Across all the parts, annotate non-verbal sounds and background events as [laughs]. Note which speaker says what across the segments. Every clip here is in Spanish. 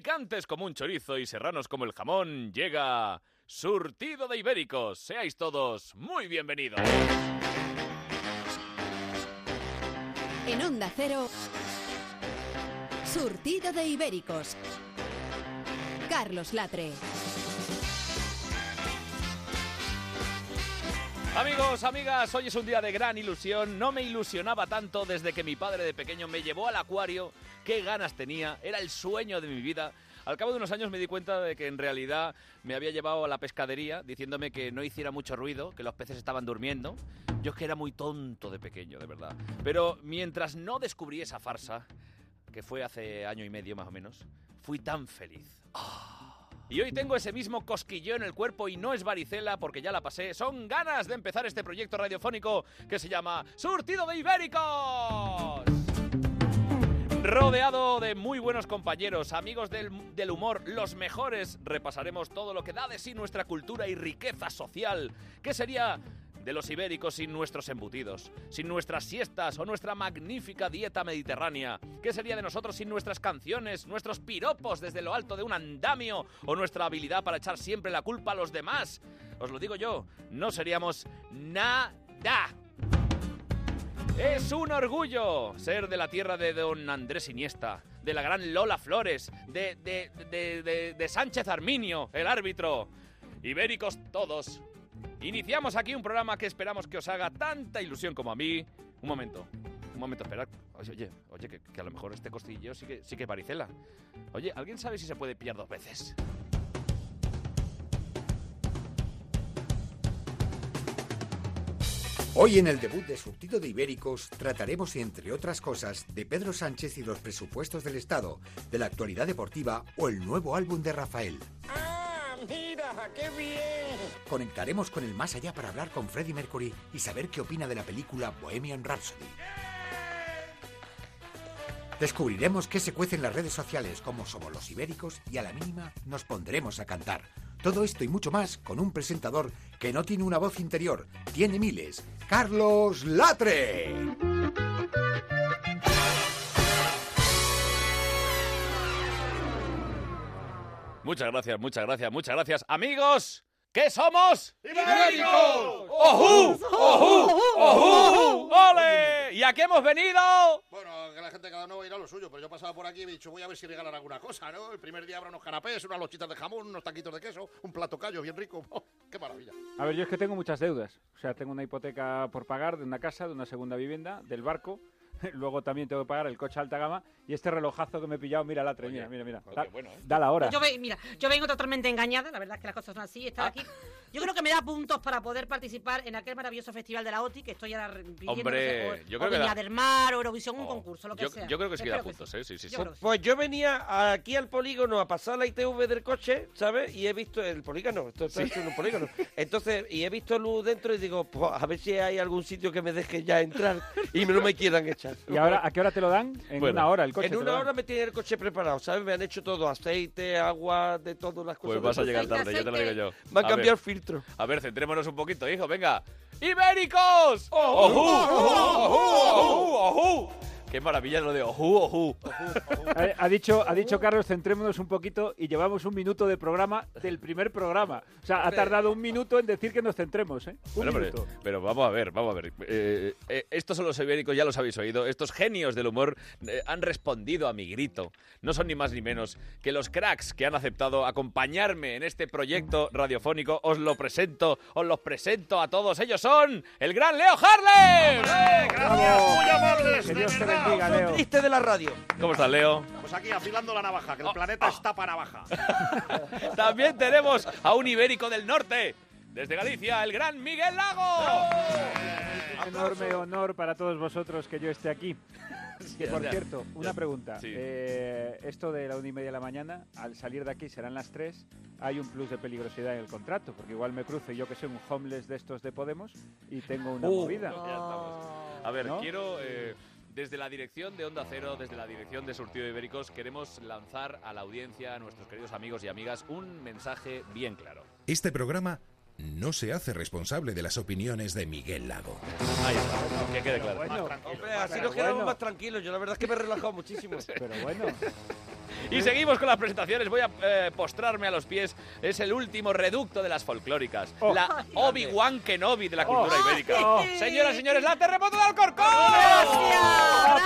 Speaker 1: Picantes como un chorizo y serranos como el jamón, llega Surtido de Ibéricos. Seáis todos muy bienvenidos.
Speaker 2: En Onda Cero, Surtido de Ibéricos. Carlos Latre.
Speaker 1: Amigos, amigas, hoy es un día de gran ilusión. No me ilusionaba tanto desde que mi padre de pequeño me llevó al acuario. Qué ganas tenía, era el sueño de mi vida. Al cabo de unos años me di cuenta de que en realidad me había llevado a la pescadería diciéndome que no hiciera mucho ruido, que los peces estaban durmiendo. Yo es que era muy tonto de pequeño, de verdad. Pero mientras no descubrí esa farsa, que fue hace año y medio más o menos, fui tan feliz. Y hoy tengo ese mismo cosquillo en el cuerpo y no es varicela porque ya la pasé. Son ganas de empezar este proyecto radiofónico que se llama Surtido de Ibéricos. Rodeado de muy buenos compañeros, amigos del, del humor, los mejores, repasaremos todo lo que da de sí nuestra cultura y riqueza social. ¿Qué sería de los ibéricos sin nuestros embutidos, sin nuestras siestas o nuestra magnífica dieta mediterránea? ¿Qué sería de nosotros sin nuestras canciones, nuestros piropos desde lo alto de un andamio o nuestra habilidad para echar siempre la culpa a los demás? Os lo digo yo, no seríamos nada. Es un orgullo ser de la tierra de don Andrés Iniesta, de la gran Lola Flores, de, de, de- de- de Sánchez Arminio, el árbitro. Ibéricos todos. Iniciamos aquí un programa que esperamos que os haga tanta ilusión como a mí. Un momento, un momento, esperad. Oye, oye, oye, que, que a lo mejor este costillo sí que, sí que es varicela. Oye, ¿alguien sabe si se puede pillar dos veces?
Speaker 3: Hoy en el debut de Surtido de Ibéricos trataremos, entre otras cosas, de Pedro Sánchez y los presupuestos del Estado, de la actualidad deportiva o el nuevo álbum de Rafael.
Speaker 4: ¡Ah, mira! ¡Qué bien!
Speaker 3: Conectaremos con el más allá para hablar con Freddie Mercury y saber qué opina de la película Bohemian Rhapsody. Descubriremos qué se cuece en las redes sociales, cómo somos los ibéricos y a la mínima nos pondremos a cantar. Todo esto y mucho más con un presentador que no tiene una voz interior, tiene miles, Carlos Latre.
Speaker 1: Muchas gracias, muchas gracias, muchas gracias. Amigos, ¿qué somos?
Speaker 5: ¡Ibéricos!
Speaker 1: ¡Ojú! ¡Ojú! ¡Ojú! ¡Ole! ¿Y a qué hemos venido?
Speaker 5: Bueno, que la gente cada uno irá a lo suyo, pero yo pasaba por aquí y he dicho, voy a ver si regalan alguna cosa, ¿no? El primer día habrá unos canapés, unas lochitas de jamón, unos taquitos de queso, un plato callo bien rico. [laughs] ¡Qué maravilla!
Speaker 6: A ver, yo es que tengo muchas deudas. O sea, tengo una hipoteca por pagar de una casa, de una segunda vivienda, del barco. [laughs] Luego también tengo que pagar el coche alta gama y este relojazo que me he pillado, mira la tres, mira, mira, mira. Da,
Speaker 1: ¿eh?
Speaker 6: da la hora.
Speaker 7: Pues Yo ve- mira, yo vengo totalmente engañada, la verdad es que las cosas son así,
Speaker 6: Ah.
Speaker 7: estar aquí. Yo creo que me da puntos para poder participar en aquel maravilloso festival de la OTI que estoy ahora viviendo.
Speaker 1: Hombre,
Speaker 7: no sé, o-
Speaker 1: yo creo
Speaker 7: o
Speaker 1: que
Speaker 7: Viña
Speaker 1: da-
Speaker 7: del Mar, o Eurovisión, un
Speaker 1: Oh,
Speaker 7: concurso, lo que
Speaker 1: yo,
Speaker 7: sea.
Speaker 1: yo creo que sí
Speaker 7: Espero
Speaker 1: da puntos, ¿eh? Sí, sí, sí.
Speaker 7: Yo creo que sí.
Speaker 8: Pues yo venía aquí al polígono a pasar la ITV del coche, ¿sabes? Y he visto el polígono, esto está hecho en un polígono. Entonces, y he visto luz dentro y digo, pues a ver si hay algún sitio que me deje ya entrar y no me quieran echar.
Speaker 6: ¿Y ahora a qué hora te lo dan? En
Speaker 1: Bueno,
Speaker 6: una hora el coche.
Speaker 8: en
Speaker 6: te lo
Speaker 8: una
Speaker 6: dan.
Speaker 8: hora me tienen el coche preparado, ¿sabes? Me han heaceite, hecho todo, aceite, agua, de todas las cosas.
Speaker 1: Pues vas a llegar
Speaker 7: Aceite,
Speaker 1: tarde, ya te lo digo yo.
Speaker 8: Me han
Speaker 1: A ver,
Speaker 8: cambiado el filtro.
Speaker 1: A ver, centrémonos un poquito, hijo, venga. ¡Ibéricos! ¡Ojú! ¡Ojú! ¡Ojú! ¡Ojú! ¡Qué maravilla lo de ojú, ojú!
Speaker 6: [laughs] Ha, ha dicho, ha dicho Carlos, centrémonos un poquito y llevamos un minuto de programa del primer programa. O sea, ha tardado un minuto en decir que nos centremos, ¿eh? Un
Speaker 1: Bueno, pero,
Speaker 6: minuto.
Speaker 1: pero vamos a ver, vamos a ver. Eh, eh, estos son los ibéricos, ya los habéis oído. Estos genios del humor eh, han respondido a mi grito. No son ni más ni menos que los cracks que han aceptado acompañarme en este proyecto radiofónico. Os lo presento, os los presento a todos. Ellos son el gran Leo Harlem. ¡Eh,
Speaker 5: ¡Gracias, muy amables!
Speaker 6: Que
Speaker 5: ¡De
Speaker 6: Dios te
Speaker 5: verdad!
Speaker 6: bendiga, ¿eh? Leo.
Speaker 8: Triste de la radio.
Speaker 1: ¿Cómo estás, Leo?
Speaker 5: Pues aquí afilando la navaja, que el planeta está para navaja.
Speaker 1: También tenemos a un ibérico del norte. Desde Galicia, el gran Miguel Lago.
Speaker 6: Un enorme honor para todos vosotros que yo esté aquí.
Speaker 1: [laughs]
Speaker 6: Que, por
Speaker 1: ya,
Speaker 6: cierto, una pregunta.
Speaker 1: sí.
Speaker 6: Eh, esto de la una y media de la mañana, al salir de aquí serán las tres. Hay un plus de peligrosidad en el contrato, porque igual me cruzo y yo que soy un homeless de estos de Podemos y tengo una
Speaker 1: Uh.
Speaker 6: movida.
Speaker 1: Ya estamos. A ver,
Speaker 6: ¿No?
Speaker 1: quiero. eh, desde la dirección de Onda Cero, desde la dirección de Surtido de Ibéricos, queremos lanzar a la audiencia, a nuestros queridos amigos y amigas, un mensaje bien claro.
Speaker 9: Este programa no se hace responsable de las opiniones de Miguel Lago.
Speaker 1: Ahí está, que quede claro.
Speaker 6: Bueno,
Speaker 8: Hombre, así
Speaker 6: pero
Speaker 8: nos quedamos
Speaker 6: bueno. [laughs]
Speaker 8: más tranquilos. Yo la verdad es que me he relajado muchísimo.
Speaker 6: pero bueno.
Speaker 1: Y seguimos con las presentaciones. Voy a eh, postrarme a los pies. Es el último reducto de las folclóricas.
Speaker 6: Oh.
Speaker 1: La Obi-Wan Kenobi de la cultura
Speaker 6: Oh.
Speaker 1: ibérica.
Speaker 6: Oh.
Speaker 1: Señoras y señores, la terremoto de Alcorcón.
Speaker 7: ¡Gracias!
Speaker 1: ¡Vamos,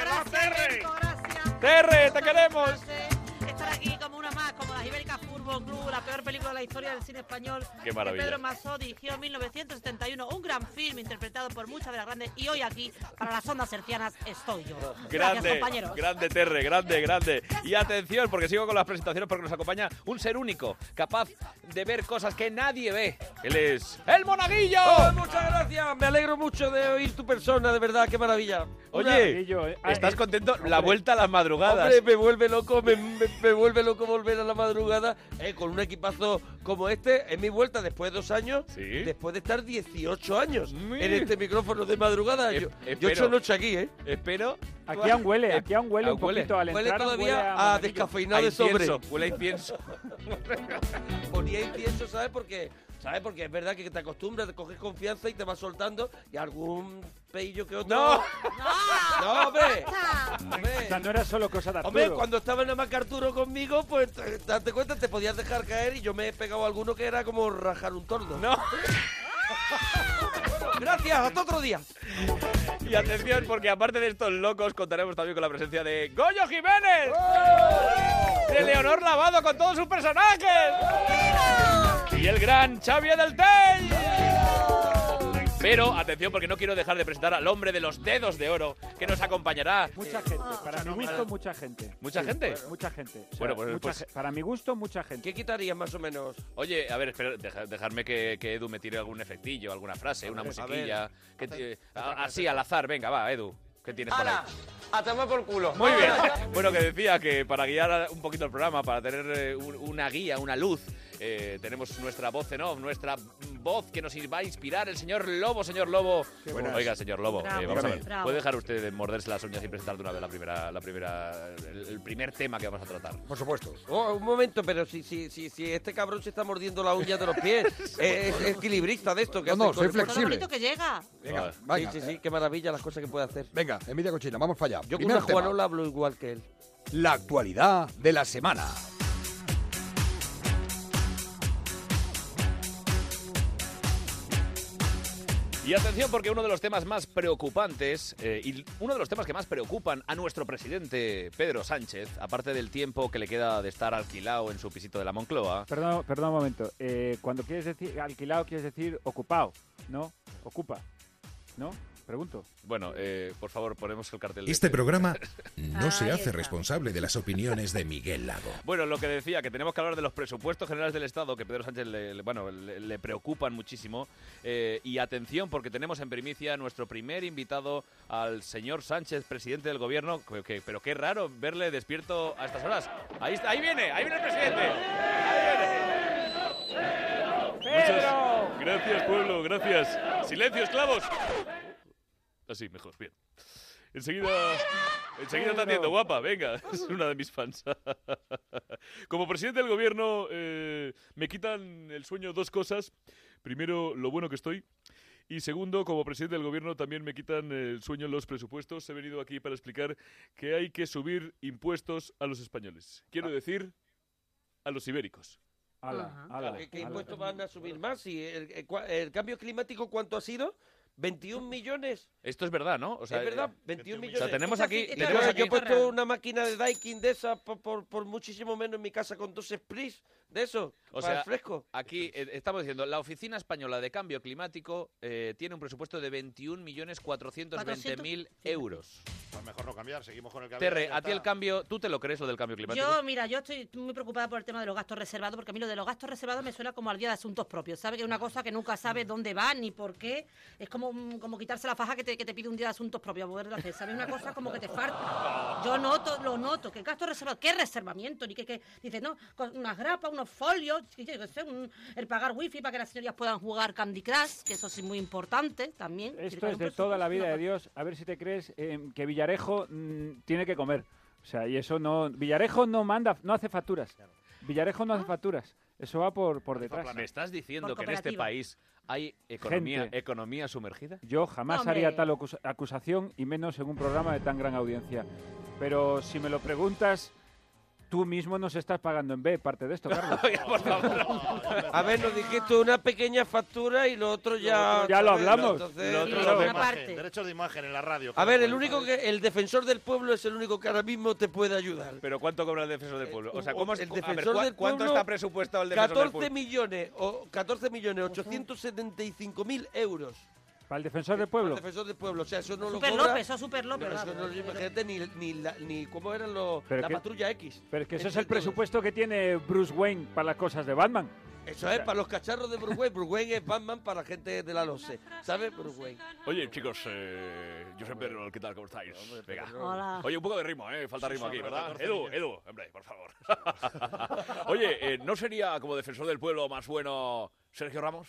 Speaker 7: ¡Gracias,
Speaker 1: Terry!
Speaker 7: Berto, gracias!
Speaker 1: Terry, te
Speaker 7: Un
Speaker 1: queremos.
Speaker 7: placer Estar aquí como una más, como las Ibéricas Fútbol Club, la peor película de la historia del cine español.
Speaker 1: Qué maravilla.
Speaker 7: Que Pedro Masó dirigió en 1971, un gran film interpretado por muchas de las grandes. Y hoy aquí, para las ondas hercianas, estoy yo.
Speaker 1: Grande,
Speaker 7: Gracias, compañeros.
Speaker 1: grande Terre, grande, grande. Y atención, porque sigo con las presentaciones porque nos acompaña un ser único, capaz de ver cosas que nadie ve. Él es el monaguillo.
Speaker 8: Oh, muchas gracias, me alegro mucho de oír tu persona, de verdad, qué maravilla.
Speaker 1: Oye,
Speaker 6: Monaguillo, eh. Ah,
Speaker 1: ¿estás
Speaker 6: eh,
Speaker 1: contento? La
Speaker 6: hombre.
Speaker 1: vuelta a las madrugadas.
Speaker 8: Hombre, me vuelve loco, me, me- me vuelve loco volver a la madrugada eh, con un equipazo como este. Es mi vuelta después de dos años,
Speaker 1: Sí.
Speaker 8: después de estar 18 años
Speaker 1: Mm.
Speaker 8: en este micrófono de madrugada.
Speaker 1: E-
Speaker 8: Yo, yo he
Speaker 1: espero.
Speaker 8: hecho noche aquí, ¿eh?
Speaker 1: Espero.
Speaker 6: Aquí aún huele, aquí aún huele un
Speaker 1: Aún huele.
Speaker 6: poquito al
Speaker 8: Huele
Speaker 6: entrar.
Speaker 8: todavía
Speaker 6: huele
Speaker 8: a,
Speaker 6: monaguillo.
Speaker 8: descafeinado
Speaker 1: a
Speaker 8: de sobre.
Speaker 1: incienso, Huele
Speaker 8: [laughs]
Speaker 1: a incienso.
Speaker 8: Ponía incienso, ¿sabes? Porque, ¿sabes? Porque es verdad que te acostumbras, te coges confianza y te vas soltando y algún peillo que otro...
Speaker 1: ¡No!
Speaker 8: [laughs] ¡No, hombre! Hombre.
Speaker 6: O sea, no era solo cosa de
Speaker 8: Hombre,
Speaker 6: Arturo.
Speaker 8: cuando estaba nada más que Arturo conmigo, pues t- date cuenta, te podías dejar caer y yo me he pegado a alguno que era como rajar un tordo.
Speaker 1: No.
Speaker 8: [laughs] Gracias, hasta otro día.
Speaker 1: Y atención, porque aparte de estos locos, contaremos también con la presencia de Goyo Jiménez. De Leonor Lavado con todos sus personajes. Y el gran Xavi del Tell. Pero atención, porque no quiero dejar de presentar al hombre de los dedos de oro que nos acompañará.
Speaker 6: Mucha gente, para mi gusto, mucha gente.
Speaker 1: ¿Mucha gente?
Speaker 6: Mucha gente. O sea,
Speaker 1: Bueno, pues-
Speaker 6: mucha
Speaker 1: pues-
Speaker 6: ge- para mi gusto, mucha gente.
Speaker 8: ¿Qué quitarías más o menos?
Speaker 1: Oye, a ver, espera, deja- dejarme que, que Edu me tire algún efectillo, alguna frase, una musiquilla. que ti- a- así, al azar, venga, va, Edu. ¿Qué tienes para ahí?
Speaker 8: ¡A tomar por culo!
Speaker 1: Muy bien. Bueno, que decía que para guiar un poquito el programa, para tener eh, un- una guía, una luz, eh, tenemos nuestra voz en off, nuestra voz que nos va a inspirar el señor Lobo, señor Lobo.
Speaker 3: buenas.
Speaker 1: Oiga, señor Lobo,
Speaker 7: Bravo,
Speaker 1: eh, vamos a ver.
Speaker 7: dígame.
Speaker 1: ¿Puede dejar usted de morderse las uñas y presentar de una vez la primera, la primera, el, el primer tema que vamos a tratar?
Speaker 3: Por supuesto.
Speaker 8: Oh, un momento, pero si, si, si, si este cabrón se está mordiendo la uña de los
Speaker 3: [laughs]
Speaker 8: pies, Eh, es, es equilibrista de esto. que
Speaker 3: No, no,
Speaker 8: hace con-
Speaker 3: soy
Speaker 7: Por todo lo
Speaker 3: flexible.
Speaker 7: bonito que llega.
Speaker 3: Venga,
Speaker 1: Sí,
Speaker 3: venga.
Speaker 8: Sí, sí, sí, qué maravilla las cosas que puede hacer.
Speaker 3: Venga, Emilia Cochina, vamos para allá.
Speaker 8: Yo con
Speaker 3: Primer
Speaker 8: una
Speaker 3: tema,
Speaker 8: Juanola hablo igual que él.
Speaker 3: La actualidad de la semana.
Speaker 1: Y atención porque uno de los temas más preocupantes eh, y uno de los temas que más preocupan a nuestro presidente Pedro Sánchez, aparte del tiempo que le queda de estar alquilado en su pisito de la Moncloa,
Speaker 6: Perdón, perdón un momento. Eh, cuando quieres decir alquilado, quieres decir ocupado, ¿no? Ocupa, ¿no? Pregunto.
Speaker 1: Bueno, eh, por favor, ponemos el cartel. de-
Speaker 9: Este programa no
Speaker 7: Ahí
Speaker 9: se hace
Speaker 7: está.
Speaker 9: responsable de las opiniones de Miguel Lago.
Speaker 1: Bueno, lo que decía, que tenemos que hablar de los presupuestos generales del Estado, que Pedro Sánchez le, le- bueno, le, le preocupan muchísimo. Eh, y atención, porque tenemos en primicia a nuestro primer invitado, al señor Sánchez, presidente del gobierno. que- que- pero qué raro verle despierto a estas horas. Ahí, está- ahí viene, ahí viene el presidente. Ahí viene. Muchas- Gracias, pueblo, gracias. Silencio, esclavos. Así, mejor, bien. Enseguida, enseguida te
Speaker 6: Pedro.
Speaker 1: atiendo, guapa, venga, [laughs] es una de mis fans. [laughs] Como presidente del gobierno, eh, me quitan el sueño dos cosas. Primero, lo bueno que estoy. Y segundo, como presidente del gobierno, también me quitan el sueño los presupuestos. He venido aquí para explicar que hay que subir impuestos a los españoles. Quiero decir, a los ibéricos.
Speaker 6: Ah. Ala, ala,
Speaker 8: ¿Qué, qué
Speaker 6: ala.
Speaker 8: impuestos van a subir más? ¿Y el, el cua- el cambio climático cuánto ha sido? 21 millones.
Speaker 1: Esto es verdad, ¿no? O eh,
Speaker 8: es verdad, 21 millones.
Speaker 1: O sea, tenemos
Speaker 7: Esta
Speaker 1: aquí-
Speaker 7: cita-
Speaker 1: tenemos
Speaker 8: Yo-
Speaker 1: aquí-
Speaker 8: Yo he puesto una máquina de Daikin de esa por, por- por muchísimo menos en mi casa con dos splits de eso.
Speaker 1: O
Speaker 8: para el
Speaker 1: sea, [laughs]
Speaker 8: fresco.
Speaker 1: Aquí eh, estamos diciendo, la Oficina Española de Cambio Climático eh, tiene un presupuesto de 21.420.000 euros.
Speaker 5: Pues mejor no cambiar, seguimos con el cambio.
Speaker 1: Terre, a ti el cambio, ¿tú te lo crees lo del cambio climático?
Speaker 7: Yo, mira, yo estoy muy preocupada por el tema de los gastos reservados, porque a mí lo de los gastos reservados me suena como al día de asuntos propios. ¿Sabe? Que es una cosa que nunca sabes dónde va ni por qué. Es como, un- como quitarse la faja que te, que te pide un día de asuntos propios. Poder hacer, ¿sabes? Una cosa como que te falta. Yo noto, lo noto, que el gasto reservado, ¿qué reservamiento? Ni que, que dice, no, con unas grapas, unos folios, yo qué sé, un- el pagar wifi para que las señorías puedan jugar Candy Crush, que eso sí muy importante también.
Speaker 6: Esto es de toda la vida de Dios. A ver si te crees eh, que Villarejo mm, tiene que comer. O sea, y eso no. Villarejo no manda, no hace facturas. Villarejo
Speaker 8: Ah.
Speaker 6: no hace facturas. Eso va por, por detrás.
Speaker 1: ¿Me estás diciendo
Speaker 7: Por
Speaker 1: que en este
Speaker 7: cooperativa.
Speaker 1: país hay economía,
Speaker 6: Gente.
Speaker 1: economía sumergida?
Speaker 6: Yo jamás
Speaker 7: Hombre.
Speaker 6: haría tal acus- acusación y menos en un programa de tan gran audiencia. Pero si me lo preguntas, tú mismo nos estás pagando en B parte
Speaker 8: [laughs]
Speaker 6: de esto, Carlos.
Speaker 8: Por favor. A ver, nos dijiste una pequeña factura y lo otro ya.
Speaker 6: Ya lo hablamos.
Speaker 8: Entonces-
Speaker 6: Lo
Speaker 5: Derechos
Speaker 6: otro
Speaker 5: de
Speaker 6: Claro.
Speaker 5: imagen,
Speaker 7: Una parte.
Speaker 5: Derechos de imagen en la radio.
Speaker 8: A ver, el único que el defensor del pueblo es el único que ahora mismo te puede ayudar. Eh,
Speaker 1: Pero ¿cuánto cobra el defensor del pueblo? O sea, ¿cómo es,
Speaker 8: El
Speaker 1: a ver,
Speaker 8: defensor
Speaker 1: ¿cuá-
Speaker 8: del
Speaker 1: ¿cuánto
Speaker 8: pueblo,
Speaker 1: está presupuestado el defensor del
Speaker 8: 14
Speaker 1: pueblo?
Speaker 8: millones o 14 millones 875 mil euros.
Speaker 6: Para el defensor del
Speaker 8: El
Speaker 6: pueblo.
Speaker 8: defensor del pueblo, o sea, eso no lo
Speaker 7: Super
Speaker 8: cobra.
Speaker 7: López, eso Super
Speaker 8: No,
Speaker 7: López.
Speaker 8: eso
Speaker 7: vamos.
Speaker 8: no lo imagínate ni, ni, la- ni cómo eran los,
Speaker 6: Pero
Speaker 8: la
Speaker 6: que-
Speaker 8: patrulla X.
Speaker 6: Pero es que eso es
Speaker 8: Entre
Speaker 6: el
Speaker 8: todos.
Speaker 6: presupuesto que tiene Bruce Wayne para las cosas de Batman.
Speaker 8: Eso es para los cacharros de Bruce Wayne. Bruce Wayne es Batman para la gente de la LOSE. ¿Sabes, Bruce Wayne?
Speaker 1: Oye, chicos, eh, yo soy Pedro, ¿qué tal? ¿Cómo estáis? Venga.
Speaker 7: Hola.
Speaker 1: Oye, un poco de ritmo, ¿eh? Falta ritmo aquí,
Speaker 5: hombre,
Speaker 1: ¿verdad?
Speaker 5: 14
Speaker 1: Edu,
Speaker 5: millones.
Speaker 1: Edu, hombre, por favor. [laughs] Oye, eh, ¿no sería como defensor del pueblo más bueno Sergio Ramos?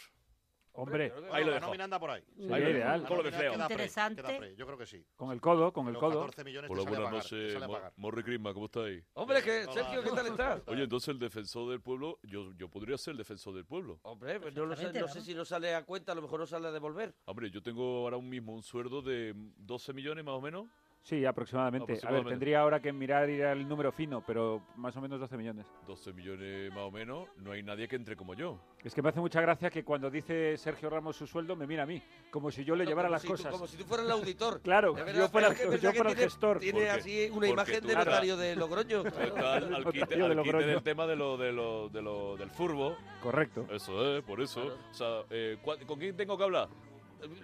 Speaker 6: Hombre,
Speaker 1: Ahí lo
Speaker 5: La
Speaker 1: dejo.
Speaker 5: nómina anda por ahí.
Speaker 6: sería ideal.
Speaker 1: Con lo que
Speaker 5: nómina
Speaker 1: creo.
Speaker 5: queda pre,
Speaker 7: Interesante.
Speaker 5: queda pre, Yo creo que sí.
Speaker 6: Con el codo, con el
Speaker 5: Los
Speaker 6: codo.
Speaker 5: 14 millones te sale a pagar. te sale a pagar.
Speaker 1: Morri Crisma, ¿cómo estáis?
Speaker 8: Hombre, que,
Speaker 5: Hola.
Speaker 8: Sergio, ¿qué tal estás?
Speaker 1: [laughs] Oye, entonces el defensor del pueblo, yo, yo podría ser el defensor del pueblo.
Speaker 8: Hombre, pues no, lo sé,
Speaker 7: Exactamente,
Speaker 8: no
Speaker 7: vamos.
Speaker 8: sé si no sale a cuenta, a lo mejor no sale a devolver.
Speaker 1: Hombre, yo tengo ahora mismo un sueldo de 12 millones más o menos.
Speaker 6: Sí, aproximadamente.
Speaker 8: pues
Speaker 6: A ver,
Speaker 1: Aproximadamente.
Speaker 6: tendría ahora que mirar ir al número fino, pero más o menos 12 millones.
Speaker 1: 12 millones más o menos, no hay nadie que entre como yo.
Speaker 6: Es que me hace mucha gracia que cuando dice Sergio Ramos su sueldo, me mira a mí, como si yo le
Speaker 8: No,
Speaker 6: llevara
Speaker 8: como
Speaker 6: las
Speaker 8: si tú-
Speaker 6: cosas.
Speaker 8: como si tú fueras el auditor.
Speaker 6: [laughs] Claro,
Speaker 8: Es
Speaker 6: yo fuera-
Speaker 8: es verdad
Speaker 6: yo
Speaker 8: que
Speaker 6: fuera el
Speaker 8: tiene-
Speaker 6: gestor.
Speaker 8: Tiene
Speaker 1: Porque-
Speaker 8: así una
Speaker 1: porque
Speaker 8: imagen
Speaker 1: tú-
Speaker 8: de
Speaker 1: Claro.
Speaker 8: notario de Logroño.
Speaker 1: Tú estás al
Speaker 6: Notario
Speaker 1: quite,
Speaker 6: de
Speaker 1: al
Speaker 6: Logroño.
Speaker 1: quite del tema de lo, de lo, de lo, del furbo.
Speaker 6: Correcto.
Speaker 1: Eso es, por eso.
Speaker 8: Claro. Eh,
Speaker 1: O sea, eh, ¿cuá- ¿con quién tengo que hablar?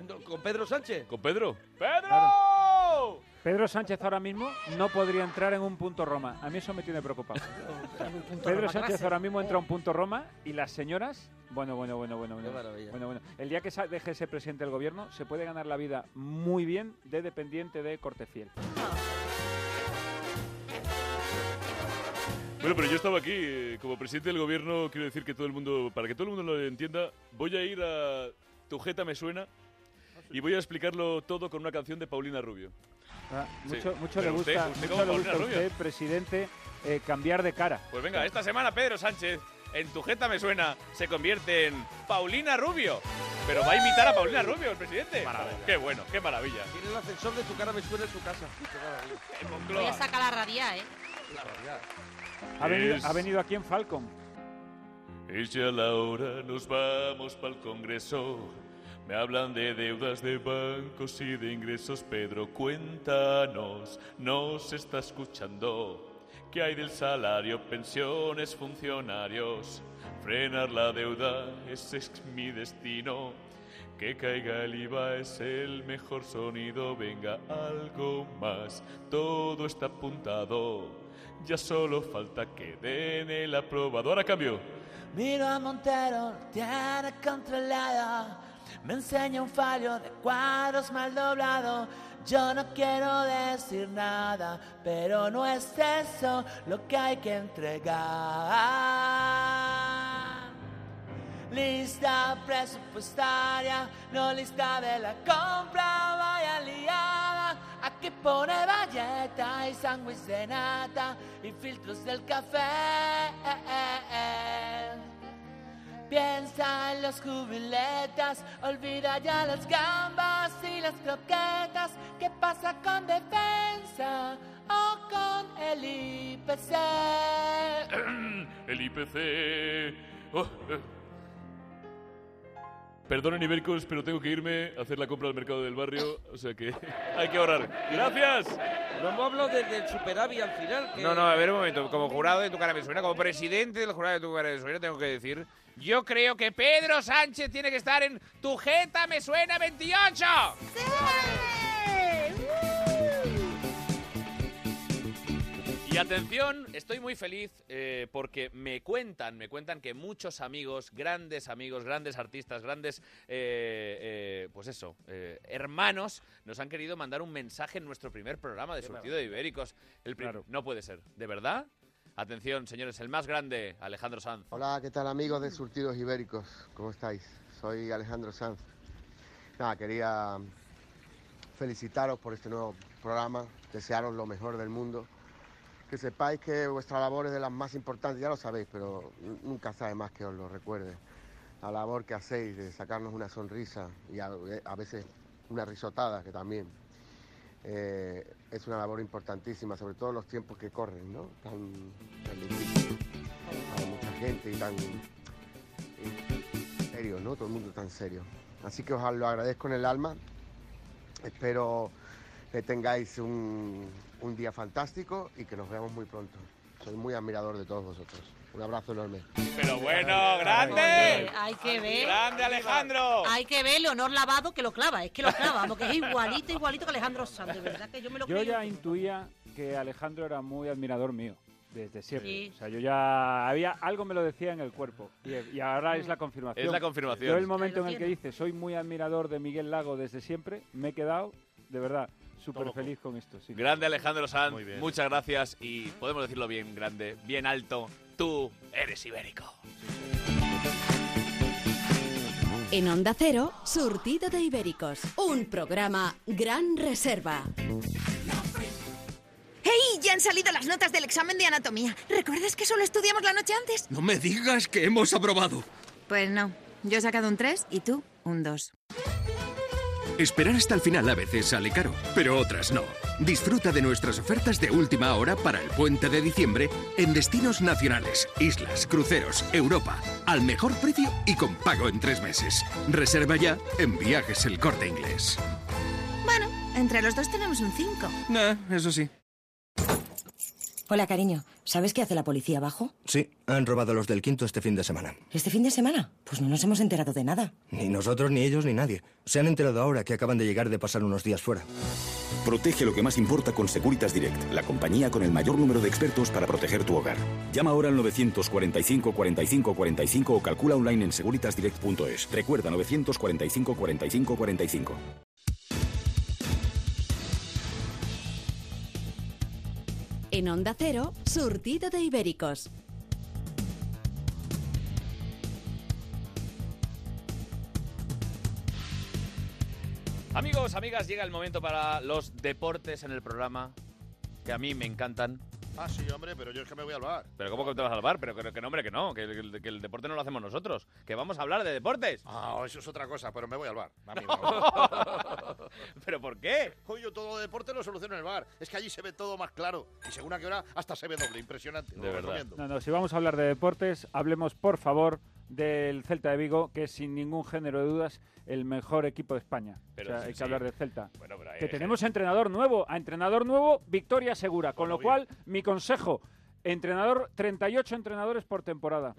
Speaker 8: No, ¿Con Pedro Sánchez?
Speaker 1: ¿Con Pedro? ¡Pedro!
Speaker 6: Pedro Sánchez ahora mismo no podría entrar en un punto Roma. A mí eso me tiene preocupado.
Speaker 8: [laughs]
Speaker 6: Pedro
Speaker 7: Roma,
Speaker 6: Sánchez
Speaker 7: clase.
Speaker 6: ahora mismo entra a un punto Roma y las señoras, bueno, bueno, bueno, bueno,
Speaker 8: Eh. Qué
Speaker 6: bueno.
Speaker 8: maravilla.
Speaker 6: Bueno, bueno. El día que sa- deje ese presidente del gobierno, se puede ganar la vida muy bien de dependiente de corte fiel.
Speaker 1: Bueno, pero yo estaba aquí eh, como presidente del gobierno. Quiero decir que todo el mundo, para que todo el mundo lo entienda, voy a ir a Tu Jeta Me Suena y voy a explicarlo todo con una canción de Paulina Rubio.
Speaker 6: Ah,
Speaker 1: Sí.
Speaker 6: Mucho, mucho
Speaker 1: Pero
Speaker 6: le
Speaker 1: usted-
Speaker 6: gusta,
Speaker 1: usted
Speaker 6: mucho
Speaker 1: como
Speaker 6: le gusta
Speaker 1: Paulina
Speaker 6: a
Speaker 1: Rubio.
Speaker 6: usted, presidente, eh, cambiar de cara.
Speaker 1: Pues venga, esta semana Pedro Sánchez en Tu Jeta Me Suena se convierte en Paulina Rubio. Pero va a imitar a Paulina Rubio, el presidente. ¡Qué bueno, qué maravilla!
Speaker 8: Tiene el ascensor de tu cara, me suena en su casa. Qué maravilla.
Speaker 1: En
Speaker 7: Voy a
Speaker 1: Moncloa.
Speaker 7: sacar la radia, ¿eh?
Speaker 6: Ha venido,
Speaker 1: Es-
Speaker 6: ha venido aquí en Falcon.
Speaker 1: Y si a la hora nos vamos para el Congreso, me hablan de deudas de bancos y de ingresos. Pedro, cuéntanos, nos está escuchando. ¿Qué hay del salario, pensiones, funcionarios? Frenar la deuda, ese es mi destino. Que caiga el IVA es el mejor sonido, venga algo más, todo está apuntado. Ya solo falta que den el aprobado. Ahora cambio.
Speaker 10: Miro a Montero, tiene controlada. Me enseña un fallo de cuadros mal doblado. Yo no quiero decir nada, pero no es eso lo que hay que entregar. Lista presupuestaria, no lista de la compra, vaya liada. Aquí pone valleta y sándwich de nata y filtros del café. Piensa en los jubiletas, olvida ya las gambas y las croquetas. ¿Qué pasa con defensa o con el IPC?
Speaker 1: El IPC. Oh, eh. Perdonen, Ibercos, pero tengo que irme a hacer la compra al mercado del barrio, o sea que [laughs] hay que ahorrar. ¡Gracias!
Speaker 8: No hemos hablado de- del superávit al final. que-
Speaker 11: No, no, a ver un momento. Como jurado de tu cara me suena, como presidente del jurado de tu cara me suena, tengo que decir, yo [clears throat] creo que Pedro Sánchez tiene que estar en Tu Jeta me suena 28.
Speaker 1: Y atención, estoy muy feliz eh, porque me cuentan, me cuentan que muchos amigos, grandes amigos, grandes artistas, grandes, eh, eh, pues eso, eh, hermanos, nos han querido mandar un mensaje en nuestro primer programa de surtido de ibéricos. El prim-
Speaker 6: Claro.
Speaker 1: No puede ser, ¿de verdad? Atención, señores, el más grande, Alejandro Sanz.
Speaker 12: Hola, ¿qué tal amigos de Surtidos Ibéricos? ¿Cómo estáis? Soy Alejandro Sanz. Nada, quería felicitaros por este nuevo programa, desearos lo mejor del mundo. Que sepáis que vuestra labor es de las más importantes, ya lo sabéis, pero nu- nunca sabe más que os lo recuerde. La labor que hacéis de sacarnos una sonrisa y a, a veces una risotada que también. Eh, es una labor importantísima, sobre todo en los tiempos que corren, ¿no? Tan, tan difícil para mucha gente y tan y serio, ¿no? Todo el mundo tan serio. Así que os lo agradezco en el alma. Espero que tengáis un, un día fantástico y que nos veamos muy pronto. Soy muy admirador de todos vosotros. Un abrazo enorme.
Speaker 1: Pero bueno, grande.
Speaker 7: Oye, hay que ver.
Speaker 1: Grande Alejandro.
Speaker 7: Hay que ver Leonor Lavado que lo clava, es que lo clava, porque es igualito, igualito que Alejandro Sanz, de verdad que yo me lo
Speaker 6: Yo
Speaker 7: creo.
Speaker 6: ya intuía que Alejandro era muy admirador mío. Desde siempre.
Speaker 7: Sí.
Speaker 6: O sea, yo ya había. Algo me lo decía en el cuerpo. Y, y ahora
Speaker 7: Mm.
Speaker 6: es la confirmación.
Speaker 1: Es la confirmación.
Speaker 6: Yo, el momento
Speaker 1: Ahí lo
Speaker 6: en el que
Speaker 1: tiene.
Speaker 6: dice, soy muy admirador de Miguel Lago desde siempre, me he quedado, de verdad, súper
Speaker 1: loco.
Speaker 6: feliz con esto. sí.
Speaker 1: Grande Alejandro Sanz, muchas gracias y podemos decirlo bien grande, bien alto. Tú eres ibérico.
Speaker 2: En Onda Cero, Surtido de Ibéricos. Un programa Gran Reserva.
Speaker 13: ¡Hey! Ya han salido las notas del examen de anatomía. ¿Recuerdas que solo estudiamos la noche antes?
Speaker 14: No me digas que hemos aprobado.
Speaker 13: Pues no. Yo he sacado un 3 y tú un 2.
Speaker 14: Esperar hasta el final a veces sale caro, pero otras no. Disfruta de nuestras ofertas de última hora para el puente de diciembre en destinos nacionales, islas, cruceros, Europa, al mejor precio y con pago en tres meses. Reserva ya en Viajes El Corte Inglés.
Speaker 13: Bueno, entre los dos tenemos un 5.
Speaker 14: Nah, eso sí.
Speaker 15: Hola, cariño. ¿Sabes qué hace la policía abajo?
Speaker 16: Sí, han robado los del quinto este fin de semana.
Speaker 15: ¿Este fin de semana? Pues no nos hemos enterado de nada.
Speaker 16: Ni nosotros, ni ellos, ni nadie. Se han enterado ahora que acaban de llegar de pasar unos días fuera.
Speaker 17: Protege lo que más importa con Securitas Direct, la compañía con el mayor número de expertos para proteger tu hogar. Llama ahora al 945 45 45 o calcula online en securitasdirect.es. Recuerda 945 45 45.
Speaker 2: En Onda Cero, Surtido de Ibéricos.
Speaker 1: Amigos, amigas, llega el momento para los deportes en el programa que a mí me encantan.
Speaker 5: Ah, sí, hombre, pero yo es que me voy al bar.
Speaker 1: Pero ¿cómo que te vas a salvar? Pero que, que no, hombre, que no, que, el- que el deporte no lo hacemos nosotros, que vamos a hablar de deportes.
Speaker 5: Ah, eso es otra cosa, pero me voy al bar.
Speaker 1: [laughs] ¿Pero por qué?
Speaker 5: Coño, todo deporte lo soluciono en el bar. Es que allí se ve todo más claro. Y según a qué hora hasta se ve doble. Impresionante. lo recomiendo.
Speaker 6: No, no, si vamos a hablar de deportes, hablemos por favor del Celta de Vigo, que es sin ningún género de dudas el mejor equipo de España.
Speaker 1: Pero
Speaker 6: O sea,
Speaker 1: sí,
Speaker 6: hay que
Speaker 1: sí.
Speaker 6: hablar del Celta.
Speaker 1: Bueno, pero ahí-
Speaker 6: que tenemos entrenador nuevo, a entrenador nuevo, victoria segura. Con lo cual, mi consejo, entrenador, 38 entrenadores
Speaker 1: [laughs]
Speaker 6: por temporada.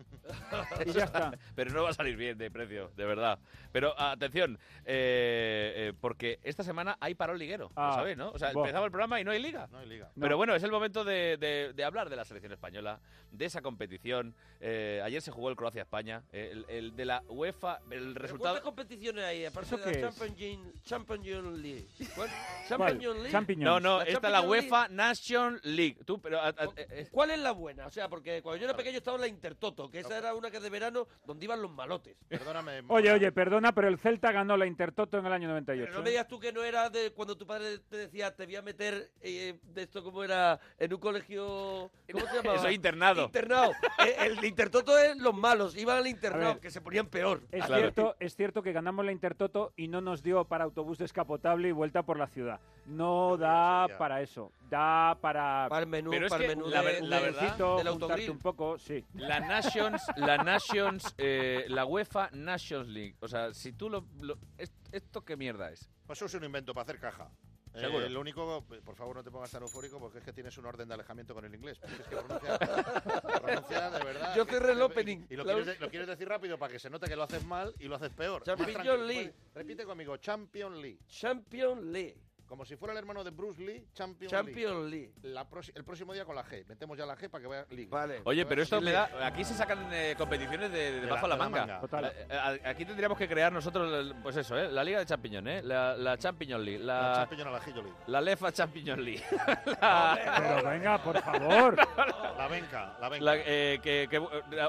Speaker 6: Y ya está.
Speaker 1: [laughs] Pero no va a salir bien de precio, de verdad. Pero atención, eh, eh, porque esta semana hay parón liguero,
Speaker 6: Ah,
Speaker 1: lo sabéis, ¿no? O sea,
Speaker 6: buah.
Speaker 1: empezaba el programa y no hay liga.
Speaker 5: No hay liga.
Speaker 1: Pero bueno, es el momento de, de- de hablar de la selección española, de esa competición. Eh, ayer se jugó el Croacia-España, el, el de la UEFA, el
Speaker 8: ¿Pero
Speaker 1: resultado...
Speaker 8: ¿Cuántas competiciones hay aparte
Speaker 1: ¿Eso
Speaker 8: de
Speaker 1: qué
Speaker 8: la
Speaker 1: es?
Speaker 8: Champions, Champions League? ¿Cuál?
Speaker 1: ¿Cuál?
Speaker 8: Champions League.
Speaker 1: No, no, esta es la
Speaker 8: Champions
Speaker 1: UEFA Nation League. Tú, pero, a- a- eh,
Speaker 8: League. ¿Cuál es la buena? O sea, porque cuando yo era pequeño estaba en la Intertoto, que esa era una que de verano donde iban los malotes.
Speaker 5: Perdóname.
Speaker 6: Oye, oye, perdona, pero el Celta ganó la Intertoto en el año 98.
Speaker 8: Pero no me digas tú que no era de cuando tu padre te decía te voy a meter eh, de esto como era en un colegio ¿cómo
Speaker 6: [laughs]
Speaker 8: se llamaba?
Speaker 1: Eso, internado.
Speaker 8: Internado. Eh, el intertoto es los malos, iban al internado
Speaker 6: ver.
Speaker 8: que se ponían peor.
Speaker 6: Es, cierto, es cierto que ganamos la Intertoto y no nos dio para autobús descapotable y vuelta por la ciudad. No da para eso. Da para.
Speaker 8: Para el menú,
Speaker 1: Pero es para el que menú la de- ver- la verdad,
Speaker 6: necesito
Speaker 1: del
Speaker 6: juntarte
Speaker 1: autogrill.
Speaker 6: un poco, sí.
Speaker 1: La Nations, la Nations, eh, la UEFA Nations League. O sea, si tú lo, lo- est- esto qué mierda es.
Speaker 5: Eso es un invento para hacer caja. Eh,
Speaker 1: Seguro.
Speaker 5: lo único, por favor, no te pongas tan eufórico porque es que tienes un orden de alejamiento con el inglés. porque Es
Speaker 8: [laughs]
Speaker 5: que pronuncia, pronuncia de verdad.
Speaker 8: Yo cerré el
Speaker 5: Y-
Speaker 8: opening.
Speaker 5: Y lo,
Speaker 8: La
Speaker 5: quieres,
Speaker 8: ul-
Speaker 5: de- lo quieres decir rápido para que se note que lo haces mal y lo haces peor. Más
Speaker 8: Champions
Speaker 5: tranquilo,
Speaker 8: League.
Speaker 5: puedes- Repite conmigo, Champions League.
Speaker 8: Champions League.
Speaker 5: Como si fuera el hermano de Bruce Lee, Champions,
Speaker 8: Champions League.
Speaker 5: La proxi- el próximo día con la G. Metemos ya la G para que vaya League.
Speaker 1: Oye, pero esto
Speaker 5: Sí,
Speaker 1: me
Speaker 5: League.
Speaker 1: da. Aquí se sacan eh, competiciones de, de
Speaker 5: De la-
Speaker 1: bajo la,
Speaker 5: de la
Speaker 1: manga.
Speaker 5: manga. Total.
Speaker 1: Eh, eh, aquí tendríamos que crear nosotros, el- pues eso, ¿eh? la Liga de Champiñón, ¿eh? la, la Champiñón League, la,
Speaker 5: La Champions al ajillo League.
Speaker 1: la Lefa Champiñón League, [laughs]
Speaker 6: Pero venga, por favor.
Speaker 5: La venca, la venca.
Speaker 1: La- eh, que- que-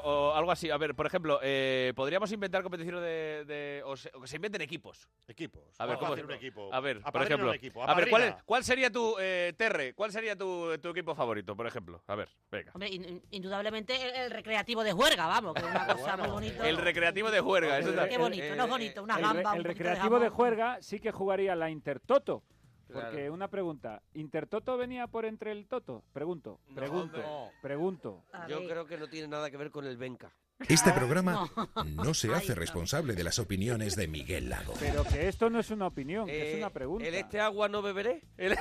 Speaker 1: o algo así. A ver, por ejemplo, eh, podríamos inventar competiciones de, de- o, se, o que se inventen equipos.
Speaker 5: Equipos.
Speaker 1: A
Speaker 5: Vamos
Speaker 1: ver,
Speaker 5: a
Speaker 1: ¿cómo
Speaker 5: hacer
Speaker 1: es?
Speaker 5: un equipo.
Speaker 1: A ver, por
Speaker 5: Apadrina
Speaker 1: ejemplo.
Speaker 5: un equipo,
Speaker 1: A ver, ¿cuál,
Speaker 5: apadrina.
Speaker 1: es- cuál sería tu eh, Terre? ¿Cuál sería tu, tu equipo favorito, por ejemplo? A ver, venga.
Speaker 7: Hombre, in- in- indudablemente el, el recreativo de juerga, vamos, que es una cosa muy bonita.
Speaker 1: El recreativo de Juerga. eso eh,
Speaker 7: Qué
Speaker 1: está-
Speaker 7: bonito, no es bonito, una
Speaker 6: el, re-
Speaker 7: gamba,
Speaker 6: el
Speaker 7: un poquito de
Speaker 6: recreativo de,
Speaker 7: jamón.
Speaker 6: juerga sí que jugaría la Intertoto. Porque
Speaker 11: Claro.
Speaker 6: una pregunta, ¿Intertoto venía por entre el Toto? Pregunto,
Speaker 8: No,
Speaker 6: pregunto,
Speaker 8: no. [laughs]
Speaker 6: pregunto.
Speaker 8: Yo creo que no tiene nada que ver con el Benca.
Speaker 9: Este programa no se hace responsable de las opiniones de Miguel Lago.
Speaker 6: Pero que esto no es una opinión, que es
Speaker 8: Eh,
Speaker 6: una pregunta.
Speaker 8: ¿El este agua no beberé?
Speaker 11: [laughs] De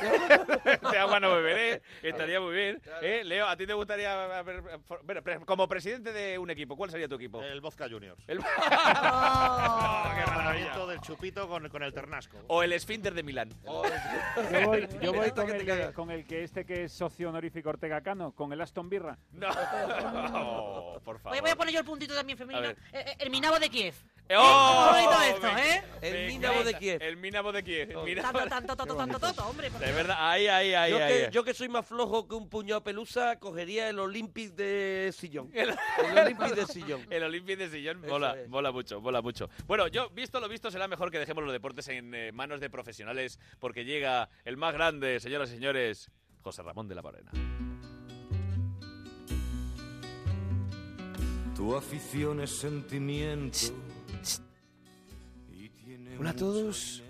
Speaker 11: Este agua no beberé, estaría muy bien. Eh, Leo, ¿a ti te gustaría, a ver, for- bueno, pre- como presidente de un equipo, cuál sería tu equipo?
Speaker 5: El Bozca Juniors.
Speaker 7: [laughs]
Speaker 11: El...
Speaker 8: Ah.
Speaker 5: [laughs] ¡Qué maravilla! del chupito con, con el ternasco.
Speaker 11: O el esfínter de Milán.
Speaker 6: Yo voy, yo voy con, el, que- con el que este que es socio honorífico Ortega Cano, con el Aston Birra.
Speaker 11: No,
Speaker 5: [laughs]
Speaker 11: por favor.
Speaker 7: Oye, voy a poner yo el puntito también femenino.
Speaker 6: A ver.
Speaker 7: Eh, eh, el Minabo de Kiev.
Speaker 1: Eh,
Speaker 11: ¡Oh!
Speaker 7: Qué bonito esto,
Speaker 11: Me-
Speaker 7: ¿eh?
Speaker 11: me
Speaker 8: El Minabo de
Speaker 11: encanta.
Speaker 8: Kiev.
Speaker 11: El Minabo de Kiev. Minabo-
Speaker 7: Oh, Tanto, tanto, tanto, tanto, tanto, hombre. por
Speaker 11: De verdad, ahí, ahí, ahí.
Speaker 8: yo,
Speaker 11: ahí,
Speaker 8: que,
Speaker 11: ahí.
Speaker 8: yo que soy más flojo que un puñado pelusa, cogería el Olympic de
Speaker 6: [laughs]
Speaker 8: sillón. El, Olympic de sillón.
Speaker 11: El Olympic de sillón mola, mola mucho, mola mucho. Bueno, yo, visto lo visto, será mejor que dejemos los deportes en eh, manos de profesionales, porque llega el más grande, señoras y señores, José Ramón de la Morena.
Speaker 18: Tu afición es sentimiento.
Speaker 19: Hola a todos.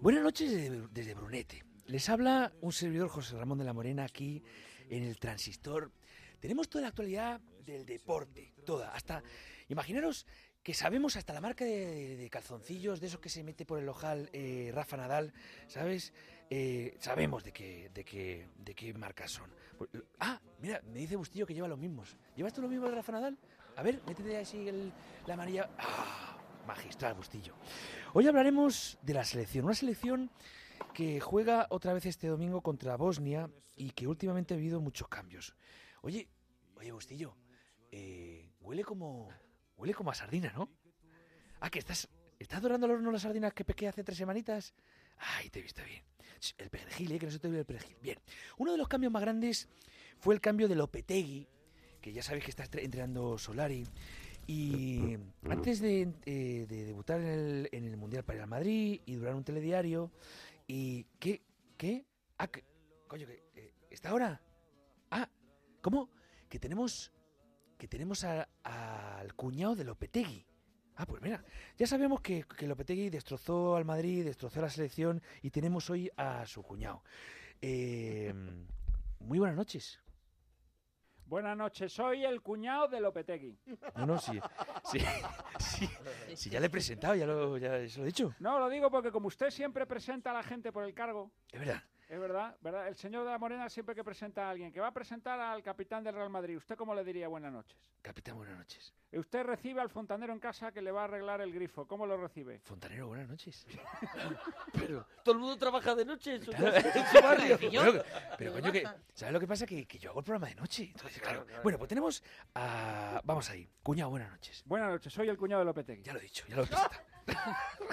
Speaker 19: Buenas noches desde, desde Brunete. Les habla un servidor José Ramón de la Morena aquí en el Transistor. Tenemos toda la actualidad del deporte, toda, hasta imaginaros que sabemos hasta la marca de, de calzoncillos, de esos que se mete por el ojal eh, Rafa Nadal, ¿sabes? Eh, sabemos de qué, de qué, de qué marcas son. Pues, eh, Ah, mira, me dice Bustillo que lleva los mismos. ¿Llevas tú los mismos de Rafa Nadal? A ver, métete así el- la amarilla. Ah, magistral Bustillo. Hoy hablaremos de la selección, una selección que juega otra vez este domingo contra Bosnia y que últimamente ha habido muchos cambios. Oye, oye Bustillo, eh, huele como huele como a sardina, ¿no? Ah, que estás estás dorando al horno las sardinas que pesqué hace tres semanitas. Ay, te he visto bien. Ch, El perejil, eh, que no se te olvide el perejil. Bien. Uno de los cambios más grandes fue el cambio de Lopetegui, que ya sabéis que está estre- entrenando Solari. Y antes de, eh, de debutar en el, en el Mundial para ir al Madrid y durar un telediario, ¿y qué? ¿Qué? Ah, que- coño, que, eh, ¿está ahora? Ah, ¿cómo? Que tenemos que tenemos a- al cuñado de Lopetegui. Ah, pues mira, ya sabemos que, que Lopetegui destrozó al Madrid, destrozó a la selección y tenemos hoy a su cuñado. Eh, muy buenas noches.
Speaker 6: Buenas noches, soy el cuñado de Lopetegui.
Speaker 19: No, no,
Speaker 6: [laughs]
Speaker 19: sí, sí, sí, sí, ya le he presentado, ya, lo, ya se lo he dicho.
Speaker 6: No, lo digo porque como usted siempre presenta a la gente por el cargo,
Speaker 19: Es verdad.
Speaker 6: es verdad, ¿verdad? El señor de la Morena siempre que presenta a alguien, que va a presentar al capitán del Real Madrid, ¿usted cómo le diría buenas noches?
Speaker 19: Capitán, buenas noches.
Speaker 6: Y Usted recibe al fontanero en casa que le va a arreglar el grifo, ¿cómo lo recibe?
Speaker 19: Fontanero, buenas noches.
Speaker 8: Pero todo el mundo trabaja de noche
Speaker 19: [laughs]
Speaker 8: en su, en su barrio.
Speaker 19: Pero, pero, coño, que, ¿sabes lo que pasa? Que, que yo hago el programa de noche. Entonces, claro. Bueno, pues tenemos a... Vamos ahí. Cuñado, buenas noches.
Speaker 6: Buenas noches, soy el cuñado de Lopetegui.
Speaker 19: Ya lo he dicho, ya lo he
Speaker 6: [laughs]
Speaker 19: presentado.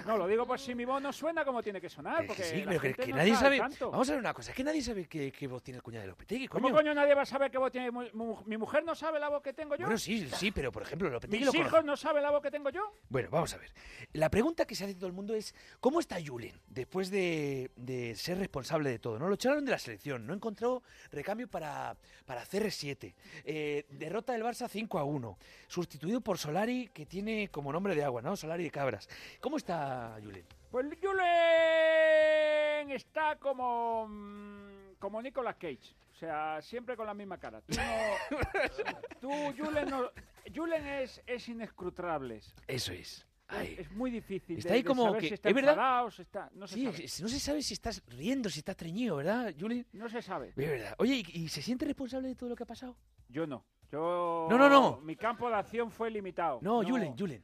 Speaker 6: No, lo digo por si mi voz no suena como tiene que sonar, porque
Speaker 19: Que sí,
Speaker 6: la
Speaker 19: pero que,
Speaker 6: gente
Speaker 19: que
Speaker 6: no
Speaker 19: nadie
Speaker 6: está al
Speaker 19: sabe...
Speaker 6: tanto.
Speaker 19: Vamos a ver una cosa. Es que nadie sabe que, que vos tiene el cuñado de Lopetegui, coño.
Speaker 6: ¿Cómo coño nadie va a saber qué voz tiene mi, mu- mi mujer? ¿No sabe la voz que tengo yo?
Speaker 19: Bueno,
Speaker 6: [laughs]
Speaker 19: sí, sí, pero por ejemplo, Lopetegui
Speaker 6: ¿Mis
Speaker 19: lo conoce.
Speaker 6: hijos no saben la voz que tengo yo?
Speaker 19: Bueno, vamos a ver. La pregunta que se hace todo el mundo es, ¿cómo está Julen después de, de ser responsable de todo? ¿no? Lo echaron de la selección, no encontró recambio para, para CR7. Eh, derrota del Barça 5 a 1, sustituido por Solari, que tiene como nombre de agua, ¿no? Solari de Cabras. ¿Cómo está Julen?
Speaker 6: Pues Julen está como, mm, como Nicolas Cage. O sea, siempre con la misma cara. Tú, no- tú, Julen, no- Julen es, es inescrutable.
Speaker 19: Eso es. Ahí.
Speaker 6: Es muy difícil.
Speaker 19: Está
Speaker 6: de-
Speaker 19: ahí
Speaker 6: de
Speaker 19: como
Speaker 6: saber
Speaker 19: que-
Speaker 6: si está
Speaker 19: ¿es verdad?
Speaker 6: enfadado, si está- no, se
Speaker 19: Sí,
Speaker 6: sabe.
Speaker 19: es- no se sabe si estás riendo, si estás treñido, ¿verdad, Julen?
Speaker 6: no se sabe.
Speaker 19: Es verdad. Oye, ¿y, y se siente responsable de todo lo que ha pasado?
Speaker 6: Yo no. Yo,
Speaker 19: No, no, no.
Speaker 6: Mi campo de acción fue limitado.
Speaker 19: No, Julen, Julen.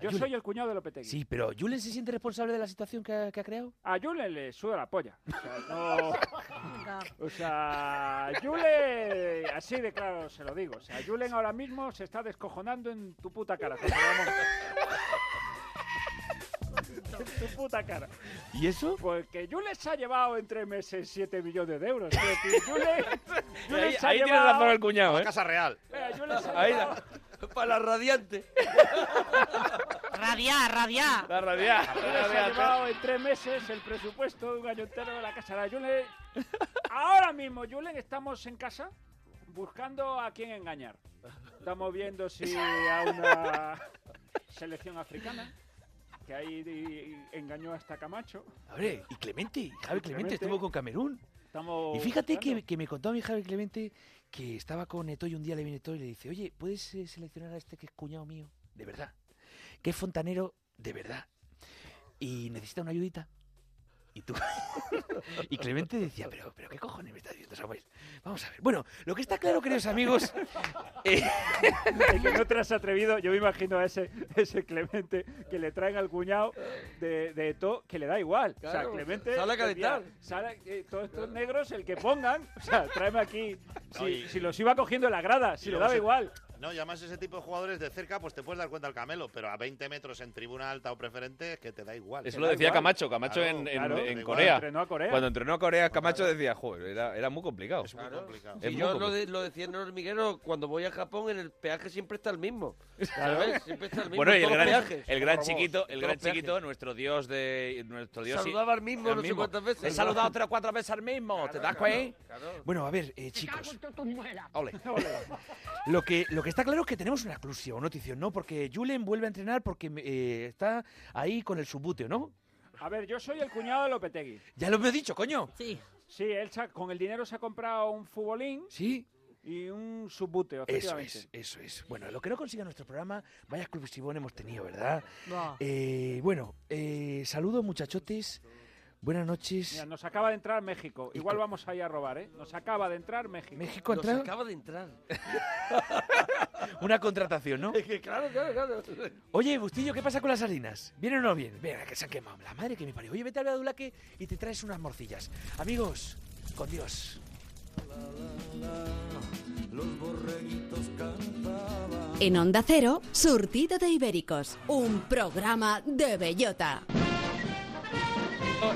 Speaker 6: Yo
Speaker 19: Julen.
Speaker 6: soy el cuñado de Lopetegui.
Speaker 19: Sí, pero ¿Julen se siente responsable de la situación que ha, que ha creado?
Speaker 6: A Julen le suda la polla. O sea,
Speaker 19: [laughs]
Speaker 6: no- o sea, Julen, así de claro se lo digo. O sea, Julen ahora mismo se está descojonando en tu puta cara. José Ramón. En tu puta cara.
Speaker 19: ¿Y eso?
Speaker 6: Porque Julen se ha llevado en tres meses 7 millones de euros. Es
Speaker 11: [laughs]
Speaker 6: decir, Julen, Julen
Speaker 11: Ahí,
Speaker 6: se ha
Speaker 11: ahí tiene
Speaker 6: llevado-
Speaker 11: razón el cuñado, ¿eh?
Speaker 5: Casa Real.
Speaker 6: Eh, Julen se ha
Speaker 11: Ahí
Speaker 6: llevado-
Speaker 11: la- Para la radiante.
Speaker 7: Radiar, radiar.
Speaker 11: La radiar.
Speaker 6: Julen se ha llevado en tres meses el presupuesto de un año entero de la casa. Ahora, Julen, ahora mismo, Julen, estamos en casa buscando a quién engañar. Estamos viendo si a una selección africana, que ahí di- engañó hasta Camacho.
Speaker 19: Hombre, y Clemente, Javi Clemente estuvo con Camerún.
Speaker 6: Estamos
Speaker 19: Y fíjate
Speaker 6: buscando.
Speaker 19: que, que me contó a mi Javi Clemente que estaba con Netoy un día, le viene Netoy y le dice, oye, ¿puedes eh, seleccionar a este que es cuñado mío? De verdad. Que es fontanero de verdad. Y necesita una ayudita. Y tú... [laughs] y Clemente decía, pero, pero ¿qué cojones me estás diciendo, Samuel? Vamos a ver. Bueno, lo que está claro, queridos amigos... [laughs] eh,
Speaker 6: [laughs] El que no te has atrevido, yo me imagino a ese, ese Clemente que le traen al cuñado de, de Eto, que le da igual.
Speaker 8: Claro,
Speaker 6: o sea, Clemente. pues
Speaker 8: sale a
Speaker 6: decía,
Speaker 8: calentar.
Speaker 6: sale, eh, todos estos negros, el que pongan,
Speaker 19: [laughs]
Speaker 6: o sea, tráeme aquí. Si,
Speaker 5: No, y-
Speaker 6: si los iba cogiendo en la grada, si
Speaker 5: Y
Speaker 6: le
Speaker 5: luego
Speaker 6: daba
Speaker 5: se-
Speaker 6: igual.
Speaker 5: No, y además ese tipo de jugadores de cerca, pues te puedes dar cuenta al camelo, pero a 20 metros en tribuna alta o preferente es que te da igual.
Speaker 1: Eso
Speaker 5: Te
Speaker 1: lo
Speaker 5: da
Speaker 1: decía
Speaker 5: igual.
Speaker 1: Camacho, Camacho
Speaker 5: Claro,
Speaker 1: en, en-
Speaker 5: claro, te
Speaker 1: en
Speaker 5: da igual.
Speaker 1: Corea.
Speaker 5: Entrenó a Corea.
Speaker 1: Cuando entrenó a Corea, Camacho decía, joder, era, era muy complicado. Es
Speaker 5: muy
Speaker 6: Ah.
Speaker 5: complicado.
Speaker 8: Y yo lo, de- lo decía en el hormiguero, cuando voy a Japón en el peaje siempre está el mismo. ¿Sabes? Siempre está el mismo.
Speaker 1: Bueno,
Speaker 8: en
Speaker 1: y el
Speaker 8: todos los
Speaker 1: gran,
Speaker 8: peajes.
Speaker 1: el gran
Speaker 8: Por favor,
Speaker 1: chiquito,
Speaker 8: en
Speaker 1: el
Speaker 8: todos
Speaker 1: gran
Speaker 8: los peajes.
Speaker 1: chiquito, nuestro dios de nuestro dios
Speaker 8: Saludaba al mismo
Speaker 1: el
Speaker 8: no sé cuántas veces.
Speaker 5: [laughs]
Speaker 1: He saludado tres o cuatro veces al mismo, ¿te das cuenta?
Speaker 19: Bueno,
Speaker 8: [laughs]
Speaker 19: a ver, eh, chicos.
Speaker 1: Ole.
Speaker 19: Lo que, lo que está claro es que tenemos una exclusiva, una notición, ¿no? Porque Julen vuelve a entrenar porque eh, está ahí con el subbuteo, ¿no?
Speaker 6: A ver, yo soy el cuñado de Lopetegui.
Speaker 19: Ya lo he dicho, coño.
Speaker 7: Sí.
Speaker 6: Sí, él se ha- con el dinero se ha comprado un futbolín.
Speaker 19: Sí.
Speaker 6: Y un subbuteo,
Speaker 19: Eso
Speaker 6: efectivamente.
Speaker 19: es, eso es. Bueno, lo que no consiga nuestro programa, vaya exclusivón hemos tenido, ¿verdad?
Speaker 6: Buah.
Speaker 19: Eh, bueno, eh, saludos muchachotes, buenas noches.
Speaker 6: Mira, nos acaba de entrar México. Igual vamos ahí a robar, ¿eh? Nos acaba de entrar México.
Speaker 19: México ha Nos entrado.
Speaker 8: Acaba de entrar.
Speaker 19: Una contratación, ¿no?
Speaker 8: Es que claro, claro, claro.
Speaker 19: Oye, Bustillo, ¿qué pasa con las harinas? ¿Vienen o no vienen? Venga, que se han quemado. La madre que me parió. Oye, vete al Badulaque y te traes unas morcillas. Amigos, con Dios.
Speaker 20: Los borreguitos cantaban.
Speaker 2: En Onda Cero, Surtido de Ibéricos, un programa de bellota.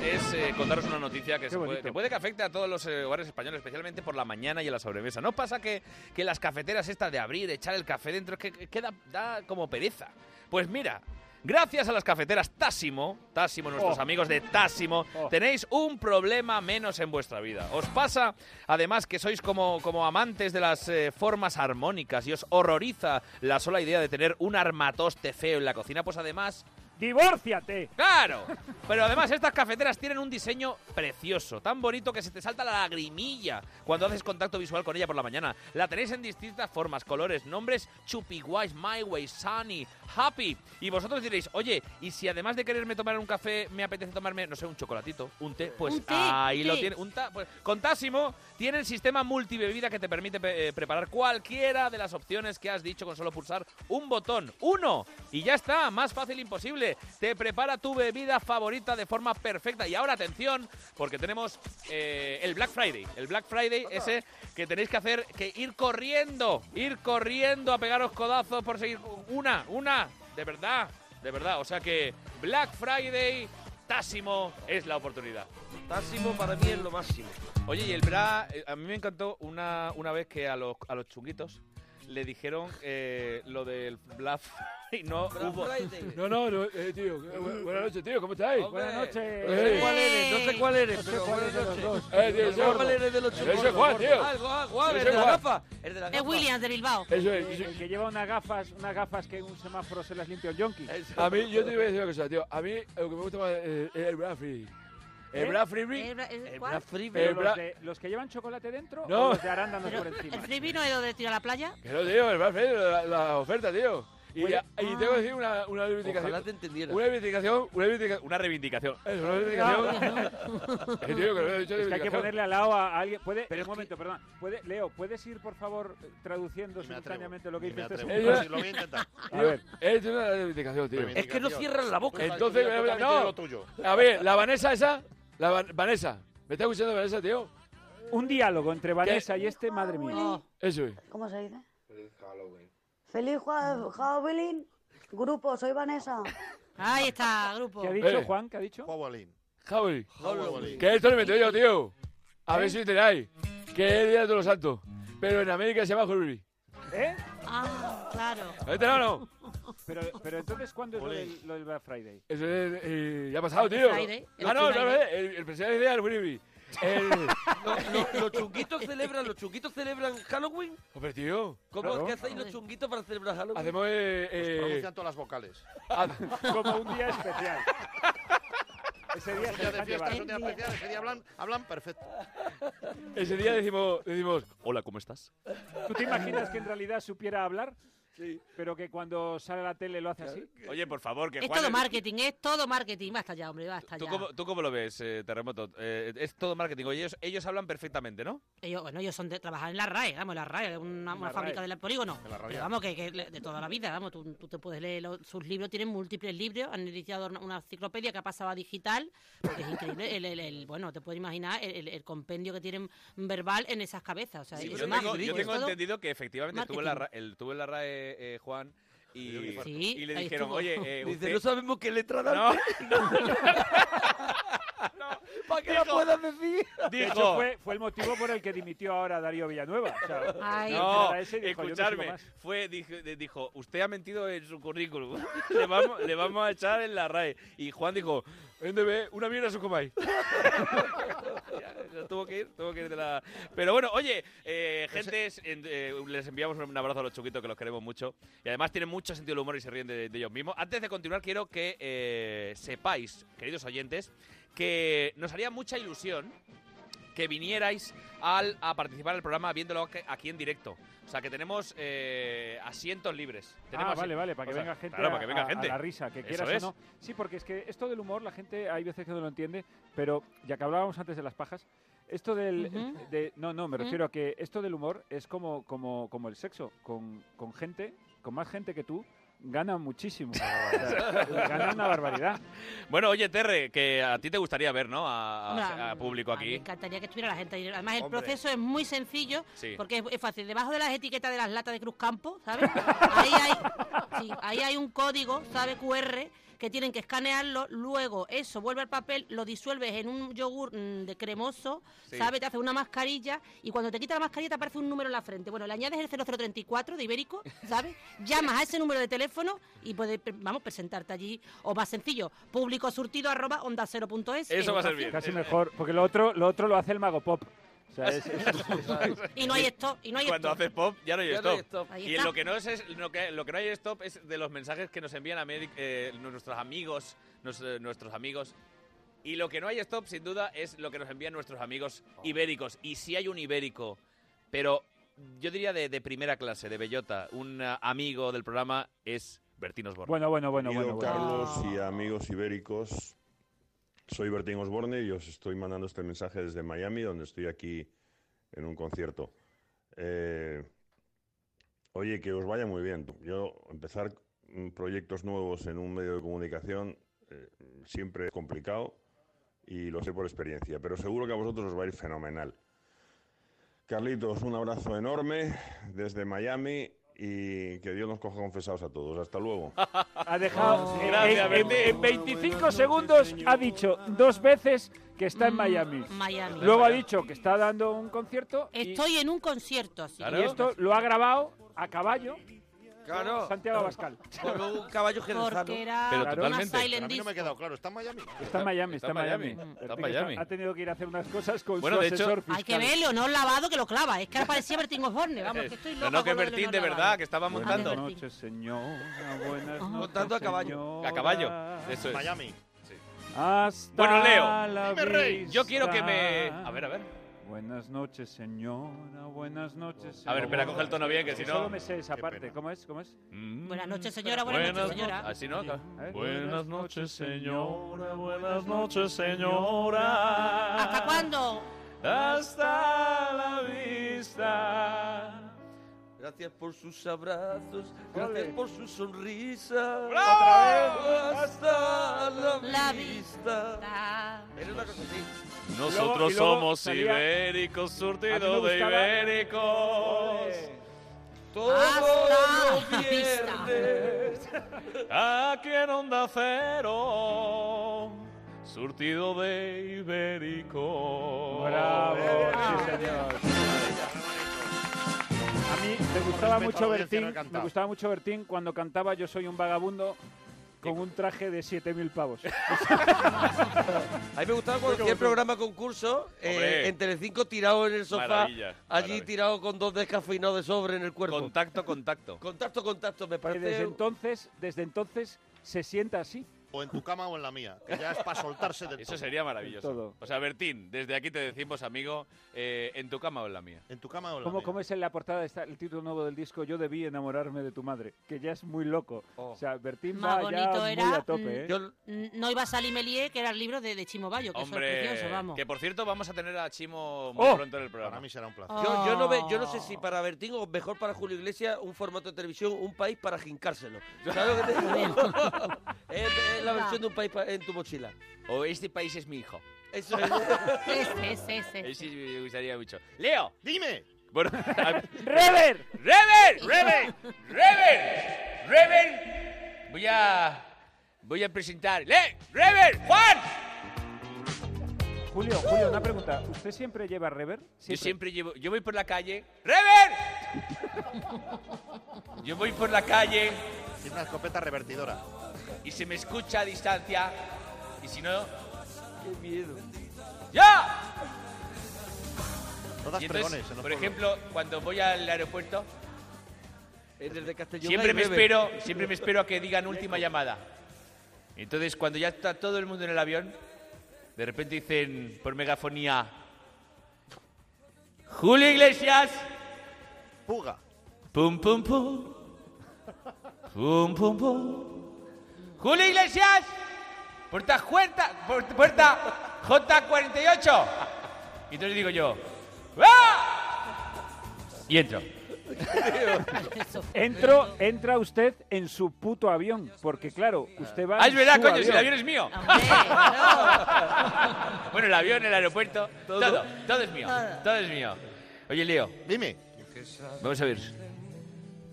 Speaker 1: Es eh, contaros una noticia que, se puede,
Speaker 6: bonito.
Speaker 1: que puede que afecte a todos los eh, hogares españoles, especialmente por la mañana y a la sobremesa. ¿No pasa que, que las cafeteras estas de abrir, echar el café dentro, es que que queda da como pereza? Pues mira, gracias a las cafeteras Tásimo, Tásimo, nuestros
Speaker 10: Oh.
Speaker 1: amigos de Tásimo,
Speaker 10: Oh.
Speaker 1: tenéis un problema menos en vuestra vida. Os pasa, además, que sois como, como amantes de las eh, formas armónicas y os horroriza la sola idea de tener un armatoste feo en la cocina, pues además...
Speaker 6: ¡Divórciate!
Speaker 1: ¡Claro! Pero además estas cafeteras tienen un diseño precioso, tan bonito que se te salta la lagrimilla cuando haces contacto visual con ella por la mañana. La tenéis en distintas formas, colores, nombres, Chupiguays, My Way, Sunny, Happy. Y vosotros diréis, oye, y si además de quererme tomar un café, me apetece tomarme, no sé, un chocolatito, un té, pues
Speaker 10: Un té,
Speaker 1: ahí lo
Speaker 10: té.
Speaker 1: tiene. Un ta- pues, con Tásimo tienen sistema multibebida que te permite pe- eh, preparar cualquiera de las opciones que has dicho con solo pulsar un botón. ¡Uno! Y ya está, más fácil imposible. Te prepara tu bebida favorita de forma perfecta. Y ahora atención, porque tenemos eh, el Black Friday. El Black Friday ese que tenéis que hacer, que ir corriendo, ir corriendo a pegaros codazos por seguir una, una, de verdad, de verdad. O sea que Black Friday, Tásimo es la oportunidad.
Speaker 8: Máximo para mí es lo máximo.
Speaker 1: Oye, y el bra, eh, a mí me encantó una, una vez que a los, a los chunguitos le dijeron eh, lo del Black [laughs] y no
Speaker 8: Black
Speaker 1: hubo...
Speaker 8: Friday.
Speaker 1: No, no, no, eh, tío, eh, bu- buenas noches, tío, ¿cómo estáis?
Speaker 6: Buenas noches.
Speaker 1: No sé
Speaker 21: Eh.
Speaker 1: cuál eres, no sé cuál eres,
Speaker 8: No sé
Speaker 1: pero
Speaker 8: cuál
Speaker 1: buenas
Speaker 8: eres de
Speaker 1: noches.
Speaker 8: los dos.
Speaker 1: Eh, tío,
Speaker 8: No sé
Speaker 1: gordo.
Speaker 8: cuál eres de los
Speaker 1: Ese
Speaker 21: eh,
Speaker 8: chungos,
Speaker 1: es Juan,
Speaker 8: gordo.
Speaker 1: tío.
Speaker 8: Ah, el Juan, Juan,
Speaker 1: Ese
Speaker 8: el
Speaker 1: es
Speaker 8: de la
Speaker 1: Juan.
Speaker 8: gafa. El de la
Speaker 7: Es
Speaker 8: gafa.
Speaker 7: Williams de Bilbao.
Speaker 21: Eso es,
Speaker 6: El que lleva unas gafas, unas gafas que en un semáforo se las limpia el yonki.
Speaker 21: A mí, yo te voy a decir una cosa, tío. A mí lo que me gusta más es el Brafri.
Speaker 6: ¿Eh?
Speaker 21: ¿El Brafri? Free?
Speaker 7: El bra- el-
Speaker 21: El
Speaker 7: ¿cuál?
Speaker 21: Bra Free,
Speaker 6: Pero
Speaker 21: el
Speaker 6: los,
Speaker 21: Bra-
Speaker 6: de- los que llevan chocolate dentro
Speaker 21: No.
Speaker 6: o los de arándanos por
Speaker 7: ¿El
Speaker 6: encima.
Speaker 7: freebie no es lo de tirar a la playa?
Speaker 21: Que no, tío, el Brafri, la, la oferta, tío. Y,
Speaker 7: Oye,
Speaker 21: ya- y tengo que decir una, una reivindicación.
Speaker 8: Ojalá te entendiera.
Speaker 21: Una reivindicación, una reivindicación.
Speaker 1: [laughs] Una reivindicación.
Speaker 21: Eso, una reivindicación. [laughs] Eh, tío, que lo he dicho
Speaker 6: Es que hay que
Speaker 21: reivindicación.
Speaker 6: ponerle al lado a a alguien. ¿Puede, un momento, perdón. ¿Puede, Leo, ¿puedes ir, por favor, eh, traduciendo simultáneamente lo que
Speaker 21: Ni me
Speaker 6: dice este
Speaker 21: atrevo.
Speaker 6: señor?
Speaker 21: Eh, [laughs] Tío, Es una reivindicación, tío.
Speaker 8: Es que no cierran la boca.
Speaker 21: Entonces,
Speaker 8: Tú ya
Speaker 21: no,
Speaker 8: totalmente
Speaker 21: no.
Speaker 8: de lo tuyo.
Speaker 21: A ver, la Vanessa esa. La Va- Vanessa. ¿Me está escuchando Vanessa, tío?
Speaker 6: Un diálogo entre Vanessa y este, madre mía.
Speaker 22: Willy.
Speaker 21: Eso es.
Speaker 22: ¿Cómo se dice? Feliz Jua- Halloween. Grupo, soy Vanessa.
Speaker 7: Ahí está, grupo.
Speaker 6: ¿Qué ha dicho
Speaker 21: Eh.
Speaker 6: Juan? ¿Qué ha dicho?
Speaker 21: Javi.
Speaker 6: Javi.
Speaker 21: Que esto lo inventé yo, tío. A
Speaker 6: ¿Eh?
Speaker 21: ver si tenéis. Que es el día de todos los santos. Pero en América se llama Halloween.
Speaker 6: ¿Eh?
Speaker 7: Ah, claro.
Speaker 1: ¿Eh?
Speaker 21: ¿Este no, no?
Speaker 6: Pero, pero entonces, ¿cuándo es lo del, lo del Black Friday?
Speaker 21: Eso es, eh, ya ha pasado, tío.
Speaker 6: Friday, el
Speaker 21: ah, no,
Speaker 6: Friday.
Speaker 21: no, no, el, el presidente de Halloween.
Speaker 8: El- [laughs] lo- lo- los chunguitos celebran, los chunguitos celebran Halloween.
Speaker 21: Hombre, tío.
Speaker 8: ¿Cómo es
Speaker 21: Claro.
Speaker 8: que hacéis los chunguitos para celebrar Halloween?
Speaker 21: Hacemos. Eh, eh,
Speaker 5: Pronuncian todas las
Speaker 6: [laughs]
Speaker 5: vocales.
Speaker 6: Como [laughs] un
Speaker 5: [laughs]
Speaker 6: día especial.
Speaker 5: Ese
Speaker 6: día se
Speaker 5: de
Speaker 6: dejan
Speaker 5: fiesta,
Speaker 6: llevar.
Speaker 5: es un día especial, ese día hablan, hablan perfecto.
Speaker 21: Ese día decimos, decimos, hola, ¿cómo estás?
Speaker 6: ¿Tú te imaginas que en realidad supiera hablar? Sí. Pero que cuando sale a la tele lo hace así.
Speaker 1: Oye, por favor, que
Speaker 7: Es
Speaker 1: Juan...
Speaker 7: todo marketing, es todo marketing. Basta ya, hombre, basta
Speaker 1: ¿Tú
Speaker 7: ya.
Speaker 1: cómo, tú cómo lo ves, eh, Terremoto? Eh, es todo marketing. Oye, ellos, ellos hablan perfectamente, ¿no?
Speaker 7: Ellos, bueno, ellos son de trabajar en la RAE, vamos, la RAE, una, una
Speaker 1: la
Speaker 7: fábrica
Speaker 1: RAE.
Speaker 7: del polígono.
Speaker 1: En la RAE.
Speaker 7: Pero vamos, que, que le- de toda la vida, vamos, tú, tú te puedes leer los- sus libros, tienen múltiples libros, han iniciado una, una enciclopedia que ha pasado a digital, porque es increíble, el, el- el- bueno, te puedes imaginar el, el- el compendio que tienen verbal en esas cabezas. O sea,
Speaker 1: Sí,
Speaker 7: es
Speaker 1: yo tengo,
Speaker 7: mágico,
Speaker 1: yo
Speaker 7: es
Speaker 1: tengo
Speaker 7: todo-
Speaker 1: entendido que efectivamente estuvo en la, ra-
Speaker 7: marketing.
Speaker 1: el, estuvo en la RAE eh, Juan y,
Speaker 7: Sí, Sí,
Speaker 1: y le
Speaker 7: ahí
Speaker 1: dijeron,
Speaker 7: estuvo.
Speaker 1: oye, eh,
Speaker 8: Dice,
Speaker 1: usted-
Speaker 8: no sabemos qué letra dar. [laughs]
Speaker 1: No, [laughs]
Speaker 8: ¿Para que la
Speaker 1: Dijo-
Speaker 8: puedas decir?
Speaker 6: De hecho,
Speaker 1: Dijo-
Speaker 6: fue, fue el motivo por el que dimitió ahora Darío Villanueva. O sea,
Speaker 7: Ay.
Speaker 6: era
Speaker 1: no,
Speaker 6: ese y dijo, "Yo no sigo
Speaker 1: escucharme,
Speaker 6: más".
Speaker 1: fue, dijo, de- dijo, usted ha mentido en su currículum, [laughs] le, vamos, le vamos a echar en la RAE. Y Juan dijo, NDB, una mierda su [laughs] comáis. tuvo que ir, tuvo que ir de la... Pero bueno, oye, eh, gente, en- eh, les enviamos un abrazo a los chuquitos que los queremos mucho. Y además tienen mucho sentido del humor y se ríen de, de ellos mismos. Antes de continuar, quiero que eh, sepáis, queridos oyentes, que nos haría mucha ilusión que vinierais al, a participar del programa viéndolo aquí- aquí en directo. O sea, que tenemos eh, asientos libres. Tenemos
Speaker 6: Ah, vale,
Speaker 1: asi-
Speaker 6: vale, para que
Speaker 1: o sea,
Speaker 6: venga gente,
Speaker 1: claro,
Speaker 6: a,
Speaker 1: para que venga
Speaker 6: a- a
Speaker 1: gente.
Speaker 6: la risa, que
Speaker 1: Eso
Speaker 6: quieras
Speaker 1: es.
Speaker 6: o no. Sí, porque es que esto del humor la gente hay veces que no lo entiende, pero ya que hablábamos antes de las pajas, esto del...
Speaker 4: Ujú.
Speaker 6: de- no, no, me
Speaker 4: Ujú.
Speaker 6: refiero a que esto del humor es como, como, como el sexo, con, con gente, con más gente que tú,
Speaker 1: [laughs]
Speaker 6: gana muchísimo. O sea, gana una barbaridad.
Speaker 1: Bueno, oye, Terre, que a ti te gustaría ver, ¿no? A,
Speaker 7: Hombre,
Speaker 1: a- a público
Speaker 7: Me
Speaker 1: aquí.
Speaker 7: encantaría que estuviera la gente ahí. Además, el
Speaker 1: Hombre.
Speaker 7: proceso es muy sencillo
Speaker 1: Sí.
Speaker 7: porque es, es fácil. Debajo de las etiquetas de las latas de Cruz Campo, ¿sabes? Ahí hay, sí, ahí hay un código, ¿sabes? QR que tienen que escanearlo, luego eso vuelve al papel, lo disuelves en un yogur mm, de cremoso,
Speaker 23: Sí.
Speaker 7: ¿sabes? Te hace una mascarilla y cuando te quita la mascarilla te aparece un número en la frente. Bueno, le añades el 0034 de Ibérico, ¿sabes? Llamas a ese número de teléfono y puedes, pre- vamos, presentarte allí. O más sencillo, público surtido arroba onda cero punto es, es otra opción.
Speaker 6: Casi mejor, porque lo otro, lo otro lo hace el mago pop. O sea, es-
Speaker 1: [laughs]
Speaker 6: es- es-
Speaker 7: [laughs] Y no hay stop, y no hay
Speaker 1: Cuando
Speaker 7: stop.
Speaker 1: haces pop, ya no hay
Speaker 7: Ya no
Speaker 1: stop.
Speaker 7: hay stop. Ahí
Speaker 1: Y
Speaker 7: está.
Speaker 1: lo que, no es, es- lo, que, lo que no hay stop es de los mensajes que nos envían a Medi- eh, nuestros amigos. nos- eh, nuestros amigos. Y lo que no hay stop, sin duda, es lo que nos envían nuestros amigos
Speaker 6: Oh.
Speaker 1: ibéricos. Y si hay un ibérico, pero yo diría de, de primera clase, de bellota, un ah, amigo del programa es Bertín Osborne.
Speaker 6: Bueno, bueno, bueno,
Speaker 24: Querido
Speaker 6: bueno. bueno.
Speaker 24: Carlos y amigos ibéricos, soy Bertín Osborne y os estoy mandando este mensaje desde Miami, donde estoy aquí en un concierto. Eh, oye, que os vaya muy bien. Yo empezar mm, proyectos nuevos en un medio de comunicación eh, siempre es complicado y lo sé por experiencia, pero seguro que a vosotros os va a ir fenomenal. Carlitos, un abrazo enorme desde Miami y que Dios nos coja confesados a todos. Hasta luego.
Speaker 6: Ha
Speaker 1: Ah,
Speaker 6: dejado.
Speaker 24: Oh.
Speaker 6: en-
Speaker 24: Gracias,
Speaker 6: en, en-
Speaker 24: Bertín.
Speaker 6: en 25 segundos ha dicho dos veces que está en Miami.
Speaker 7: Miami.
Speaker 6: Luego ha dicho que está dando un concierto. y-
Speaker 7: eh, Estoy en un concierto, así.
Speaker 6: Y esto lo ha grabado a caballo.
Speaker 8: Claro.
Speaker 6: Santiago Abascal.
Speaker 8: Con un caballo jerezano.
Speaker 7: Porque era
Speaker 6: Pero
Speaker 7: una
Speaker 6: totalmente.
Speaker 7: silent
Speaker 5: Pero a mí no me
Speaker 7: disco.
Speaker 5: he quedado claro, ¿está en Miami?
Speaker 6: Está en Miami, está,
Speaker 1: Está en
Speaker 6: en Miami.
Speaker 1: Miami.
Speaker 6: Bertín
Speaker 1: Está en Miami.
Speaker 6: Ha tenido que ir a hacer unas cosas con
Speaker 1: Bueno,
Speaker 6: su
Speaker 1: de hecho-
Speaker 6: asesor fiscal.
Speaker 7: Hay que ver Leonor Lavado que lo clava. Es que ahora parecía Bertín Osborne. Vamos, que estoy
Speaker 1: Eh, No,
Speaker 7: loca
Speaker 1: no, que
Speaker 7: con lo
Speaker 1: Bertín, de
Speaker 7: Leonor
Speaker 1: verdad,
Speaker 7: Lavado.
Speaker 1: que estaba montando.
Speaker 6: Buenas noches, señor.
Speaker 7: Ah.
Speaker 6: Buenas noches,
Speaker 1: Montando a caballo.
Speaker 6: señora.
Speaker 1: A caballo, eso es.
Speaker 5: Miami.
Speaker 6: Hasta
Speaker 1: Bueno,
Speaker 6: la
Speaker 1: Leo, yo quiero que
Speaker 6: vista.
Speaker 1: me... A ver, a ver.
Speaker 6: Buenas noches, señora. Buenas noches,
Speaker 1: A ver, espera,
Speaker 6: señora.
Speaker 1: coge el tono bien, que si no-
Speaker 6: Solo me sé esa parte. ¿Cómo es? ¿Cómo es? eh,
Speaker 7: Buenas noches, señora. Buenas noches, señora.
Speaker 1: Así no.
Speaker 6: Buenas noches,
Speaker 1: señora.
Speaker 6: Buenas noches,
Speaker 1: señora.
Speaker 7: ¿Hasta cuándo?
Speaker 1: Hasta la vista.
Speaker 8: Gracias por sus abrazos, gracias por su sonrisa.
Speaker 7: ¡Bravo!
Speaker 8: Hasta la,
Speaker 7: La
Speaker 8: vista. Era una cosa así.
Speaker 1: Nosotros
Speaker 8: Y luego- y luego
Speaker 1: somos
Speaker 8: salía- A
Speaker 1: ibéricos,
Speaker 8: mí me
Speaker 1: surtido de
Speaker 8: gustaba-
Speaker 1: ibéricos.
Speaker 8: Todo
Speaker 7: Hasta
Speaker 8: lo
Speaker 7: la vista.
Speaker 8: viernes.
Speaker 1: Ah. Aquí en Onda Cero, surtido de ibérico.
Speaker 6: Bravo, sí, señor. A mí me gustaba
Speaker 5: respeto a la
Speaker 6: mucho
Speaker 5: audiencia, no he
Speaker 6: Bertín, me
Speaker 5: cantado.
Speaker 6: gustaba mucho Bertín cuando cantaba Yo soy un vagabundo con un traje de 7.000 pavos.
Speaker 8: A mí me gustaba cuando hacía el programa concurso eh,
Speaker 6: Hombre.
Speaker 8: en Telecinco tirado en el sofá,
Speaker 6: Maravilla,
Speaker 8: allí
Speaker 6: maravilla.
Speaker 8: tirado con dos descafeinados de sobre en el cuerpo.
Speaker 1: Contacto, contacto.
Speaker 8: [laughs] Contacto, contacto, me
Speaker 6: Que desde
Speaker 8: parece...
Speaker 6: entonces, desde entonces se sienta así.
Speaker 5: O en tu cama o en la mía, que ya es para soltarse del
Speaker 1: Eso sería maravilloso.
Speaker 6: Todo.
Speaker 1: O sea, Bertín, desde aquí te decimos, amigo, eh, en tu cama o en la mía.
Speaker 5: En tu cama o
Speaker 6: ¿Cómo, cómo es en la portada está el título nuevo del disco Yo debí enamorarme de tu madre? Que ya es muy loco.
Speaker 1: Oh.
Speaker 6: O sea, Bertín
Speaker 7: Más
Speaker 6: va
Speaker 7: bonito
Speaker 6: ya
Speaker 7: era.
Speaker 6: muy a tope,
Speaker 7: mm,
Speaker 6: ¿eh?
Speaker 7: mm, No iba a salir Melie, que era el libro de, de Chimo Bayo, que eso es
Speaker 1: Hombre, [laughs]
Speaker 7: precioso, vamos.
Speaker 1: que por cierto vamos a tener a Chimo muy
Speaker 8: Oh.
Speaker 1: pronto en el programa.
Speaker 5: Para mí será un placer.
Speaker 8: Yo, yo no ve- yo no sé si para Bertín o mejor para Julio Iglesias un formato de televisión, un país para jincárselo. ¿Sabes lo que te digo? es, [laughs] es la versión de un país pa- en tu mochila.
Speaker 1: Oh. O este país es mi hijo.
Speaker 8: Eso
Speaker 7: [laughs]
Speaker 8: es.
Speaker 1: Ese me gustaría mucho. Leo.
Speaker 5: Dime.
Speaker 1: Bueno, [laughs]
Speaker 6: ¡Rever!
Speaker 1: ¡Rever! ¡Rever! ¡Rever! ¡Rever! Voy a. Voy a presentar. ¡Le! ¡Rever! ¡Juan!
Speaker 6: Julio, Julio, una pregunta. ¿Usted siempre lleva rever?
Speaker 1: Yo siempre llevo. Yo voy por la calle. ¡Rever! Yo voy por la calle.
Speaker 5: Tiene una escopeta revertidora.
Speaker 1: Y se me escucha a distancia. Y si no.
Speaker 8: ¡Qué miedo!
Speaker 1: ¡Ya!
Speaker 5: Todas
Speaker 1: Y entonces,
Speaker 5: pregones en los
Speaker 1: por
Speaker 5: pueblos.
Speaker 1: ejemplo, cuando voy al aeropuerto,
Speaker 8: Desde Castellón
Speaker 1: siempre
Speaker 8: hay
Speaker 1: me
Speaker 8: Weber.
Speaker 1: espero, siempre me espero a que digan última llamada. Entonces, cuando ya está todo el mundo en el avión, de repente dicen por megafonía, Julio Iglesias,
Speaker 5: Puga.
Speaker 1: pum pum pum, pum pum pum, Julio Iglesias, puerta puerta, puerta, puerta J48. Y entonces digo yo, ¡ah! Y entro.
Speaker 6: [laughs] Entro, entra usted en su puto avión, porque claro, usted va.
Speaker 1: Ah,
Speaker 6: en
Speaker 1: es verdad,
Speaker 6: su
Speaker 1: coño, si el avión es mío. bueno, el avión, el aeropuerto, todo, todo, es mío, todo es mío. Oye, Leo.
Speaker 5: Dime.
Speaker 1: Vamos a ver.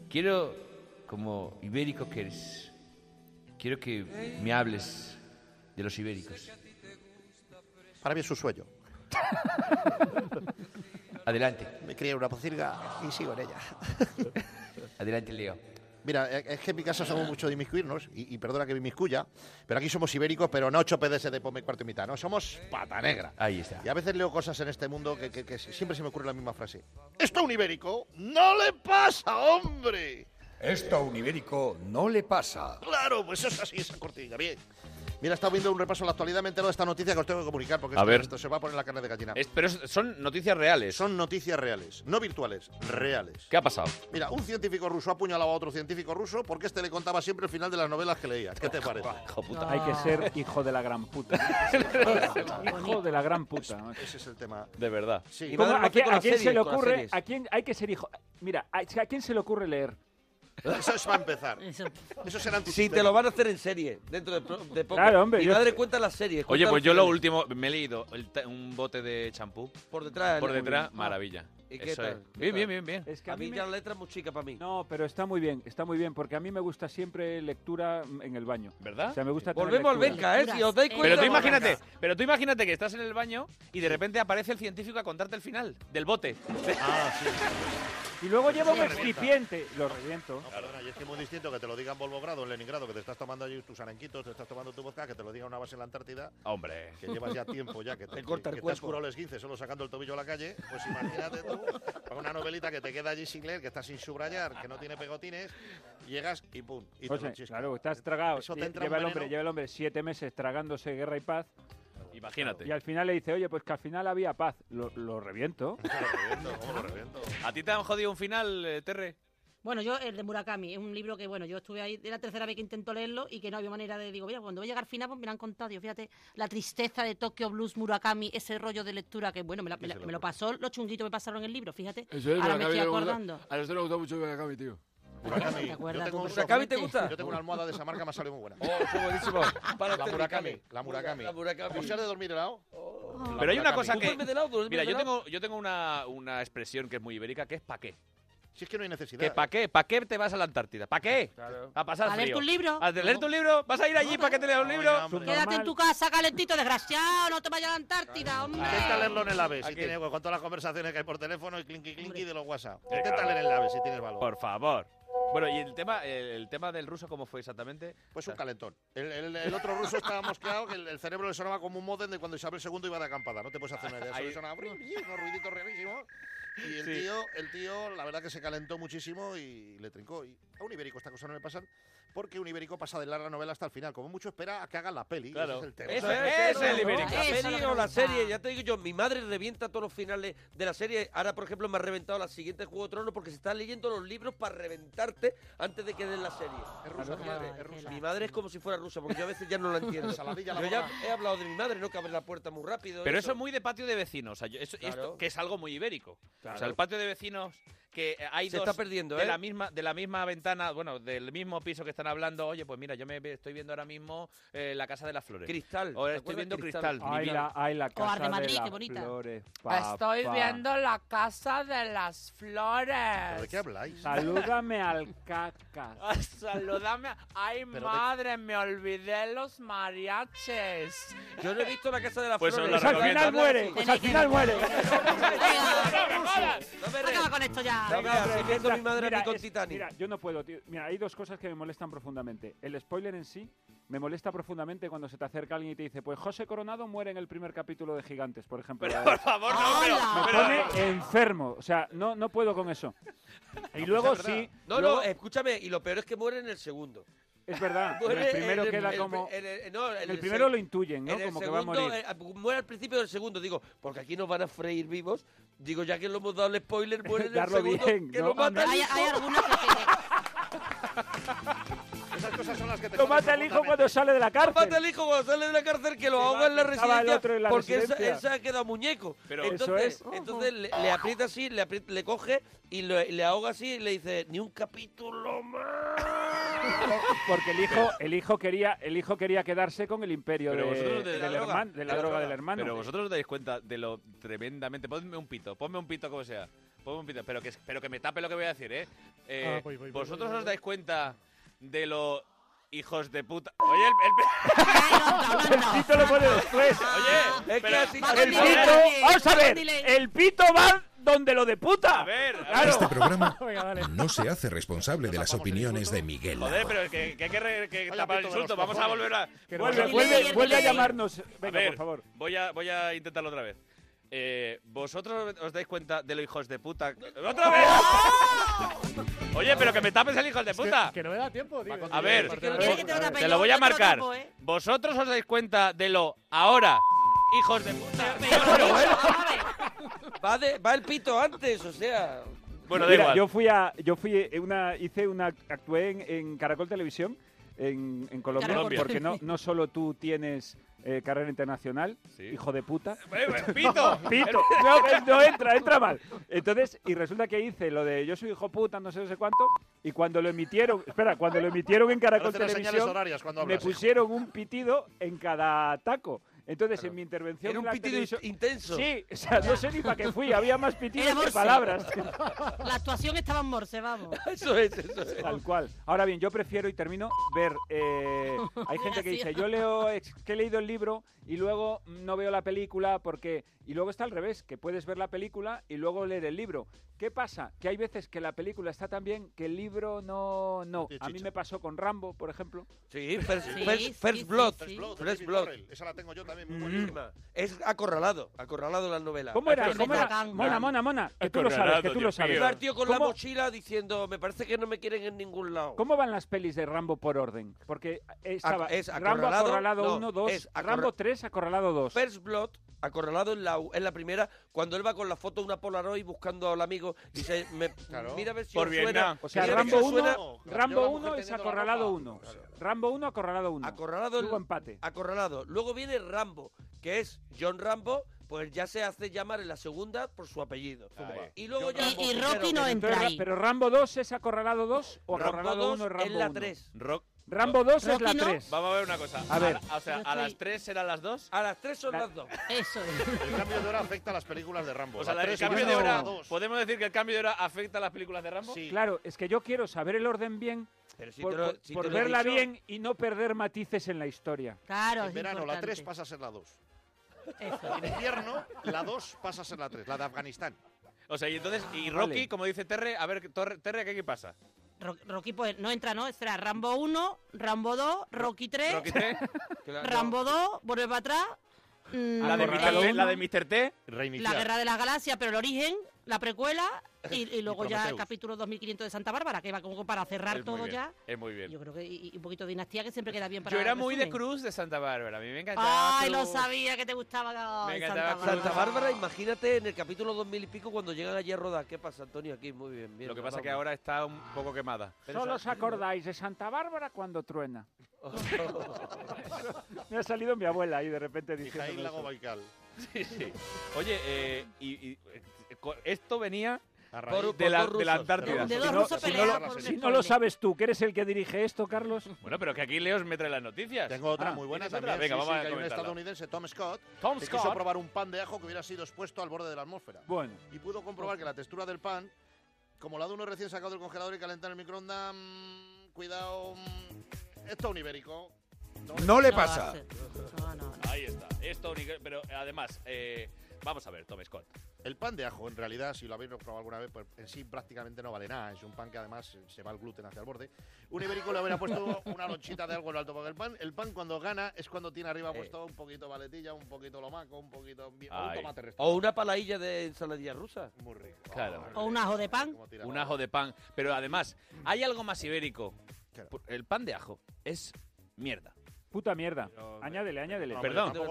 Speaker 1: Quiero, como ibérico que eres, quiero que me hables de los ibéricos.
Speaker 5: Para mí es su sueño.
Speaker 1: Adelante.
Speaker 5: Me crié una pocilga y sigo en ella.
Speaker 1: [laughs] Adelante, Leo.
Speaker 5: Mira, eh, es que en mi casa somos mucho de inmiscuirnos, y, y perdona que me inmiscuya, pero aquí somos ibéricos, pero no 8 PDS de pome cuarto y mitad, no, somos pata negra.
Speaker 1: Ahí está.
Speaker 5: Y a veces leo cosas en este mundo que, que- que siempre se me ocurre la misma frase. ¿Esto a un ibérico? ¡No le pasa, hombre!
Speaker 3: Esto a un ibérico no le pasa.
Speaker 5: Claro, pues eso es así, esa cortina, bien. Mira, he estado viendo un repaso en la actualidad, me he enterado de esta noticia que os tengo que comunicar, porque
Speaker 1: A
Speaker 5: esto,
Speaker 1: ver.
Speaker 5: esto se va a poner la carne de gallina.
Speaker 1: Es- pero es- son noticias reales.
Speaker 5: Son noticias reales, no virtuales, reales.
Speaker 1: ¿Qué ha pasado?
Speaker 5: Mira, un científico ruso apuñalaba a otro científico ruso porque este le contaba siempre el final de las novelas que leía. ¿Qué te parece?
Speaker 6: Hay
Speaker 7: Ah.
Speaker 6: que
Speaker 5: [laughs]
Speaker 6: ser hijo de la gran puta.
Speaker 7: [laughs]
Speaker 6: hijo de la gran puta. macho.
Speaker 5: Ese es el tema.
Speaker 1: De verdad.
Speaker 5: Sí.
Speaker 6: ¿Cómo-
Speaker 5: Madre,
Speaker 6: ¿A,
Speaker 5: no
Speaker 6: quién,
Speaker 5: con
Speaker 6: a
Speaker 5: las
Speaker 6: quién se
Speaker 5: series,
Speaker 6: le
Speaker 5: con las
Speaker 6: ocurre?
Speaker 5: series.
Speaker 6: ¿A quién hay que ser hijo? Mira, ¿a, a quién se le ocurre leer?
Speaker 5: Eso es para empezar. Eso será
Speaker 8: Si te lo van a hacer en serie, dentro de, pro- de poco.
Speaker 6: Claro, hombre,
Speaker 8: Mi
Speaker 6: yo-
Speaker 8: madre cuenta las series.
Speaker 1: Oye,
Speaker 8: cuenta
Speaker 1: pues
Speaker 8: los
Speaker 1: yo lo
Speaker 8: finales.
Speaker 1: último, me he leído el ta- un bote de champú.
Speaker 8: Por detrás.
Speaker 1: Por
Speaker 8: muy
Speaker 1: detrás,
Speaker 8: bien.
Speaker 1: maravilla.
Speaker 8: ¿Y qué
Speaker 1: Eso
Speaker 8: tal?
Speaker 1: es.
Speaker 8: ¿Qué
Speaker 1: Bien, bien,
Speaker 8: tal?
Speaker 1: bien, bien.
Speaker 6: Es que
Speaker 8: a
Speaker 6: a
Speaker 8: mí
Speaker 6: mí
Speaker 8: ya
Speaker 6: me-
Speaker 8: la letra es muy chica para mí.
Speaker 6: No, pero está muy bien, está muy bien, porque a mí me gusta siempre lectura mm, en el baño.
Speaker 1: ¿Verdad?
Speaker 6: O sea, me gusta tener
Speaker 8: Volvemos al
Speaker 6: lectura.
Speaker 8: Benca, ¿eh? Si os dais cuenta.
Speaker 1: Pero tú
Speaker 8: volvemos al
Speaker 1: imagínate,
Speaker 8: Benca.
Speaker 1: pero tú imagínate que estás en el baño y de repente aparece el científico a contarte el final del bote.
Speaker 6: Y luego llevo un
Speaker 5: Sí, revienta.
Speaker 6: excipiente, lo reviento.
Speaker 5: No, perdona, y es que es muy distinto que te lo digan Volvogrado en Leningrado, que te estás tomando allí tus arenquitos, te estás tomando tu vodka, que te lo diga una base en la Antártida,
Speaker 1: Hombre.
Speaker 5: que llevas ya tiempo ya, que te,
Speaker 8: Te corta [laughs] el
Speaker 5: que te has
Speaker 8: cuerpo.
Speaker 5: curado el esguince solo sacando el tobillo a la calle, pues imagínate
Speaker 8: [laughs]
Speaker 5: tú, con una novelita que te queda allí sin leer, que está sin subrayar, que no tiene pegotines, llegas y pum, y te
Speaker 6: Oye,
Speaker 5: lo chiscas.
Speaker 6: claro, estás tragado.
Speaker 5: Eso te
Speaker 6: Lle-
Speaker 5: entra un
Speaker 6: Lleva el
Speaker 5: veneno.
Speaker 6: hombre, lleva el hombre siete meses tragándose guerra y paz.
Speaker 1: Imagínate.
Speaker 6: Y al final le dice, oye, pues que al final había paz. Lo, lo reviento.
Speaker 1: ¿A ti te han jodido un final, eh, Terre?
Speaker 7: Bueno, yo el de Murakami, es un libro que, bueno, yo estuve ahí, era la tercera vez que intento leerlo y que no había manera de, digo, mira, cuando voy a llegar al final, pues me lo han contado, digo, fíjate, la tristeza de Tokyo Blues, Murakami, ese rollo de lectura que, bueno, me, la- me la- me lo pasó, los chunguitos me pasaron el libro, fíjate,
Speaker 21: Eso es,
Speaker 7: ahora
Speaker 21: Murakami
Speaker 7: me estoy
Speaker 21: le gusta-
Speaker 7: acordando.
Speaker 21: A nosotros nos gusta mucho Murakami, tío.
Speaker 5: Murakami.
Speaker 7: ¿Te acuerdas
Speaker 5: Yo tengo
Speaker 7: tú,
Speaker 5: un
Speaker 7: Murakami,
Speaker 5: software-
Speaker 7: te gusta?
Speaker 5: Yo tengo una almohada de esa marca, me ha salido muy buena.
Speaker 8: Oh, qué
Speaker 21: [laughs]
Speaker 8: buenísimo. Para
Speaker 5: [laughs] La
Speaker 8: este
Speaker 5: Murakami,
Speaker 8: Murakami.
Speaker 5: la Murakami.
Speaker 8: La Murakami.
Speaker 5: Como seas de dormir helado. la
Speaker 1: Pero hay una
Speaker 5: Murakami.
Speaker 1: cosa
Speaker 8: Oh. Tú
Speaker 1: que...
Speaker 8: duermes de lado, duermes
Speaker 1: Mira,
Speaker 8: de
Speaker 1: yo
Speaker 8: lado.
Speaker 1: tengo, yo tengo una, una expresión que es muy ibérica, que es pa' qué.
Speaker 5: Si es que no hay necesidad.
Speaker 1: Que pa' qué, pa' qué te vas a la Antártida. ¿Pa' qué? A pasar
Speaker 7: A leer
Speaker 1: frío.
Speaker 7: tu libro.
Speaker 1: A leer tu libro. ¿Vas a ir allí para que te lea un libro?
Speaker 7: Quédate en tu casa, calentito, desgraciado, no te vayas a la Antártida, hombre.
Speaker 5: Intenta leerlo en el AVE, si
Speaker 1: Aquí.
Speaker 5: tiene, con todas las conversaciones que hay por teléfono y clinky clinky de los WhatsApp.
Speaker 1: Venga.
Speaker 5: Intenta leer en el AVE si tienes valor.
Speaker 1: Por favor. Bueno, y el tema, el, el tema del ruso, ¿cómo fue exactamente? Ah.
Speaker 5: Pues un calentón. El, el- el otro ruso estaba mosqueado, que el, el cerebro le sonaba como un modem de cuando Isabel II iba de acampada. No te puedes hacer una idea. Eso
Speaker 1: Ahí-
Speaker 5: le sonaba brin, brin, unos ruiditos rarísimos. Y el,
Speaker 1: Sí.
Speaker 5: tío, el tío, la verdad que se calentó muchísimo y le trincó. Y a un ibérico esta cosa no le pasa, porque un ibérico pasa de larga novela hasta el final. Como mucho espera a que hagan la peli.
Speaker 1: Claro.
Speaker 5: Ese es el tema.
Speaker 1: Eso
Speaker 8: es el
Speaker 5: Ibérico.
Speaker 8: La peli o la serie, ya te digo yo, mi madre revienta todos los finales de la serie. Ahora, por ejemplo, me ha reventado la siguiente Juego de Tronos porque se están leyendo los libros para reventarte antes de que den la serie. Es
Speaker 5: rusa,
Speaker 8: mi madre. Mi madre es como si fuera rusa porque yo a veces ya no
Speaker 5: [laughs]
Speaker 8: la entiendo.
Speaker 5: Saladilla la
Speaker 8: yo ya
Speaker 5: mona.
Speaker 8: he hablado de mi madre, no que abre la puerta muy rápido.
Speaker 1: [laughs] Pero eso es muy de patio de vecinos, o sea, yo- eso-
Speaker 8: Claro.
Speaker 1: esto- que es algo muy ibérico. O sea,
Speaker 8: Claro.
Speaker 1: el patio de vecinos que eh, hay
Speaker 8: Se
Speaker 1: dos
Speaker 8: está perdiendo,
Speaker 1: de
Speaker 8: ¿eh?
Speaker 1: la misma de la misma ventana, bueno, del mismo piso que están hablando. Oye, pues mira, yo me estoy viendo ahora mismo eh, la casa de las flores.
Speaker 8: Cristal.
Speaker 1: O
Speaker 8: ¿te
Speaker 1: estoy
Speaker 8: acuerdas?
Speaker 1: viendo
Speaker 8: Cristal.
Speaker 1: cristal.
Speaker 6: Ay, la, ay, la casa
Speaker 4: Arde Madrid,
Speaker 6: de las
Speaker 4: qué bonita.
Speaker 6: flores,
Speaker 4: Estoy
Speaker 6: papá.
Speaker 4: viendo la casa de las flores.
Speaker 5: ¿De qué
Speaker 8: [laughs]
Speaker 5: habláis?
Speaker 6: Salúdame al cacas.
Speaker 10: [laughs]
Speaker 4: Saludame. Ay,
Speaker 6: Pero de-
Speaker 4: madre, me olvidé los mariaches.
Speaker 8: Yo no he visto la casa de las
Speaker 1: Pues os
Speaker 8: flores.
Speaker 1: la Pues al final recomiendo. muere,
Speaker 6: pues al final muere.
Speaker 7: Acaba con esto ya.
Speaker 8: mi madre
Speaker 6: Mira,
Speaker 8: ni con
Speaker 6: es-
Speaker 8: Titanic.
Speaker 6: Mira, yo no puedo, tío. Mira, hay dos cosas que me molestan profundamente. El spoiler en sí me molesta profundamente cuando se te acerca alguien y te dice, pues José Coronado muere en el primer capítulo de Gigantes, por ejemplo.
Speaker 1: por favor, no, pero-
Speaker 6: Me
Speaker 1: pero-
Speaker 6: pone enfermo. O sea, no, no puedo con
Speaker 1: [laughs]
Speaker 6: eso. Y
Speaker 1: pues
Speaker 6: luego sí...
Speaker 8: No,
Speaker 6: luego-
Speaker 8: no,
Speaker 1: eh,
Speaker 8: escúchame, y lo peor es que muere en el segundo.
Speaker 6: Es verdad, en el
Speaker 8: Muere
Speaker 6: primero
Speaker 8: en
Speaker 6: queda
Speaker 8: el-
Speaker 6: como-
Speaker 8: en el- no, en
Speaker 6: el
Speaker 8: el
Speaker 6: primero
Speaker 8: seg-
Speaker 6: lo intuyen, ¿no?
Speaker 8: en el
Speaker 6: Como que va a
Speaker 8: segundo,
Speaker 6: morir.
Speaker 8: eh, muere al principio del segundo, digo, porque aquí nos van a freír vivos. Digo, ya que lo hemos dado el spoiler,
Speaker 6: [laughs]
Speaker 8: muere en el
Speaker 6: Darlo
Speaker 8: segundo.
Speaker 6: bien,
Speaker 8: que
Speaker 6: ¿no?
Speaker 8: lo mata el
Speaker 6: Hay-
Speaker 8: hijo.
Speaker 6: hay
Speaker 8: [laughs]
Speaker 5: Esas cosas son las que te
Speaker 6: Lo mata el hijo cuando sale de la cárcel.
Speaker 8: Mata al hijo cuando sale de la cárcel, que lo ahoga en la
Speaker 6: estaba el
Speaker 8: residencia.
Speaker 6: otro en la
Speaker 8: porque él se-
Speaker 6: residencia.
Speaker 8: Él, se ha quedado muñeco.
Speaker 6: Pero-
Speaker 8: entonces,
Speaker 6: Eso es.
Speaker 8: entonces le, le aprieta así, le, aprieta- le coge y lo- le ahoga así y le dice, ni un capítulo
Speaker 6: Porque el hijo, el hijo quería, el hijo quería quedarse con el imperio
Speaker 1: Pero
Speaker 6: de-
Speaker 1: vosotros de la
Speaker 6: del
Speaker 1: droga.
Speaker 6: hermano, de la droga del hermano.
Speaker 1: Pero vosotros os dais cuenta de lo tremendamente. Ponme un pito, ponme un pito como sea. Ponme un pito, pero que, pero que me tape lo que voy a decir, ¿eh? Eh,
Speaker 10: Ah, voy, voy, voy,
Speaker 1: vosotros
Speaker 10: voy, voy,
Speaker 1: os dais cuenta de lo hijos de puta. Oye, el.
Speaker 6: el pito lo pone después.
Speaker 1: Oye, pero-
Speaker 6: el pito, vamos a ver, el pito va donde lo de puta. Claro.
Speaker 9: Este
Speaker 1: [laughs]
Speaker 9: programa no se hace responsable de las opiniones de Miguel.
Speaker 1: Joder, pero que, que hay que, re- que tapar el
Speaker 6: pito de
Speaker 1: insulto.
Speaker 6: los
Speaker 1: Vamos a
Speaker 6: cojones.
Speaker 1: volver a.
Speaker 6: Que
Speaker 1: Vuelve,
Speaker 6: vuelve, vuelve, vuelve a llamarnos. Venga,
Speaker 1: A ver,
Speaker 6: por favor.
Speaker 1: Voy a, voy a intentarlo otra vez. Eh, ¿Vosotros os dais cuenta de los hijos de puta? ¡Otra vez! [laughs] Oye, pero que me tapes el hijo de puta.
Speaker 10: Que no me da tiempo, tío.
Speaker 1: A ver,
Speaker 10: ¿Quieres que te lo tape
Speaker 1: te
Speaker 10: yo?
Speaker 1: lo voy a
Speaker 10: Yo te lo
Speaker 1: marcar.
Speaker 10: tapo, ¿eh?
Speaker 1: ¿Vosotros os dais cuenta de lo ahora, hijos de puta?
Speaker 8: va, de- va el pito antes, o sea.
Speaker 1: Bueno, da
Speaker 6: Mira,
Speaker 1: igual.
Speaker 6: yo fui a, yo fui eh, una, hice una, actué en, en Caracol Televisión en, en Colombia,
Speaker 1: Caracol.
Speaker 6: porque no, no solo tú tienes eh, carrera internacional, hijo de puta.
Speaker 1: ¡Pito!
Speaker 6: [laughs] Pito, no, no entra, entra mal. Entonces, y resulta que hice lo de yo soy hijo puta, no sé, no sé cuánto, y cuando lo emitieron, espera, cuando lo emitieron en Caracol
Speaker 5: Parece las señales
Speaker 6: Televisión,
Speaker 5: horarias cuando
Speaker 6: me
Speaker 5: hablas.
Speaker 6: pusieron un pitido en cada taco. Entonces, en mi intervención.
Speaker 8: Era
Speaker 6: en
Speaker 8: un
Speaker 6: la
Speaker 8: pitido
Speaker 6: televisión-
Speaker 8: intenso.
Speaker 6: Sí, o sea, no sé ni para qué fui, había más pitidos
Speaker 7: Era
Speaker 6: que
Speaker 7: morse. [laughs]
Speaker 6: palabras.
Speaker 7: La actuación estaba en morse, vamos.
Speaker 8: Eso es, eso es.
Speaker 6: Tal cual. Ahora bien, yo prefiero y termino ver. eh,
Speaker 8: [laughs]
Speaker 6: hay gente que dice, yo leo, ex- que he leído el libro y luego no veo la película porque. Y luego está al revés, que puedes ver la película y luego leer el libro. ¿Qué pasa? Que hay veces que la película está tan bien que el libro no. no. A mí me pasó con Rambo, por ejemplo.
Speaker 8: Sí, First, first- first Blood.
Speaker 5: First Blood,
Speaker 8: First
Speaker 5: de David
Speaker 8: Blood.
Speaker 5: Burrell. Esa la tengo yo también. muy buenísima.
Speaker 8: Buenísima. Es acorralado, acorralado la novela.
Speaker 6: ¿Cómo era? ¿Cómo era? Mona, mona, mona. Que tú lo sabes, que tú lo sabes.
Speaker 8: Iba el tío con la
Speaker 6: ¿Cómo-
Speaker 8: mochila diciendo, me parece que no me quieren en ningún lado.
Speaker 6: ¿Cómo van las pelis de Rambo por orden? Porque eh, estaba
Speaker 8: Ac- es
Speaker 6: Rambo
Speaker 8: acorralado,
Speaker 6: acorralado
Speaker 8: no,
Speaker 6: 1, 2,
Speaker 8: es acorra-
Speaker 6: Rambo 3, acorralado 2.
Speaker 8: First Blood, acorralado en la, en la primera, cuando él va con la foto de una Polaroid buscando al amigo, dice,
Speaker 6: [laughs]
Speaker 8: me, mira a ver si
Speaker 6: Por
Speaker 8: os
Speaker 6: Vietnam.
Speaker 8: suena.
Speaker 6: O sea,
Speaker 8: mira a ver si
Speaker 6: Rambo
Speaker 8: os suena-
Speaker 6: 1, Rambo 1 es acorralado 1. Rambo 1, acorralado 1.
Speaker 8: Acorralado
Speaker 6: Luego
Speaker 8: el-
Speaker 6: empate.
Speaker 8: Acorralado. Luego viene Rambo, que es John Rambo, pues ya se hace llamar en la segunda por su apellido. Y luego ya...
Speaker 6: Entonces, Ra- Pero Rambo 2 es acorralado 2 o
Speaker 8: Rambo
Speaker 6: acorralado
Speaker 8: 2
Speaker 6: 1 es
Speaker 8: es
Speaker 6: Rambo 1.
Speaker 8: la 3.
Speaker 1: Rock.
Speaker 6: Rambo 2 es la 3.
Speaker 1: Vamos a ver una cosa.
Speaker 6: A ver.
Speaker 1: la- o sea,
Speaker 6: Yo
Speaker 1: a
Speaker 6: estoy-
Speaker 1: las 3 serán las 2.
Speaker 8: A las 3 son
Speaker 1: La-
Speaker 8: las 2.
Speaker 7: Eso
Speaker 5: El cambio de hora afecta a las películas de Rambo.
Speaker 1: O sea,
Speaker 5: La
Speaker 1: el
Speaker 5: tres
Speaker 1: cambio
Speaker 5: y
Speaker 1: de
Speaker 5: la
Speaker 1: hora.
Speaker 5: dos.
Speaker 1: ¿Podemos decir que el cambio de hora afecta a las películas de Rambo?
Speaker 6: Claro, es que yo quiero saber el orden bien
Speaker 8: Pero si
Speaker 6: por,
Speaker 8: te lo-
Speaker 6: por-
Speaker 8: si
Speaker 6: por
Speaker 8: te lo he
Speaker 6: verla
Speaker 8: dicho-
Speaker 6: bien y no perder matices en la historia.
Speaker 5: En verano la 3 pasa a ser la 2. En invierno la 2 pasa a ser la 3, la de Afganistán.
Speaker 1: O sea, y entonces, y Rocky, como dice Terry, a ver, Torre- Terry, ¿qué, ¿qué pasa?
Speaker 7: Ro- Rocky pues no entra, ¿no? Será Rambo 1, Rambo 2, Rocky 3,
Speaker 1: Rocky 3, claro.
Speaker 7: Rambo 2, vuelve para atrás. mm,
Speaker 1: La de, Mr. T, la de Mr. T.
Speaker 7: La Guerra de las Galaxias, pero el origen, la precuela y, y luego
Speaker 1: Y
Speaker 7: ya el
Speaker 1: Prometheus.
Speaker 7: capítulo 2500 de Santa Bárbara, que va como para cerrar
Speaker 1: Es muy
Speaker 7: todo
Speaker 1: bien,
Speaker 7: ya.
Speaker 1: Es muy bien.
Speaker 7: Yo creo que y, y un poquito de dinastía que siempre queda bien para
Speaker 11: Yo era muy de
Speaker 7: resumen.
Speaker 11: Cruz de Santa Bárbara. A mí me encantaba.
Speaker 7: Ay, lo
Speaker 11: Cruz.
Speaker 7: sabía que te gustaba.
Speaker 11: Me
Speaker 7: ay,
Speaker 11: encantaba
Speaker 7: Santa Bárbara.
Speaker 8: Santa Bárbara, imagínate en el capítulo 2000 y pico cuando llegan allí a rodar. ¿Qué pasa, Antonio? Aquí, muy bien, bien.
Speaker 11: Lo que pasa es que
Speaker 8: vamos.
Speaker 11: ahora está un poco quemada.
Speaker 6: Solo os acordáis de Santa Bárbara cuando truena. Me ha salido mi abuela ahí de repente diciendo.
Speaker 5: Jaén Lago Baikal.
Speaker 1: [laughs] Sí, sí. Oye, eh, y, y, eh, co- esto venía
Speaker 6: raíz
Speaker 1: por-
Speaker 6: de
Speaker 1: de, la,
Speaker 6: dos
Speaker 1: de la
Speaker 6: rusos.
Speaker 1: Antártida.
Speaker 6: De dos rusos peleados por Si no lo sabes tú, que eres el que dirige esto, Carlos.
Speaker 1: Bueno, pero que aquí Leos me trae las noticias. Ah,
Speaker 5: Tengo otra muy buena
Speaker 1: ¿Tienes
Speaker 5: también.
Speaker 1: otra? Venga,
Speaker 5: sí,
Speaker 1: vamos
Speaker 5: sí, que
Speaker 1: a
Speaker 5: hay un
Speaker 1: comentarla.
Speaker 5: estadounidense, Tom Scott,
Speaker 1: Tom
Speaker 5: que
Speaker 1: Scott.
Speaker 5: quiso probar un pan de ajo que hubiera sido expuesto al borde de la atmósfera.
Speaker 6: Bueno.
Speaker 5: Y pudo comprobar que la textura del pan, como la de uno recién sacado del congelador y calentar en el microondas, mm, cuidado, mm, esto es un ibérico.
Speaker 3: No le pasa.
Speaker 1: Ahí está. Esto, ni- pero además, eh, vamos a ver, Tom Scott.
Speaker 5: El pan de ajo, en realidad, si lo habéis probado alguna vez, pues en sí prácticamente no vale nada. Es un pan que además se va el gluten hacia el borde. Un ibérico le hubiera puesto una lonchita de algo en lo alto, porque el pan, el pan cuando gana es cuando tiene arriba puesto un poquito valetilla, un poquito lomaco, un poquito... bien- o un
Speaker 1: Ay.
Speaker 5: tomate
Speaker 8: O una paladilla de ensaladilla rusa.
Speaker 5: Muy rico.
Speaker 1: Claro.
Speaker 7: O un ajo de pan.
Speaker 1: Un ajo de pan. Pero además, hay algo más ibérico. El pan de ajo es mierda.
Speaker 6: Puta mierda. Añádele, añádele.
Speaker 1: Perdón.
Speaker 6: No,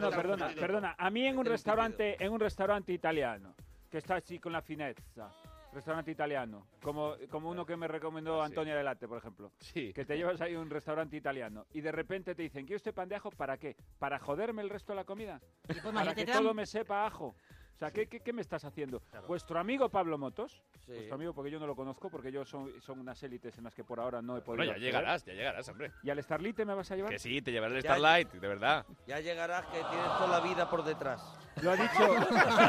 Speaker 6: no, perdona, perdona. A mí en un restaurante, en un restaurante italiano, que está así con la finezza, restaurante italiano, como, como uno que me
Speaker 1: Ah,
Speaker 6: recomendó Antonia Delate, por ejemplo, que te llevas ahí a un restaurante italiano y de repente te dicen, ¿quiere usted pan de ajo? ¿Para qué? ¿Para joderme el resto de la comida? Para
Speaker 7: imagínate,
Speaker 6: que
Speaker 7: te dan-
Speaker 6: todo me sepa a ajo. O sea, ¿qué, qué, qué me estás haciendo? Vuestro amigo Pablo Motos, vuestro amigo porque yo no lo conozco, porque yo son, son unas élites en las que por ahora no he podido
Speaker 1: Bueno, ya
Speaker 6: acceder.
Speaker 1: llegarás, ya llegarás, hombre.
Speaker 6: ¿Y al Starlite me vas a llevar?
Speaker 1: Que sí, te llevaré el
Speaker 6: Ya-
Speaker 1: Starlight, de verdad.
Speaker 8: Ya llegarás que tienes toda la vida por detrás. [laughs]
Speaker 6: Lo ha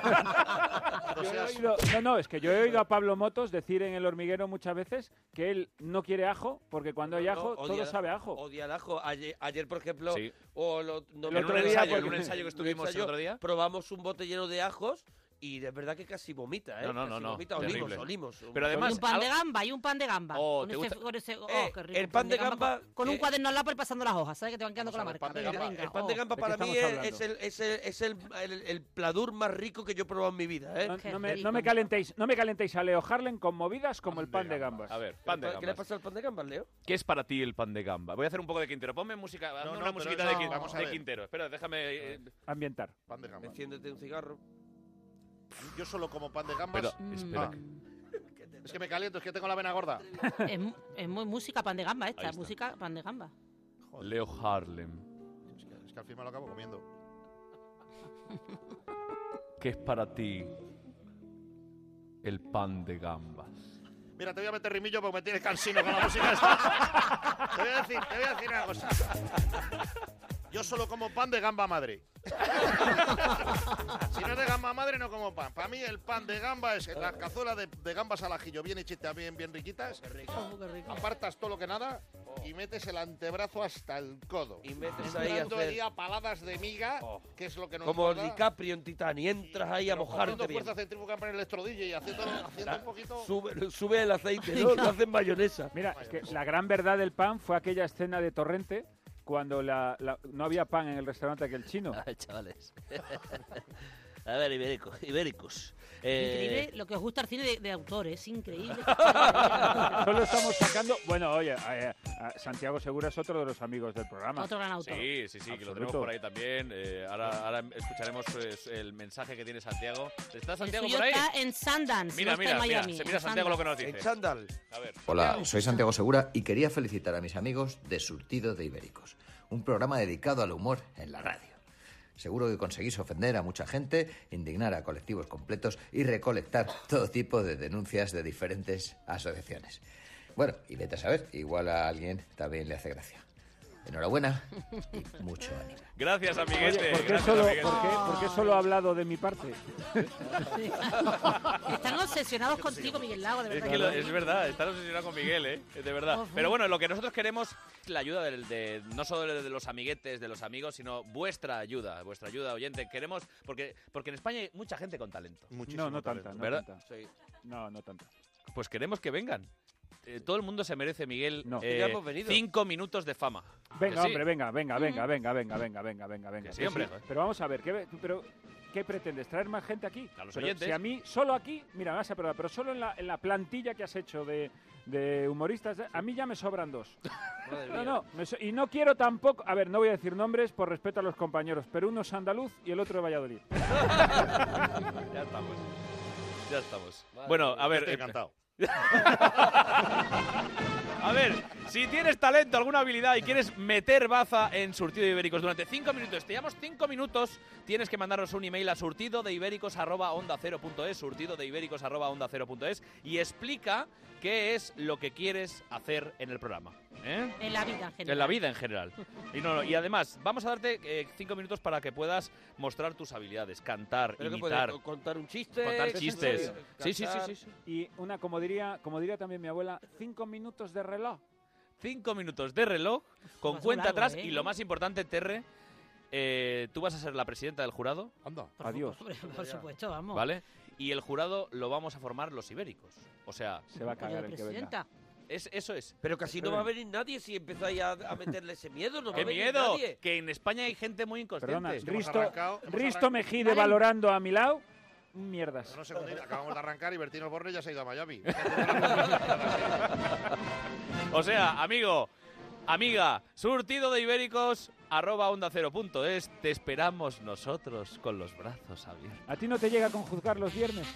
Speaker 6: dicho. Yo he oído- no, no, es que yo he oído a Pablo Motos decir en El Hormiguero muchas veces que él no quiere ajo, porque cuando hay ajo,
Speaker 8: No, odia-
Speaker 6: todo sabe a ajo.
Speaker 8: Odia el ajo. Ayer, ayer, por ejemplo, o lo- no,
Speaker 6: En un ensayo, en un
Speaker 1: ensayo que estuvimos el otro día.
Speaker 8: probamos un bote lleno de ajos y de verdad que casi vomita, ¿eh?
Speaker 1: No, no, no,
Speaker 8: Casi
Speaker 1: no,
Speaker 8: vomita.
Speaker 1: terrible.
Speaker 8: Olimos, olimos.
Speaker 1: Pero además,
Speaker 7: y un pan de gamba, y un pan de gamba.
Speaker 1: Oh,
Speaker 7: Con
Speaker 1: ¿te
Speaker 7: ese-
Speaker 1: gusta?
Speaker 7: con ese- oh,
Speaker 8: Eh,
Speaker 7: qué rico,
Speaker 8: el pan de gamba,
Speaker 7: con- Con un
Speaker 8: eh,
Speaker 7: cuaderno al lápiz pasando las hojas, ¿sabes? Que te van quedando con la marca.
Speaker 8: Mira,
Speaker 7: Venga, venga,
Speaker 8: el pan de
Speaker 7: oh.
Speaker 8: gamba para mí es, es el, es, el, es el, el- el pladur más rico que yo he probado en mi vida, ¿eh?
Speaker 6: No, no me, no me calentéis, no me calentéis a Leo Harlem con movidas como el pan de gambas.
Speaker 1: A ver, pan de
Speaker 8: ¿Qué le
Speaker 1: gambas.
Speaker 8: pasa al pan de gambas, Leo?
Speaker 1: ¿Qué es para ti el pan de gamba? Voy a hacer un poco de Quintero. Ponme música, hazme
Speaker 8: no,
Speaker 1: una
Speaker 8: pero
Speaker 1: musiquita
Speaker 8: no,
Speaker 1: de, Quin-
Speaker 8: vamos a
Speaker 1: de
Speaker 8: ver.
Speaker 1: Quintero. Espera, déjame. eh,
Speaker 6: Ambientar.
Speaker 5: Pan de gamba.
Speaker 8: Enciéndete un cigarro.
Speaker 5: Yo solo como pan de gambas.
Speaker 1: Pero, espera
Speaker 5: Ah. Es que me caliento, es que tengo la vena gorda.
Speaker 7: Es, mu- es muy música pan de gamba
Speaker 1: Ahí
Speaker 7: esta,
Speaker 1: está.
Speaker 7: música pan de gamba.
Speaker 1: Leo Harlem.
Speaker 5: Es que, es que al final lo acabo comiendo.
Speaker 1: ¿Qué es para ti el pan de gambas?
Speaker 5: Mira, te voy a meter rimillo porque me tienes cansino con la música esta. te voy a decir, te voy a decir una cosa. [laughs] Yo solo como pan de gamba madre. si no es de gamba madre, no como pan. Para mí el pan de gamba es las cazuelas de, de gambas al ajillo bien hechitas, bien, bien riquitas.
Speaker 8: Oh,
Speaker 5: Apartas todo lo que nada y metes el antebrazo hasta el codo. Y
Speaker 8: metes ahí a hacer- Oh.
Speaker 5: ahí a paladas de miga, que es lo que nos
Speaker 8: Como
Speaker 5: engorda,
Speaker 8: DiCaprio en Titanic, entras ahí a mojarte
Speaker 5: Haciendo
Speaker 8: bien.
Speaker 5: fuerza centrífuga para el electrodilla y haciendo, haciendo un poquito...
Speaker 8: Sube, sube el aceite, ¿no? Lo hacen mayonesa.
Speaker 6: Mira, es que la gran verdad del pan fue aquella escena de Torrente cuando la- la- no había pan en el restaurante
Speaker 8: [laughs]
Speaker 6: aquel chino.
Speaker 10: chavales. A ver, ibérico, ibéricos.
Speaker 7: Increíble
Speaker 10: Eh,
Speaker 7: lo que os gusta el cine de, de autores,
Speaker 6: [laughs]
Speaker 7: increíble. [laughs]
Speaker 6: Solo estamos sacando. Bueno, oye, a- a- Santiago Segura es otro de los amigos del programa.
Speaker 7: Otro gran autor.
Speaker 1: Sí, sí, sí, que lo
Speaker 6: Absoluto.
Speaker 1: tenemos por ahí también. Eh, ahora, ahora escucharemos pues, el mensaje que tiene Santiago. ¿Está
Speaker 7: El
Speaker 1: Santiago
Speaker 7: suyo
Speaker 1: por ahí?
Speaker 7: está en Sundance,
Speaker 1: Mira,
Speaker 7: no
Speaker 1: mira,
Speaker 7: está en
Speaker 1: mira,
Speaker 7: Miami.
Speaker 1: se mira
Speaker 7: en
Speaker 1: Santiago lo que nos dice.
Speaker 7: Sundance.
Speaker 1: En chándal.
Speaker 8: [laughs]
Speaker 12: Hola, soy Santiago Segura y quería felicitar a mis amigos de Surtido de Ibéricos, un programa dedicado al humor en la radio. Seguro que conseguís ofender a mucha gente, indignar a colectivos completos y recolectar todo tipo de denuncias de diferentes asociaciones. Bueno, y vete a saber, igual a alguien también le hace gracia. Enhorabuena y mucho ánimo.
Speaker 1: Gracias, amiguete.
Speaker 6: Oye, ¿por qué,
Speaker 1: gracias,
Speaker 6: solo,
Speaker 1: amiguete.
Speaker 6: por qué- por qué solo ha hablado de mi parte?
Speaker 7: [laughs] Están obsesionados contigo, Miguel Lago, de
Speaker 1: Es,
Speaker 7: verdad.
Speaker 1: que lo- es verdad, está obsesionado con Miguel, ¿eh? De verdad. Pero bueno, lo que nosotros queremos es la ayuda del- de, no solo de, de los amiguetes, de los amigos, sino vuestra ayuda, vuestra ayuda, oyente. Queremos, porque, porque en España hay mucha gente con talento.
Speaker 6: no, no tanta. No
Speaker 1: ¿Verdad?
Speaker 6: tanta. No, no tanta.
Speaker 1: Pues queremos que vengan. eh, todo el mundo se merece, Miguel,
Speaker 6: No.
Speaker 1: eh,
Speaker 6: Ya hemos venido.
Speaker 1: cinco minutos de fama.
Speaker 6: Venga,
Speaker 1: Que sí.
Speaker 6: hombre, venga, venga, venga, venga, venga, venga, venga, venga, venga.
Speaker 1: sí,
Speaker 6: Que
Speaker 1: hombre.
Speaker 6: Pero vamos a ver, ¿qué, ve- pero, ¿qué pretendes? ¿Traer más gente aquí? A
Speaker 1: los
Speaker 6: pero
Speaker 1: oyentes.
Speaker 6: Si a mí, solo aquí, mira, me vas a perdonar, pero solo en la, en la plantilla que has hecho de, de humoristas, a mí ya me sobran dos. No, no, me so- y no quiero tampoco, a ver, no voy a decir nombres por respeto a los compañeros, pero uno es andaluz y el otro
Speaker 1: [laughs]
Speaker 6: de Valladolid.
Speaker 1: Ya estamos. Ya estamos.
Speaker 11: Vale.
Speaker 1: bueno, a
Speaker 11: Yo
Speaker 1: ver.
Speaker 11: estoy
Speaker 1: eh,
Speaker 11: encantado.
Speaker 1: [laughs] a ver, si tienes talento, alguna habilidad y quieres meter baza en Surtido de Ibéricos durante cinco minutos, te llevamos cinco minutos, tienes que mandarnos un email a surtido de ibéricos onda surtido de ibéricos onda y explica qué es lo que quieres hacer en el programa. ¿eh?
Speaker 7: En la vida, en general.
Speaker 1: En la vida en general. Y, no, no, y además, vamos a darte eh, cinco minutos para que puedas mostrar tus habilidades, cantar,
Speaker 8: ¿Pero qué
Speaker 1: imitar.
Speaker 8: puedes, contar un chiste?
Speaker 1: Contar
Speaker 8: ¿Es en
Speaker 1: chistes.
Speaker 8: serio?
Speaker 1: Sí, sí, sí,
Speaker 8: Cantar.
Speaker 1: sí, sí.
Speaker 6: Y una, como diría, como diría también mi abuela, cinco minutos de reloj.
Speaker 1: Cinco minutos de reloj, con
Speaker 6: Más
Speaker 1: cuenta
Speaker 6: largo,
Speaker 1: atrás
Speaker 6: ¿eh?
Speaker 1: y lo más importante, Terre, eh, tú vas a ser la presidenta del jurado.
Speaker 5: Anda.
Speaker 6: Adiós.
Speaker 7: Hombre, por supuesto, vamos.
Speaker 1: ¿Vale? Y el jurado lo vamos a formar los ibéricos. O sea,
Speaker 6: se va a
Speaker 7: cagar el que venga. presidenta.
Speaker 1: Es, eso es.
Speaker 8: Pero casi no va a venir nadie si empezáis a, a meterle ese miedo. No va
Speaker 1: ¡Qué
Speaker 8: a venir
Speaker 1: miedo!
Speaker 8: nadie.
Speaker 1: Que en España hay Pues gente muy inconsciente.
Speaker 6: Perdona, Risto, Risto Mejide valorando a mi lado, mierdas.
Speaker 5: No sé, acabamos de arrancar y Bertino Borne ya se ha ido
Speaker 8: [laughs]
Speaker 5: a Miami.
Speaker 1: O sea, amigo, amiga, surtido de ibéricos, arroba onda cero punto es, te esperamos nosotros con los brazos abiertos.
Speaker 6: ¿A ti no te llega con juzgar los viernes?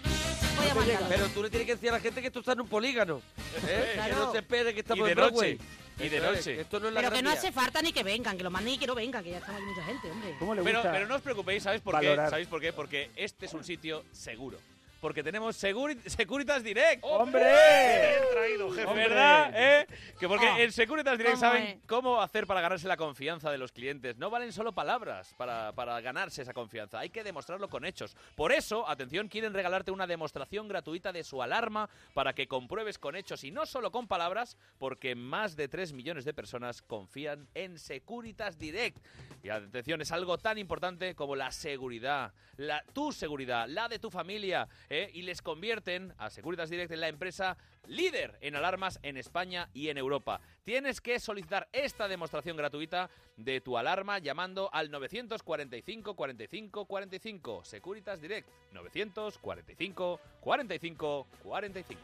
Speaker 8: Pero tú le tienes que decir a la gente que esto está en un polígano. ¿eh?
Speaker 1: Claro.
Speaker 8: Que no se espere que estamos
Speaker 1: Y de
Speaker 8: en Broadway.
Speaker 1: noche, y de
Speaker 8: Eso es,
Speaker 1: noche.
Speaker 8: que esto no es la
Speaker 7: Pero
Speaker 8: Gran
Speaker 7: que no
Speaker 8: Vía.
Speaker 7: hace falta ni que vengan, que lo manden y que no vengan, que ya estamos aquí mucha gente, hombre.
Speaker 1: pero, pero no os preocupéis, ¿sabéis por qué?
Speaker 6: valorar?
Speaker 1: ¿Sabéis por qué? Porque este es un sitio seguro. Porque tenemos Seguri- [laughs] Securitas Direct.
Speaker 6: ¡Hombre!
Speaker 1: Bien traído, jefe.
Speaker 6: ¡Hombre!
Speaker 1: ¿Verdad? ¿Eh? Que porque
Speaker 6: Ah,
Speaker 1: en Securitas Direct
Speaker 6: ¿cómo
Speaker 1: saben
Speaker 6: es?
Speaker 1: cómo hacer para ganarse la confianza de los clientes. No valen solo palabras para, para ganarse esa confianza. Hay que demostrarlo con hechos. Por eso, atención, quieren regalarte una demostración gratuita de su alarma para que compruebes con hechos y no solo con palabras, porque más de 3 millones de personas confían en Securitas Direct. Y atención, es algo tan importante como la seguridad, la, tu seguridad, la de tu familia, ¿eh? y les convierten a Securitas Direct en la empresa líder en alarmas en España y en Europa. Tienes que solicitar esta demostración gratuita de tu alarma llamando al 945 45 45. Securitas Direct 945 45 45.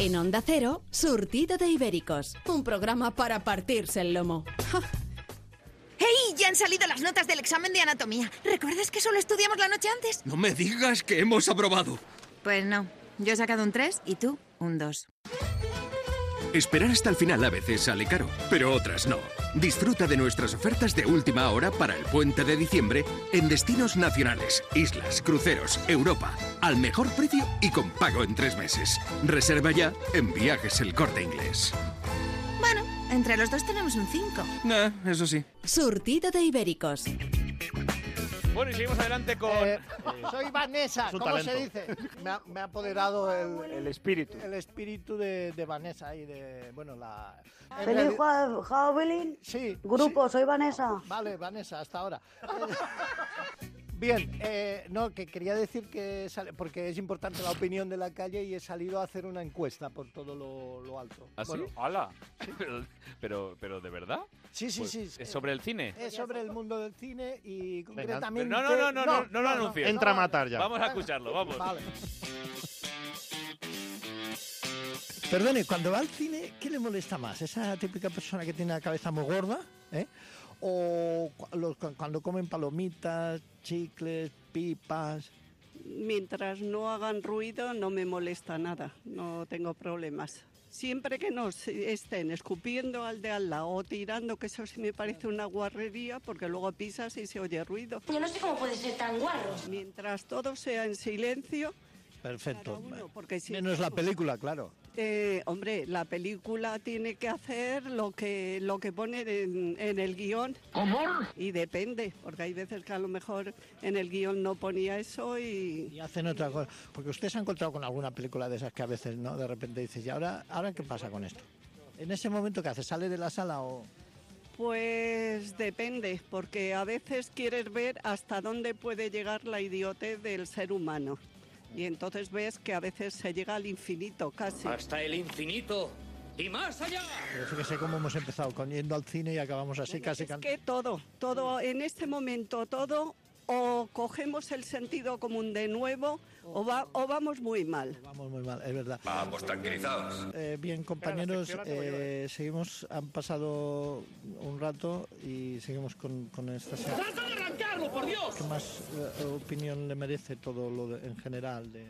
Speaker 2: En Onda Cero, Surtido de Ibéricos. Un programa para partirse el lomo.
Speaker 13: ¡Hey! Ya han salido las notas del examen de anatomía. ¿Recuerdas que solo estudiamos la noche antes?
Speaker 14: No me digas que hemos aprobado.
Speaker 13: Pues no. Yo he sacado un 3 y tú un 2.
Speaker 14: Esperar hasta el final a veces sale caro, pero otras no. Disfruta de nuestras ofertas de última hora para el puente de diciembre en destinos nacionales, islas, cruceros, Europa, al mejor precio y con pago en tres meses. Reserva ya en viajes el corte inglés.
Speaker 13: Bueno, entre los dos tenemos un 5.
Speaker 14: Nah, eso sí.
Speaker 2: Surtido de Ibéricos.
Speaker 1: Bueno, y seguimos adelante con...
Speaker 23: Eh, Soy Vanessa,
Speaker 1: Es un
Speaker 23: ¿cómo se dice? Me ha, me ha apoderado el,
Speaker 6: El espíritu.
Speaker 23: el espíritu de, de Vanessa y de, bueno, la... en
Speaker 22: Feliz
Speaker 23: reali-
Speaker 22: Jua- Javelin.
Speaker 23: Sí.
Speaker 22: Grupo,
Speaker 23: sí.
Speaker 22: soy Vanessa.
Speaker 23: Vale, Vanessa, hasta
Speaker 1: [laughs]
Speaker 23: ahora. Bien, eh, no, que quería decir que, sale- porque es importante la opinión de la calle y he salido a hacer una encuesta por todo lo, lo alto.
Speaker 1: ¿Así?
Speaker 23: Bueno,
Speaker 1: ¡Hala! ¿Ah, [laughs] Pero, pero, pero, ¿de verdad?
Speaker 23: Sí, sí,
Speaker 1: Pues,
Speaker 23: sí.
Speaker 1: ¿Es sobre el cine?
Speaker 23: Es sobre el mundo del cine y concretamente...
Speaker 1: No, no, no, no, no, no lo anuncies.
Speaker 23: Entra a
Speaker 5: matar
Speaker 23: ya.
Speaker 1: Vamos a escucharlo, vamos.
Speaker 23: Vale. Perdone, cuando va al cine, ¿qué le molesta más? ¿Esa típica persona que tiene la cabeza muy gorda? ¿eh? ¿O cu- los- cu- cuando comen palomitas, chicles, pipas?
Speaker 25: Mientras no hagan ruido no me molesta nada, no tengo problemas. Siempre que nos estén escupiendo al de al lado o tirando, que eso sí me parece una guarrería, porque luego pisas y se oye ruido. Yo no sé cómo puede ser tan guarro. Mientras todo sea en silencio,
Speaker 23: Perfecto.
Speaker 25: porque si
Speaker 23: Menos la película, claro.
Speaker 25: eh, hombre, la película tiene que hacer lo que, lo que pone en, en el guión. Y depende, porque hay veces que a lo mejor en el guión no ponía eso y...
Speaker 23: Y hacen otra cosa. Porque usted se ha encontrado con alguna película de esas que a veces, ¿no? De repente dices, ¿y ahora, ahora qué pasa con esto? En ese momento, ¿qué hace? ¿Sale de la sala o...?
Speaker 25: Pues depende, porque a veces quieres ver hasta dónde puede llegar la idiotez del ser humano. Y entonces ves que a veces se llega al infinito casi.
Speaker 15: Hasta el infinito y más allá.
Speaker 23: Pero fíjese cómo hemos empezado con yendo al cine y acabamos así
Speaker 25: Bueno,
Speaker 23: casi
Speaker 25: es
Speaker 23: can-
Speaker 25: que todo, todo en este momento, todo o cogemos el sentido común de nuevo o, va- o vamos muy mal.
Speaker 23: Vamos muy mal, es verdad.
Speaker 16: Vamos, tranquilizados.
Speaker 23: Eh, bien, compañeros,
Speaker 25: Espera, la sección la tengo yo,
Speaker 23: eh, seguimos, han pasado un rato y seguimos con, con esta se-
Speaker 16: ¡Trata de arrancarlo, por Dios!
Speaker 23: ¿Qué más eh, opinión le merece todo lo de- en general? De...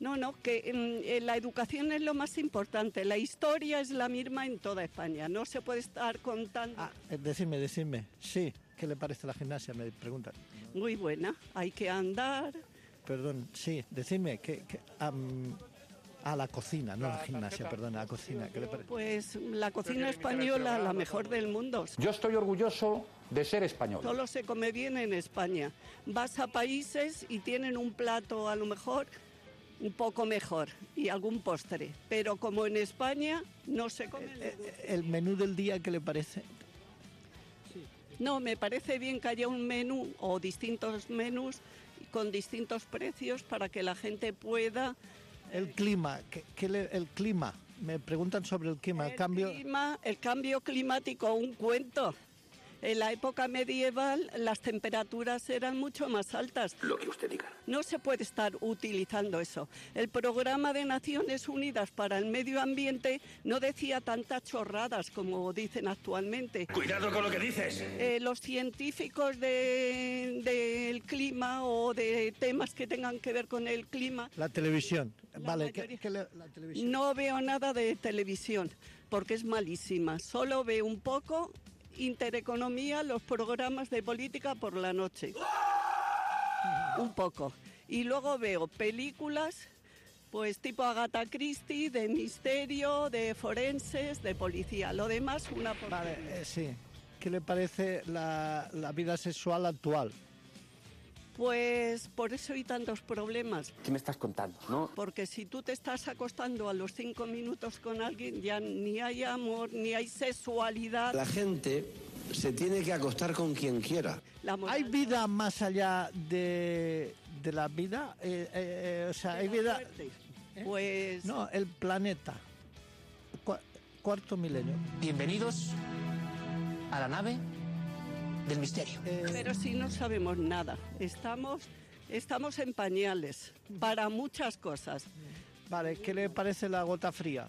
Speaker 25: No, no, que mm, eh, la educación es lo más importante. La historia es la misma en toda España. No se puede estar contando.
Speaker 23: Eh, decidme, decidme, sí, ¿qué le parece la gimnasia? Me preguntan.
Speaker 25: Muy buena, hay que andar.
Speaker 23: Perdón, sí, decidme, que, a la cocina,
Speaker 25: Ah,
Speaker 23: no la gimnasia, perdón, a la cocina, ¿qué le parece?
Speaker 25: Pues la cocina española, la mejor del mundo.
Speaker 23: Yo estoy orgulloso de ser español.
Speaker 25: Solo se come bien en España. Vas a países y tienen un plato a lo mejor un poco mejor y algún postre. Pero como en España no se come...
Speaker 23: El menú del día, ¿qué le parece?
Speaker 25: No, me parece bien que haya un menú o distintos menús con distintos precios para que la gente pueda...
Speaker 23: El clima, ¿qué, qué le- el clima? Me preguntan sobre el clima, el cambio...
Speaker 25: clima- el cambio climático, un cuento. En la época medieval las temperaturas eran mucho más altas. Lo que usted diga. No se puede estar utilizando eso. El programa de Naciones Unidas para el Medio Ambiente no decía tantas chorradas como dicen actualmente.
Speaker 16: Cuidado con lo que dices.
Speaker 25: Eh, los científicos de- del clima o de temas que tengan que ver con el clima
Speaker 23: La televisión, vale, ¿qué- qué le-
Speaker 25: no veo nada de televisión porque es malísima. Solo veo un poco intereconomía, los programas de política por la noche. Un poco. Y luego veo películas, pues tipo Agatha Christie, de misterio, de forenses, de policía. Lo demás, una por
Speaker 23: eh, sí, ¿qué le parece la, la vida sexual actual?
Speaker 25: Pues por eso hay tantos problemas.
Speaker 23: ¿Qué me estás contando? ¿No?
Speaker 25: Porque si tú te estás acostando a los cinco minutos con alguien, ya ni hay amor, ni hay sexualidad.
Speaker 17: La gente se tiene que acostar con quien quiera.
Speaker 23: ¿Hay vida más allá de, de la vida? Eh, eh, eh, o sea, hay vida... ¿Eh?
Speaker 25: Pues...
Speaker 23: No, el planeta. Cua- cuarto milenio.
Speaker 17: Bienvenidos a la nave del misterio.
Speaker 25: Pero si no sabemos nada, estamos, estamos en pañales para muchas cosas.
Speaker 23: Vale, ¿qué le parece la gota fría?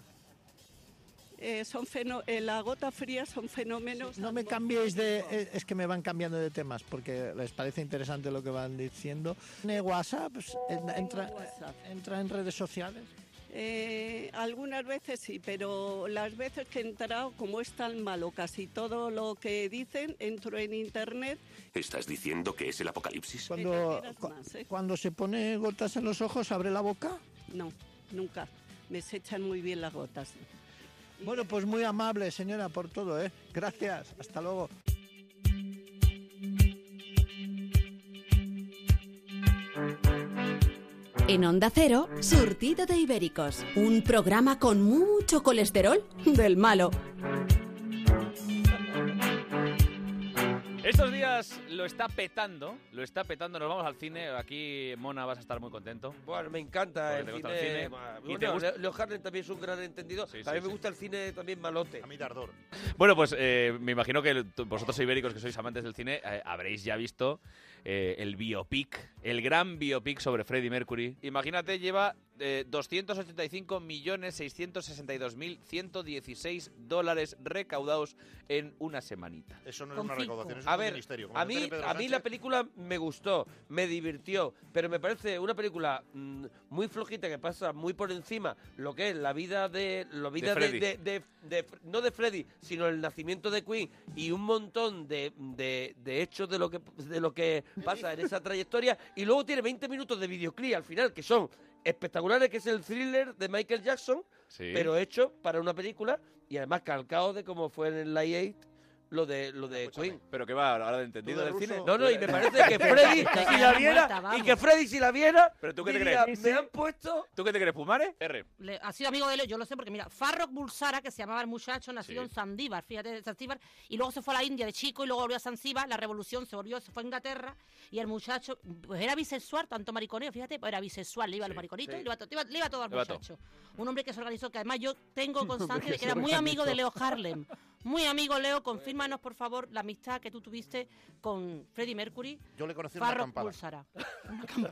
Speaker 25: Eh, son feno- eh, la gota fría son fenómenos.
Speaker 23: No me cambiéis de... eh, Es que me van cambiando de temas porque les parece interesante lo que van diciendo. ¿Tiene WhatsApp? En- Entra, ¿Entra en redes sociales?
Speaker 25: Eh, algunas veces sí, pero las veces que he entrado, como es tan malo casi todo lo que dicen, entro en internet.
Speaker 19: ¿Estás diciendo que es el apocalipsis?
Speaker 26: Ah,
Speaker 23: Cuando, cu- cuando se pone gotas en los ojos, abre la boca.
Speaker 25: No, nunca. Me se echan muy bien las gotas.
Speaker 23: Bueno, pues muy amable, señora, por todo, ¿eh? Gracias, hasta luego.
Speaker 2: En Onda Cero, Surtido de Ibéricos. Un programa con mucho colesterol del malo.
Speaker 11: Estos días lo está petando, lo está petando. Nos vamos al cine. Aquí, Mona, vas a estar muy contento.
Speaker 8: Bueno, me encanta
Speaker 11: Porque
Speaker 8: el cine.
Speaker 11: te gusta el cine.
Speaker 8: ma-
Speaker 11: Y
Speaker 8: bueno,
Speaker 11: te gusta-
Speaker 8: Leo- Leo Harlem también es un gran entendido. a mí
Speaker 11: sí,
Speaker 8: me
Speaker 11: sí.
Speaker 8: gusta el cine también malote. A
Speaker 5: mí Dardor.
Speaker 11: Bueno, pues eh, me imagino que el- t- vosotros ibéricos que sois amantes del cine eh, habréis ya visto eh, el biopic, el gran biopic sobre Freddie Mercury. Imagínate, lleva eh, 285.662.116 dólares recaudados en una semanita.
Speaker 5: Eso no es
Speaker 8: Con
Speaker 5: una
Speaker 8: cinco.
Speaker 5: recaudación, eso
Speaker 8: a
Speaker 5: es un
Speaker 8: ver,
Speaker 5: ministerio. Como
Speaker 8: A
Speaker 5: Antonio
Speaker 8: mí,
Speaker 5: Pedro
Speaker 8: a mí
Speaker 5: Sánchez-
Speaker 8: la película me gustó, me divirtió, pero me parece una película mm, muy flojita que pasa muy por encima lo que es la vida de. La vida de,
Speaker 11: Freddy.
Speaker 8: de- de- de- no de Freddy, sino el nacimiento de Queen y un montón de, de- de hechos de lo, que, de lo que pasa en esa trayectoria. Y luego tiene 20 minutos de videoclip al final, que son espectaculares, que es el thriller de Michael Jackson,
Speaker 11: Sí.
Speaker 8: pero hecho para una película y además calcado de cómo fue en el Live Aid Lo de, lo de Queen.
Speaker 1: Pero que va, ahora de entendido del cine.
Speaker 8: No, no, y me parece que
Speaker 5: [laughs]
Speaker 8: Freddy, si la viera, y que Freddy, si la viera,
Speaker 1: ¿Pero tú qué te
Speaker 8: diría,
Speaker 1: crees?
Speaker 8: me han puesto...
Speaker 1: ¿Tú qué te crees, eh? Pumare? R.
Speaker 7: Le- ha sido amigo de él, yo lo sé, porque mira, Farrokh Bulsara, que se llamaba el muchacho, nació
Speaker 1: Sí.
Speaker 7: en Zanzíbar, fíjate, de Zanzíbar, y luego se fue a la India de chico y luego volvió a Zanzíbar, la revolución se volvió, se fue a Inglaterra, y el muchacho, pues era bisexual, tanto mariconeo, fíjate, pues era bisexual, le iba a los mariconitos
Speaker 1: sí.
Speaker 7: y le iba, a to- le iba- le iba a todo al
Speaker 1: Le iba a todo.
Speaker 7: muchacho. Un hombre que se organizó, que además yo
Speaker 1: [laughs]
Speaker 7: tengo
Speaker 1: hombre
Speaker 7: constancia
Speaker 1: que
Speaker 7: de
Speaker 1: se
Speaker 7: que era muy amigo de Leo
Speaker 1: organizó.
Speaker 7: Harlem. Muy amigo, Leo, confírmanos, por favor, la amistad que tú tuviste con Freddie Mercury,
Speaker 5: Yo le conocí en una
Speaker 7: Farrokh
Speaker 5: acampada.
Speaker 7: Bulsara.
Speaker 1: [laughs]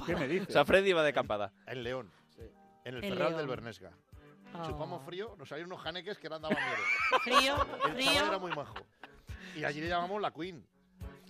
Speaker 1: ¿Qué me dices? O sea, Freddy iba de acampada.
Speaker 5: En León. En el
Speaker 7: En
Speaker 5: Ferral del
Speaker 7: León.
Speaker 5: Bernesga.
Speaker 7: Oh.
Speaker 5: Chupamos frío, nos salieron unos janeques que eran daban miedo.
Speaker 7: [laughs] Frío,
Speaker 5: El chaval
Speaker 7: frío.
Speaker 5: era muy
Speaker 1: Este
Speaker 5: majo. Y allí le llamamos la Queen.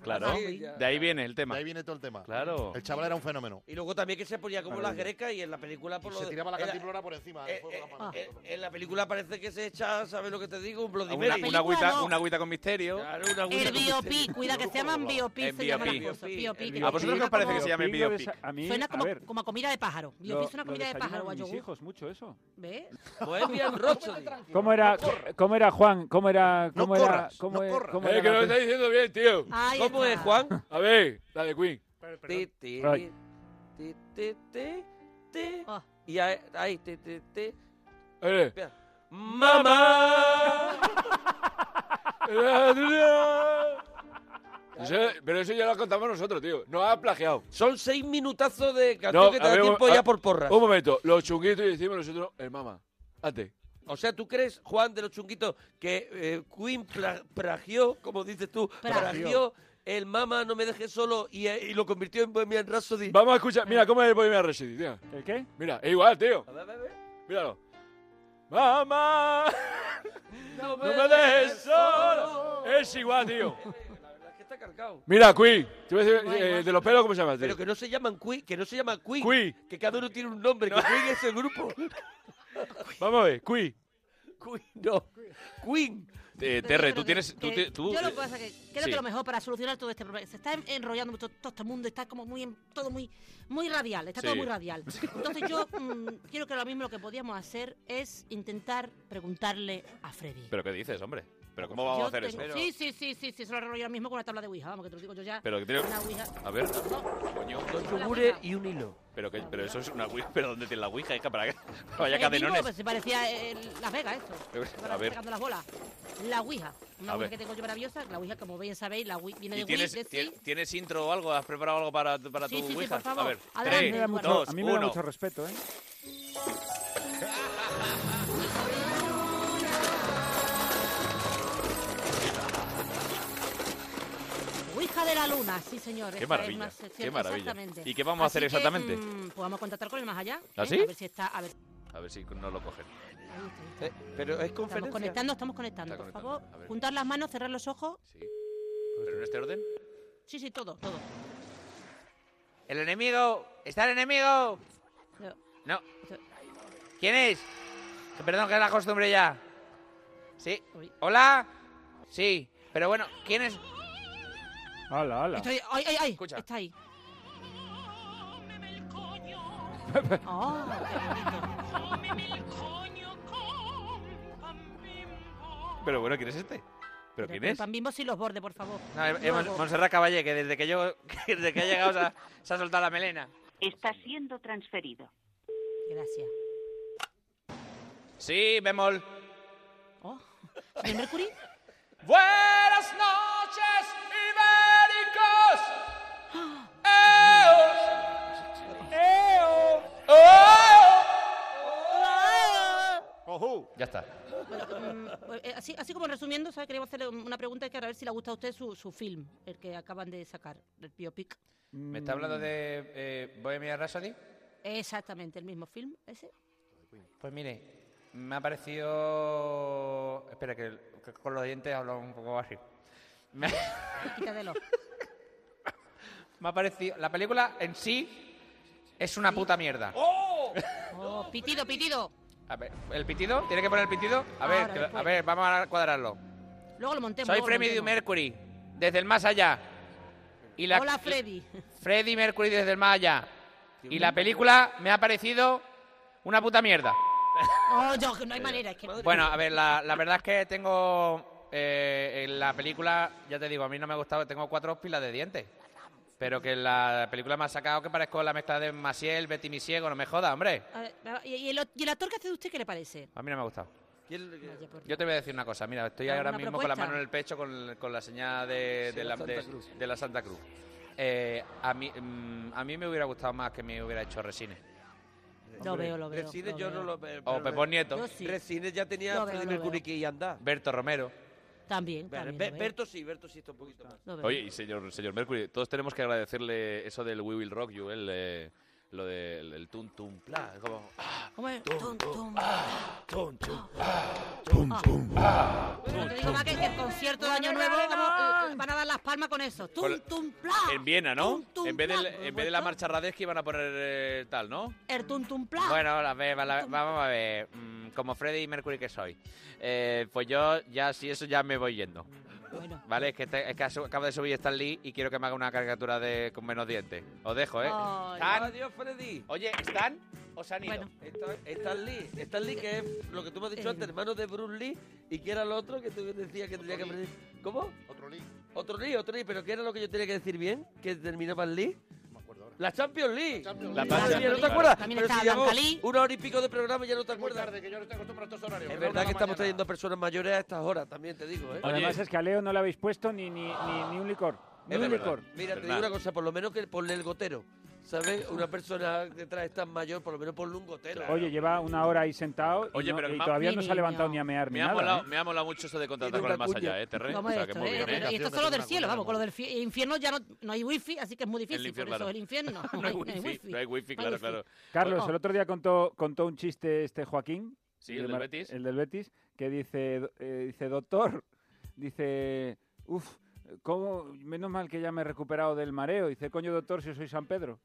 Speaker 1: Claro.
Speaker 8: Sí, ya.
Speaker 1: De ahí viene el tema.
Speaker 5: De ahí viene todo el tema.
Speaker 1: Claro.
Speaker 5: El chaval era un fenómeno.
Speaker 8: Y luego también que se ponía como las
Speaker 5: Maravilla.
Speaker 8: grecas y en la película... Por
Speaker 5: Y
Speaker 8: lo
Speaker 5: se
Speaker 8: de-
Speaker 5: tiraba la
Speaker 8: era-
Speaker 5: cantimplora por encima.
Speaker 8: eh,
Speaker 5: después
Speaker 8: eh,
Speaker 5: con la mano.
Speaker 8: eh, en la película parece que se echa, ¿sabes lo que te digo? Un Bloody
Speaker 1: Una,
Speaker 8: Mary.
Speaker 1: una, agüita, una agüita con misterio.
Speaker 8: Claro, una agüita
Speaker 7: El
Speaker 8: con
Speaker 7: biopic,
Speaker 8: misterio.
Speaker 7: cuida que se llaman biopic,
Speaker 1: En
Speaker 7: se llaman
Speaker 1: biopic.
Speaker 7: las cosas. Biopic,
Speaker 1: ¿A vosotros qué os parece que se llame
Speaker 6: Biopic lo
Speaker 1: biopic?
Speaker 6: desa- a mí,
Speaker 7: Suena
Speaker 6: a
Speaker 7: como,
Speaker 6: ver,
Speaker 7: como a comida de pájaro. Biopic
Speaker 6: lo-
Speaker 7: es una
Speaker 6: lo
Speaker 7: comida de
Speaker 6: desayunan
Speaker 7: pájaro o a
Speaker 6: mis
Speaker 7: yogur.
Speaker 6: hijos mucho eso.
Speaker 7: ¿Ves?
Speaker 1: Pues
Speaker 7: [laughs]
Speaker 8: Bohemian Rhapsody.
Speaker 6: ¿Cómo era, cómo era Juan? ¿Cómo era?
Speaker 8: No
Speaker 6: ¿Cómo era?
Speaker 8: corras,
Speaker 6: ¿Cómo
Speaker 8: no
Speaker 6: era-
Speaker 8: corras.
Speaker 6: cómo
Speaker 8: Eh,
Speaker 6: era
Speaker 8: que
Speaker 6: la
Speaker 8: no
Speaker 6: pe-
Speaker 8: estáis
Speaker 21: diciendo bien, tío.
Speaker 7: Ahí
Speaker 8: ¿Cómo
Speaker 7: está.
Speaker 8: es, Juan?
Speaker 21: A ver, la de Queen.
Speaker 8: Ti, ti,
Speaker 21: Ay.
Speaker 8: ti, ti, ti, ti.
Speaker 7: Ah.
Speaker 8: Y ahí, ahí, ti, ti, ti.
Speaker 21: Eh.
Speaker 8: Espera. [laughs] ¡Mamá!
Speaker 21: Eso- Eh, pero eso ya lo contamos nosotros, tío. Nos ha plagiado.
Speaker 8: Son seis minutazos de canción que te
Speaker 21: a
Speaker 8: da
Speaker 21: ver,
Speaker 8: tiempo
Speaker 21: un-
Speaker 8: ya
Speaker 21: a-
Speaker 8: por porras.
Speaker 21: ah, Un momento, los chunguitos y decimos nosotros, el mamá. Ate.
Speaker 8: O sea, ¿tú crees, Juan de los Chunguitos, que eh, Queen pla- plagió, como dices tú, plagió el Mama no me dejes solo y, eh, y lo convirtió en Bohemian Rhapsody?
Speaker 21: Vamos a escuchar. Mira, ¿cómo es el Bohemian Rhapsody, tío?
Speaker 6: ¿El qué?
Speaker 21: Mira, es igual, tío.
Speaker 8: A ver, a ver, a ver.
Speaker 21: Míralo. Mamá, no
Speaker 8: No
Speaker 21: me dejes solo. Es igual, tío.
Speaker 8: Es que está cargado.
Speaker 21: Mira, Queen. Te voy a decir, eh, de los pelos, ¿cómo se llama? tío?
Speaker 8: Pero que no se llaman Queen, que no se llama Queen,
Speaker 21: Queen.
Speaker 8: que cada uno tiene un nombre, que Queen es el grupo.
Speaker 21: Vamos a ver, Queen.
Speaker 8: Queen, no. Queen.
Speaker 1: Eh,
Speaker 7: Pero yo
Speaker 1: Terre,
Speaker 7: creo
Speaker 1: tú
Speaker 7: que-
Speaker 1: tienes. Tú,
Speaker 7: que
Speaker 1: ti- tú,
Speaker 7: yo lo
Speaker 1: eh,
Speaker 7: que pasa que creo
Speaker 1: sí.
Speaker 7: que lo mejor para solucionar todo este problema se está en- enrollando mucho todo este mundo está como muy en- todo muy muy radial está todo
Speaker 1: Sí.
Speaker 7: muy radial entonces yo mm, quiero que ahora mismo lo que podíamos hacer es intentar preguntarle a Freddy
Speaker 1: Eh. ¿Pero qué dices, hombre? ¿Pero cómo vamos
Speaker 7: Yo
Speaker 1: a hacer
Speaker 7: tengo-
Speaker 1: eso?
Speaker 7: sí sí sí sí sí se lo arreglo yo ahora mismo con una tabla de ouija vamos que te lo digo yo ya
Speaker 1: Pero que tiene-
Speaker 7: una ouija
Speaker 1: A ver, coño.
Speaker 8: Dos yogures y un hilo.
Speaker 1: Pero, que, pero eso es una Ouija. [laughs] ¿Pero dónde tiene la Ouija, hija? [laughs] ¿Para qué?
Speaker 7: Ahí
Speaker 1: Vaya
Speaker 7: mismo,
Speaker 1: cadenones.
Speaker 7: pues, se parecía el- Las Vegas esto
Speaker 1: A ver.
Speaker 7: sacando las bolas la ouija una
Speaker 1: A
Speaker 7: ouija
Speaker 1: ver.
Speaker 7: que tengo yo maravillosa la ouija como bien sabéis la ouija viene de
Speaker 1: ¿Y
Speaker 7: Ouija,
Speaker 1: tienes,
Speaker 7: de sí.
Speaker 1: tien- tienes intro o algo? ¿Has preparado algo para, para
Speaker 7: Sí,
Speaker 1: tu
Speaker 7: sí, sí,
Speaker 1: Ouija?
Speaker 7: por favor.
Speaker 1: A ver,
Speaker 7: Adelante,
Speaker 1: tres,
Speaker 6: Me da mucho-
Speaker 1: dos,
Speaker 6: a mí me da
Speaker 1: uno.
Speaker 6: mucho respeto, ¿eh?
Speaker 7: Ouija de la Luna, sí, señor.
Speaker 1: Qué
Speaker 7: esta es
Speaker 1: maravilla,
Speaker 7: una
Speaker 1: qué
Speaker 7: sección-
Speaker 1: maravilla.
Speaker 7: exactamente.
Speaker 1: ¿Y qué vamos a hacer
Speaker 7: Así que,
Speaker 1: exactamente?
Speaker 7: mm, pues vamos a contactar con el más allá.
Speaker 1: ¿Ah,
Speaker 7: ¿eh?
Speaker 1: sí?
Speaker 7: A ver si está. A ver,
Speaker 1: A ver si no lo cogen.
Speaker 7: ahí está.
Speaker 8: Eh, pero es
Speaker 7: Estamos
Speaker 8: conferencia.
Speaker 7: conectando, estamos conectando.
Speaker 1: Está
Speaker 7: Por
Speaker 1: conectando,
Speaker 7: favor,
Speaker 1: a ver.
Speaker 7: juntar las manos, cerrar los ojos.
Speaker 1: ¿Pero en este orden?
Speaker 7: Sí, sí, todo, todo.
Speaker 10: El enemigo. ¿Está el enemigo?
Speaker 7: Pero-
Speaker 10: No. ¿Quién es? Que Perdón, que es la costumbre ya. Sí. ¿Hola? Sí. Pero bueno, ¿quién es?
Speaker 6: Hala, hala.
Speaker 7: Estoy, ay, ay, ay, está ahí. Oh, qué
Speaker 1: Pero bueno, ¿quién es este? ¿Pero quién es?
Speaker 7: Pan bimbo sin los bordes, por favor.
Speaker 10: No, es- es
Speaker 7: Luego.
Speaker 10: Mon- Montserrat Caballé, que desde que yo [laughs] que desde que ha llegado se ha, se ha soltado la melena.
Speaker 27: Está siendo transferido.
Speaker 7: Gracias.
Speaker 10: Sí, bemol.
Speaker 7: ¿El Oh. Mercury?
Speaker 10: Buenas noches,
Speaker 7: [gasps]
Speaker 10: ibéricos. Eos. Eos.
Speaker 1: Ya está.
Speaker 7: Bueno, mm, pues, eh, así, así como resumiendo, ¿sabe? queríamos hacerle un- una pregunta que a ver si le gusta a usted su, su film, el que acaban de sacar, el biopic.
Speaker 10: ¿Me está hablando de eh, Bohemia Rhapsody?
Speaker 7: Exactamente, el mismo film, ese.
Speaker 10: Pues mire, me ha parecido... Espera, que, que con los dientes hablo un poco así. Me,
Speaker 7: [laughs] Quítatelo.
Speaker 10: [laughs] me ha parecido... La película en sí es una puta mierda.
Speaker 7: Oh, pitido, pitido.
Speaker 10: A ver, ¿el pitido? ¿Tiene que poner el pitido? A ver,
Speaker 7: Ahora,
Speaker 10: que- a
Speaker 7: después. Este
Speaker 10: ver, vamos a cuadrarlo.
Speaker 7: Luego lo montemos.
Speaker 10: Soy
Speaker 7: luego lo
Speaker 10: Freddy
Speaker 7: montemos.
Speaker 10: Mercury, desde el más allá. Y la-
Speaker 7: Hola, Freddy.
Speaker 26: [laughs]
Speaker 10: Freddy Mercury desde el más allá. Y la película me ha parecido una puta mierda.
Speaker 26: Eh,
Speaker 7: Oh, yo, que no hay manera. es que-
Speaker 10: Bueno, a ver, la, la verdad es que tengo
Speaker 1: eh, en la película, ya te digo, a mí no me ha gustado, tengo cuatro pilas de dientes. Pero que en la película me ha sacado que parezco la mezcla de Maciel, Betty mi ciego, no me joda, hombre.
Speaker 7: A ver, ¿y, y el, y el actor que hace de usted qué le parece?
Speaker 1: A mí no me ha gustado.
Speaker 7: Vaya, por-
Speaker 1: Yo te voy a decir una cosa, mira, estoy
Speaker 7: ¿Alguna
Speaker 1: ahora mismo con la
Speaker 7: propuesta?
Speaker 1: mano en el pecho con, con la señal de,
Speaker 7: Sí,
Speaker 1: de
Speaker 7: la
Speaker 1: la,
Speaker 7: Santa
Speaker 1: de-
Speaker 7: Cruz.
Speaker 1: de la Santa Cruz. Eh, a, mí, mm, a mí me hubiera gustado más que me hubiera hecho Resines.
Speaker 7: Lo
Speaker 1: Hombre,
Speaker 7: veo, lo veo.
Speaker 8: Resines
Speaker 7: lo
Speaker 8: yo
Speaker 7: veo.
Speaker 8: no lo veo.
Speaker 1: O
Speaker 8: pero-
Speaker 1: Pepón Nieto.
Speaker 7: Yo sí.
Speaker 8: Resines ya tenía
Speaker 7: Lo
Speaker 8: a
Speaker 7: veo,
Speaker 8: Freddie
Speaker 7: lo veo.
Speaker 8: Mercury que ya andaba.
Speaker 1: Berto Romero.
Speaker 7: También, también.
Speaker 8: Be-
Speaker 7: lo veo.
Speaker 8: Berto sí, Berto sí está un poquito más.
Speaker 7: Lo veo.
Speaker 26: Oye, y señor, señor Mercury, todos tenemos que agradecerle eso del We Will Rock You, el, eh, lo del el tum tum pla. Como, ah,
Speaker 7: ¿Cómo es? Tum, tum.
Speaker 26: tum, tum.
Speaker 7: Ah. Bueno, te digo más que en el concierto de Año Nuevo vamos, eh, van a dar las palmas con eso.
Speaker 26: Con
Speaker 7: Tum,
Speaker 26: la-
Speaker 7: tum, pla.
Speaker 26: En Viena, ¿no?
Speaker 7: tum,
Speaker 26: en vez, del-
Speaker 7: pla,
Speaker 26: en vez de la marcha Radesky van a poner eh, tal, ¿no?
Speaker 7: El tum, tum, pla.
Speaker 1: Bueno, la ve- va- la- vamos a ver. mm, como Freddy Mercury que soy. Eh, pues yo ya, si eso ya me voy yendo. Vale, es que, te- es que ha su- acaba de subir Stan Lee y quiero que me haga una caricatura de, con menos dientes. Os dejo, ¿eh?
Speaker 7: Oh.
Speaker 1: Stan,
Speaker 8: Adiós, Freddy.
Speaker 1: Oye, ¿están o se han ido?
Speaker 8: Está, Stan Lee, Stan Lee que es lo que tú me has
Speaker 5: Eh.
Speaker 8: dicho antes, hermano de Bruce Lee, y que era el otro que tú decías que tenía que aprender. ¿Cómo?
Speaker 5: Otro Lee.
Speaker 8: Otro Lee, otro Lee, pero ¿qué era lo que yo tenía que decir bien? Que terminaba en Lee. La Champions League.
Speaker 5: La
Speaker 8: Madre
Speaker 5: Champions
Speaker 8: mía, ¿No te
Speaker 5: League.
Speaker 8: acuerdas?
Speaker 5: También
Speaker 8: Pero
Speaker 5: estaba
Speaker 8: si llevamos
Speaker 5: Blanca Lee.
Speaker 8: Una hora y pico de programa y ya no te
Speaker 5: Muy
Speaker 8: acuerdas.
Speaker 5: tarde, que yo no estoy acostumbrado a estos horarios.
Speaker 8: Es verdad
Speaker 5: me voy
Speaker 8: que
Speaker 5: a la
Speaker 8: estamos
Speaker 5: mañana.
Speaker 8: trayendo a personas mayores a estas horas, también te digo, ¿eh?
Speaker 6: Además es que a Leo no le habéis puesto ni, ni, ni, ni un licor. Ni
Speaker 8: Es
Speaker 6: un
Speaker 8: verdad.
Speaker 6: licor.
Speaker 8: Mira, te digo una cosa, por lo menos que ponle el gotero. ¿Sabes? Una persona que trae tan mayor, por lo menos ponle un gotero.
Speaker 6: Oye, lleva una hora ahí sentado y,
Speaker 26: Oye,
Speaker 6: no-
Speaker 26: pero
Speaker 6: y
Speaker 26: ma-
Speaker 6: todavía
Speaker 26: Mi
Speaker 6: no se
Speaker 26: niño.
Speaker 6: ha levantado ni a mear ni
Speaker 26: Me ha,
Speaker 6: nada.
Speaker 26: molado,
Speaker 6: ¿eh?
Speaker 26: me ha molado mucho eso de contratar
Speaker 6: Tiene
Speaker 26: con el
Speaker 6: una
Speaker 26: más
Speaker 6: cuña.
Speaker 26: allá, ¿eh, Terre?
Speaker 7: Vamos
Speaker 26: O sea,
Speaker 7: esto,
Speaker 26: que muy
Speaker 7: eh,
Speaker 26: bien, ¿eh?
Speaker 7: Y esto es solo del cielo, vamos, con lo del fi- infierno ya no, no hay wifi, así que es muy difícil.
Speaker 26: infierno,
Speaker 7: por eso
Speaker 26: claro.
Speaker 7: es el
Speaker 26: [laughs]
Speaker 7: infierno.
Speaker 1: [laughs]
Speaker 26: No hay wifi, no hay wifi, claro, claro.
Speaker 6: Carlos, el otro día contó, contó un chiste este Joaquín.
Speaker 26: Sí, el del
Speaker 6: Mar-
Speaker 26: Betis.
Speaker 6: El del Betis, que dice, do- eh, dice doctor, dice, uff, ¿cómo? Menos mal que ya me he recuperado del mareo. Dice, coño, doctor, si soy
Speaker 8: [laughs]
Speaker 6: San Pedro.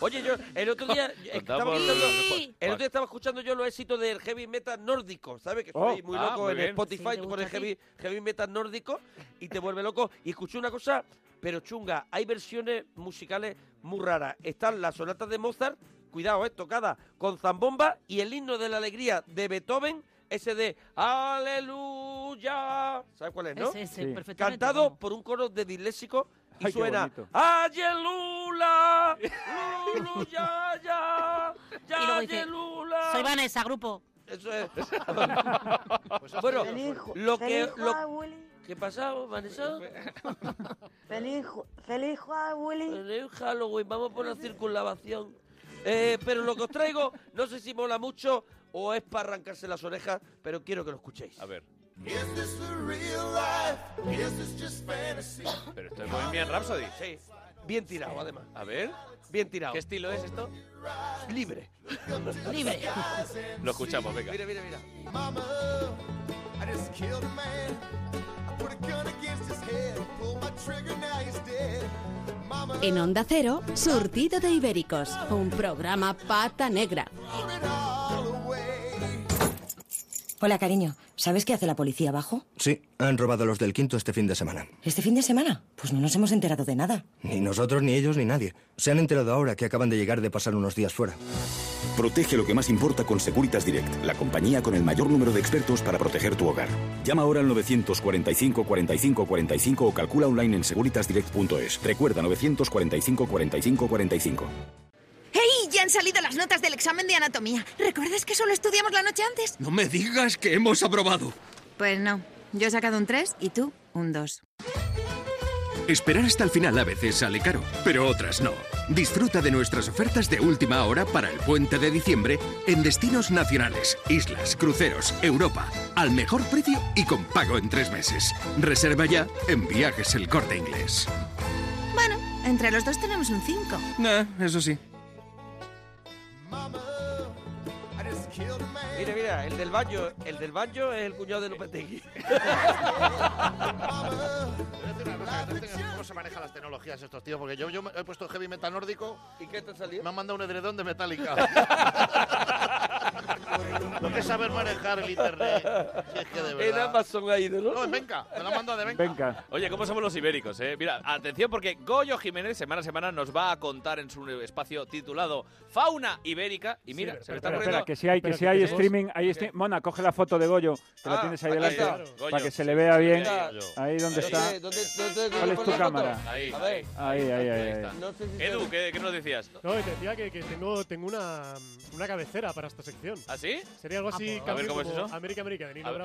Speaker 8: Oye, yo el otro
Speaker 6: [laughs]
Speaker 8: día estaba,
Speaker 6: Contamos-
Speaker 8: escuchando,
Speaker 6: Sí.
Speaker 8: el otro día estaba escuchando yo los éxitos del heavy metal nórdico, ¿sabes? Que
Speaker 6: Oh.
Speaker 8: soy muy
Speaker 6: Ah,
Speaker 8: loco
Speaker 6: muy
Speaker 8: en
Speaker 6: bien.
Speaker 8: Spotify,
Speaker 6: Sí, te
Speaker 8: tú pones
Speaker 6: gusta a ti.
Speaker 8: heavy, heavy metal nórdico y te vuelve loco. Y escuché una cosa, pero chunga, hay versiones musicales muy raras. Están las sonatas de Mozart, cuidado, eh, tocada con zambomba y el himno de la alegría de Beethoven, ese de Aleluya. ¿Sabes cuál es, no?
Speaker 7: Ese, ese, Sí. perfectamente,
Speaker 8: Cantado [laughs] por un coro de disléxico y
Speaker 6: Ay, qué
Speaker 8: suena
Speaker 6: bonito.
Speaker 8: Ayelula, lulu, ya, ya,
Speaker 7: [laughs] Y luego
Speaker 8: ya,
Speaker 7: dice,
Speaker 8: Ayelula.
Speaker 7: Soy Vanessa, grupo.
Speaker 8: Eso
Speaker 7: [laughs]
Speaker 8: es. [laughs]
Speaker 10: Pues
Speaker 8: bueno,
Speaker 22: Feliz ju-
Speaker 8: lo que...
Speaker 22: feliz
Speaker 8: Lo,
Speaker 1: "Ah,
Speaker 22: Juan Willy.
Speaker 8: ¿Qué pasa, Vanessa?
Speaker 22: Feliz, ju- feliz Juan Willy.
Speaker 8: Feliz Halloween, vamos por una circunlavación. Eh, pero lo que os traigo, no sé si mola mucho o es para arrancarse las orejas, pero quiero que lo escuchéis.
Speaker 26: A ver.
Speaker 16: Is this the real life? Is this just fantasy?
Speaker 26: Pero esto es Bohemian Rhapsody.
Speaker 8: Sí, bien tirado además.
Speaker 26: A ver.
Speaker 8: Bien tirado.
Speaker 26: ¿Qué estilo es esto?
Speaker 8: Libre.
Speaker 7: Libre.
Speaker 26: Lo escuchamos, venga.
Speaker 8: Mira, mira, mira.
Speaker 16: Mama, I just killed a man. I put a gun against his
Speaker 26: [laughs]
Speaker 16: head. Pull my trigger, now he's dead. Mama,
Speaker 2: En Onda Cero, Surtido de Ibéricos, un programa pata negra.
Speaker 15: Hola, cariño. ¿Sabes qué hace la policía abajo?
Speaker 18: Sí, han robado los del quinto este fin de semana.
Speaker 15: ¿Este fin de semana? Pues no nos hemos enterado de nada.
Speaker 18: Ni nosotros, ni ellos, ni nadie. Se han enterado ahora que acaban de llegar de pasar unos días fuera.
Speaker 28: Protege lo que más importa con Securitas Direct, la compañía con el mayor número de expertos para proteger tu hogar. Llama ahora al 945 45 45 o calcula online en securitasdirect.es. Recuerda 945 45 45.
Speaker 13: ¡Hey! Ya han salido las notas del examen de anatomía. ¿Recuerdas que solo estudiamos la noche antes?
Speaker 29: No me digas que hemos aprobado.
Speaker 13: Pues no. Yo he sacado un 3 y tú un 2.
Speaker 14: Esperar hasta el final a veces sale caro, pero otras no. Disfruta de nuestras ofertas de última hora para el puente de diciembre en destinos nacionales, islas, cruceros, Europa, al mejor precio y con pago en tres meses. Reserva ya en viajes el corte inglés.
Speaker 13: Bueno, entre los dos tenemos un 5.
Speaker 29: Ah, eso sí.
Speaker 16: I just killed a man.
Speaker 8: Mira, mira, el del baño, el del baño es el cuñado de
Speaker 26: [laughs]
Speaker 8: Lopetegui.
Speaker 5: Voy a decir una cosa, que tú tengas ¿Cómo se manejan las tecnologías estos tíos? Porque yo, yo me- he puesto heavy metal nórdico.
Speaker 8: ¿Y qué te salió?
Speaker 1: [laughs]
Speaker 5: Me han mandado un edredón de Metallica. Lo que es saber manejar el internet. Si es que de
Speaker 8: En
Speaker 5: verdad.
Speaker 8: Amazon hay de
Speaker 5: No, en Venga, me la manda de Venga.
Speaker 1: Oye, ¿cómo somos los ibéricos, eh? Mira, atención porque Goyo Jiménez semana a semana nos va a contar en su espacio titulado Fauna Ibérica. Y mira, se me está
Speaker 6: Espera, espera,
Speaker 1: ocurriendo...
Speaker 6: que si hay, que
Speaker 1: Espera,
Speaker 6: si hay
Speaker 1: tenemos-
Speaker 6: streaming, hay stream- Mona, coge la foto de Goyo, que la
Speaker 1: Ah,
Speaker 6: tienes ahí
Speaker 1: aquí
Speaker 6: delante,
Speaker 1: está.
Speaker 6: para
Speaker 1: Goyo.
Speaker 6: que se le vea bien.
Speaker 1: está.
Speaker 6: Ahí donde
Speaker 1: Ahí.
Speaker 6: está.
Speaker 1: ¿Dónde-
Speaker 6: ¿Cuál es tu cámara?
Speaker 1: Ahí,
Speaker 6: Ahí,
Speaker 1: a
Speaker 6: ahí,
Speaker 1: ver.
Speaker 6: ahí, ahí. ahí.
Speaker 1: Edu, ¿qué, qué nos decías?
Speaker 12: No, y te decía que, que tengo, tengo una, una cabecera para esta sección.
Speaker 1: ¿Ah, sí?
Speaker 12: Sería algo
Speaker 1: Ah,
Speaker 12: así,
Speaker 1: pues. A
Speaker 12: cambio
Speaker 1: ver, ¿cómo es
Speaker 12: como
Speaker 1: eso?
Speaker 12: América, América, de
Speaker 1: A
Speaker 12: Nino
Speaker 1: ver. Ah.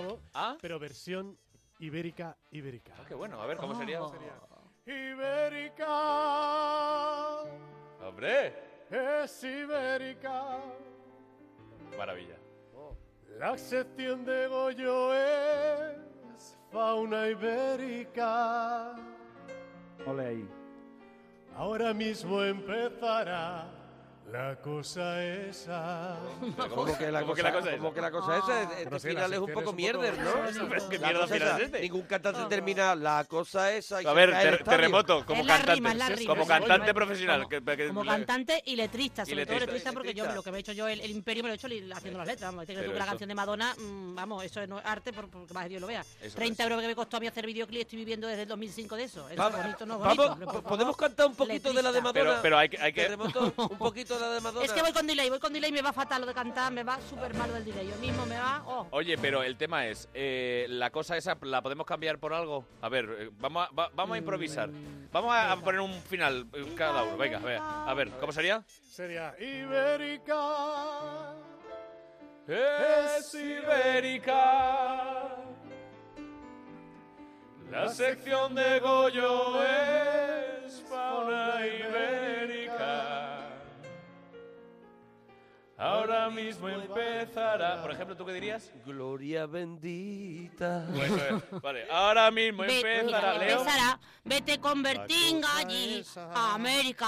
Speaker 12: Bravo, pero versión ibérica, ibérica.
Speaker 1: qué bueno, a ver,
Speaker 26: Oh.
Speaker 1: ¿cómo sería?
Speaker 12: Ibérica
Speaker 1: ¡Hombre!
Speaker 12: es ibérica.
Speaker 1: Maravilla.
Speaker 12: Oh. La sección de Goyo es fauna ibérica.
Speaker 6: Ole ahí.
Speaker 12: Ahora mismo empezará la cosa esa.
Speaker 8: Pero ¿Cómo que la cosa, cómo que la cosa esa? Este
Speaker 12: No sé, la
Speaker 8: final es un
Speaker 12: sección
Speaker 8: poco mierder, ¿no?
Speaker 1: [laughs]
Speaker 12: esa,
Speaker 8: La
Speaker 12: ¿no?
Speaker 8: cosa esa, Ningún cantante termina la cosa esa. y
Speaker 1: A
Speaker 8: se
Speaker 1: ver,
Speaker 8: cae el
Speaker 1: ter-
Speaker 8: estadio.
Speaker 1: terremoto, como
Speaker 7: Es la
Speaker 1: cantante.
Speaker 7: rima, es la rima.
Speaker 1: Como
Speaker 7: Sí, sí,
Speaker 1: cantante
Speaker 7: sí.
Speaker 1: profesional.
Speaker 7: Como-
Speaker 1: que- que-
Speaker 7: Como
Speaker 1: la-
Speaker 7: cantante y letrista, sobre
Speaker 1: Y
Speaker 7: todo
Speaker 1: letrista.
Speaker 7: letrista, porque yo
Speaker 1: Letrista.
Speaker 7: lo que me he hecho yo, el, el imperio me lo he hecho li- haciendo las letras. Vamos, decir que
Speaker 1: Pero
Speaker 7: tú con la
Speaker 1: eso-
Speaker 7: canción de Madonna, mm, vamos, eso no es arte, por- porque más de Dios lo vea.
Speaker 8: Eso
Speaker 7: 30
Speaker 8: es.
Speaker 7: euros que me costó a mí hacer videoclip, estoy viviendo desde el 2005 de eso. Eso
Speaker 8: Vamos,
Speaker 7: es bonito, no es
Speaker 8: vamos,
Speaker 7: bonito. Por
Speaker 8: po-
Speaker 7: favor,
Speaker 8: ¿podemos cantar un poquito de la de
Speaker 7: letrista.
Speaker 8: Madonna?
Speaker 1: Pero- pero hay que- hay que-
Speaker 8: Terremoto, un poquito de la de Madonna.
Speaker 7: Es que voy con delay, voy con delay, me va fatal lo de cantar, me va súper mal el delay. Yo mismo me va. Oh.
Speaker 1: Oye, pero el tema es, eh, ¿la cosa esa la podemos cambiar por algo? A ver, eh, vamos a, va- vamos a improvisar. Vamos a, a poner un final eh, cada uno. Venga, a ver, a ver, ¿cómo sería?
Speaker 12: Sería ibérica.
Speaker 1: Es ibérica.
Speaker 12: La
Speaker 1: sección de Goyo es
Speaker 12: fauna ibérica. Ahora
Speaker 1: mismo empezará. Por ejemplo, ¿tú qué dirías?
Speaker 8: Gloria bendita. [laughs]
Speaker 1: Bueno, vale, ahora mismo
Speaker 7: Ve-
Speaker 1: empezará,
Speaker 7: mira,
Speaker 1: Leo.
Speaker 7: empezará, Vete con Bertín allí, a América.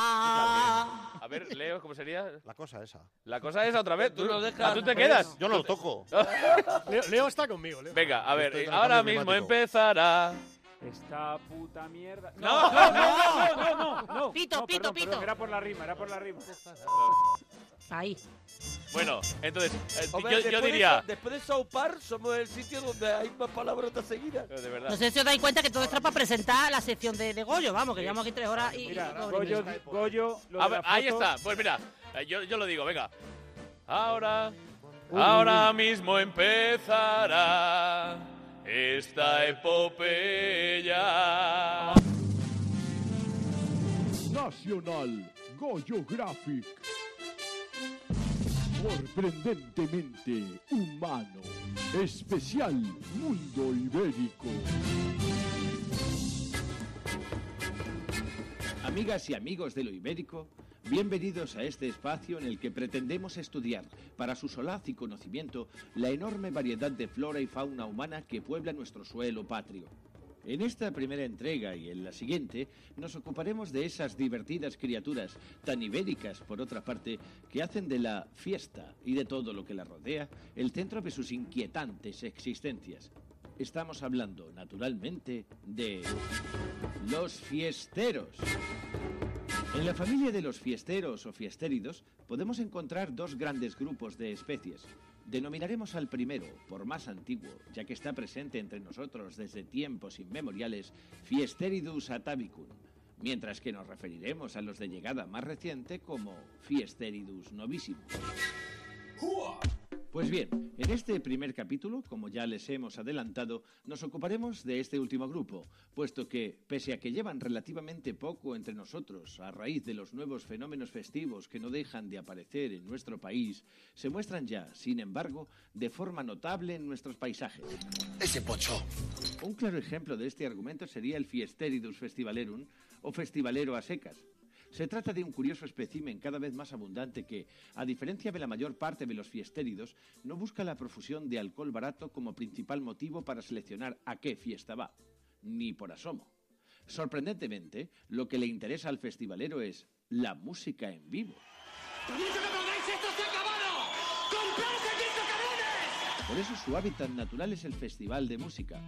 Speaker 1: A ver, Leo, ¿cómo sería?
Speaker 5: La cosa esa.
Speaker 1: La cosa esa otra vez. Tú,
Speaker 12: Tú lo dejas,
Speaker 1: ah, ¿tú
Speaker 12: no
Speaker 1: te
Speaker 12: puedes.
Speaker 1: quedas.
Speaker 5: Yo no lo toco.
Speaker 12: [laughs] Leo, Leo está conmigo, Leo.
Speaker 1: Venga, a ver,
Speaker 12: Estoy
Speaker 1: eh,
Speaker 12: con el
Speaker 1: ahora
Speaker 12: cambio
Speaker 1: mismo
Speaker 12: climático.
Speaker 1: empezará.
Speaker 6: Esta puta mierda.
Speaker 1: No, no, no, no, no, no, no.
Speaker 6: Pito,
Speaker 7: pito, pito.
Speaker 6: Era por la rima, era por la rima.
Speaker 7: Ahí.
Speaker 1: Bueno, entonces, eh,
Speaker 8: Hombre,
Speaker 1: yo, yo
Speaker 8: después de
Speaker 1: diría.
Speaker 8: Sa- después de South Park, somos el sitio donde hay más palabrotas seguidas.
Speaker 1: de verdad.
Speaker 7: No sé si os dais cuenta que todo esto es para presentar la sección de, de Goyo, vamos, que llevamos aquí tres horas y... y dos horas y
Speaker 6: Goyo,
Speaker 7: media.
Speaker 6: Goyo, lo
Speaker 1: A
Speaker 6: de
Speaker 1: ver,
Speaker 6: la
Speaker 1: ahí
Speaker 6: foto.
Speaker 1: está. Pues mira, eh, yo, yo lo digo, venga. Ahora, ahora mismo empezará esta epopeya.
Speaker 15: Nacional Goyo Graphic. Sorprendentemente humano. Especial Mundo Ibérico.
Speaker 17: Amigas y amigos de lo ibérico, bienvenidos a este espacio en el que pretendemos estudiar, para su solaz y conocimiento, la enorme variedad de flora y fauna humana que puebla nuestro suelo patrio. En esta primera entrega y en la siguiente nos ocuparemos de esas divertidas criaturas, tan ibéricas por otra parte, que hacen de la fiesta y de todo lo que la rodea el centro de sus inquietantes existencias. Estamos hablando, naturalmente, de los fiesteros. En la familia de los fiesteros o fiestéridos podemos encontrar dos grandes grupos de especies. Denominaremos al primero, por más antiguo, ya que está presente entre nosotros desde tiempos inmemoriales, Fiesteridus atavicum, mientras que nos referiremos a los de llegada más reciente como Fiesteridus novissimum. Pues bien, en este primer capítulo, como ya les hemos adelantado, nos ocuparemos de este último grupo, puesto que, pese a que llevan relativamente poco entre nosotros a raíz de los nuevos fenómenos festivos que no dejan de aparecer en nuestro país, se muestran ya, sin embargo, de forma notable en nuestros paisajes. ¡Ese pocho! Un claro ejemplo de este argumento sería el Fiesteridus festivalerum, o festivalero a secas, se trata de un curioso espécimen cada vez más abundante que, a diferencia de la mayor parte de los fiestéridos, no busca la profusión de alcohol barato como principal motivo para seleccionar a qué fiesta va, ni por asomo. Sorprendentemente, lo que le interesa al festivalero es la música en vivo. Por eso su hábitat natural es el festival de música,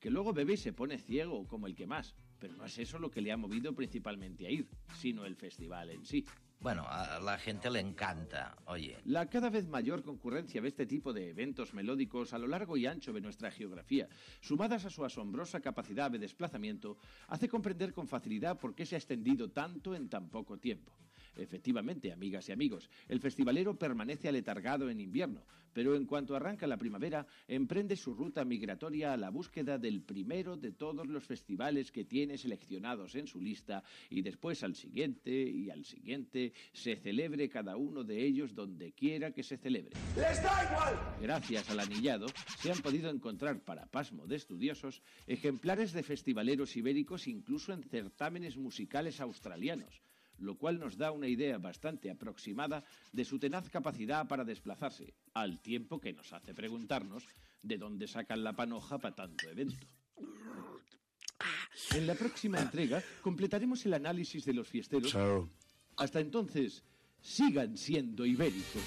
Speaker 17: que luego bebe y se pone ciego como el que más, pero no es eso lo que le ha movido principalmente a ir, sino el festival en sí.
Speaker 30: Bueno, a la gente le encanta, oye.
Speaker 17: La cada vez mayor concurrencia de este tipo de eventos melódicos a lo largo y ancho de nuestra geografía, sumadas a su asombrosa capacidad de desplazamiento, hace comprender con facilidad por qué se ha extendido tanto en tan poco tiempo. Efectivamente, amigas y amigos, el festivalero permanece aletargado en invierno, pero en cuanto arranca la primavera, emprende su ruta migratoria a la búsqueda del primero de todos los festivales que tiene seleccionados en su lista y después al siguiente y al siguiente se celebre cada uno de ellos donde quiera que se celebre.
Speaker 21: ¡Les da igual!
Speaker 17: Gracias al anillado, se han podido encontrar, para pasmo de estudiosos, ejemplares de festivaleros ibéricos incluso en certámenes musicales australianos lo cual nos da una idea bastante aproximada de su tenaz capacidad para desplazarse, al tiempo que nos hace preguntarnos de dónde sacan la panoja para tanto evento. En la próxima entrega completaremos el análisis de los fiesteros.
Speaker 31: Chao.
Speaker 17: Hasta entonces, sigan siendo ibéricos.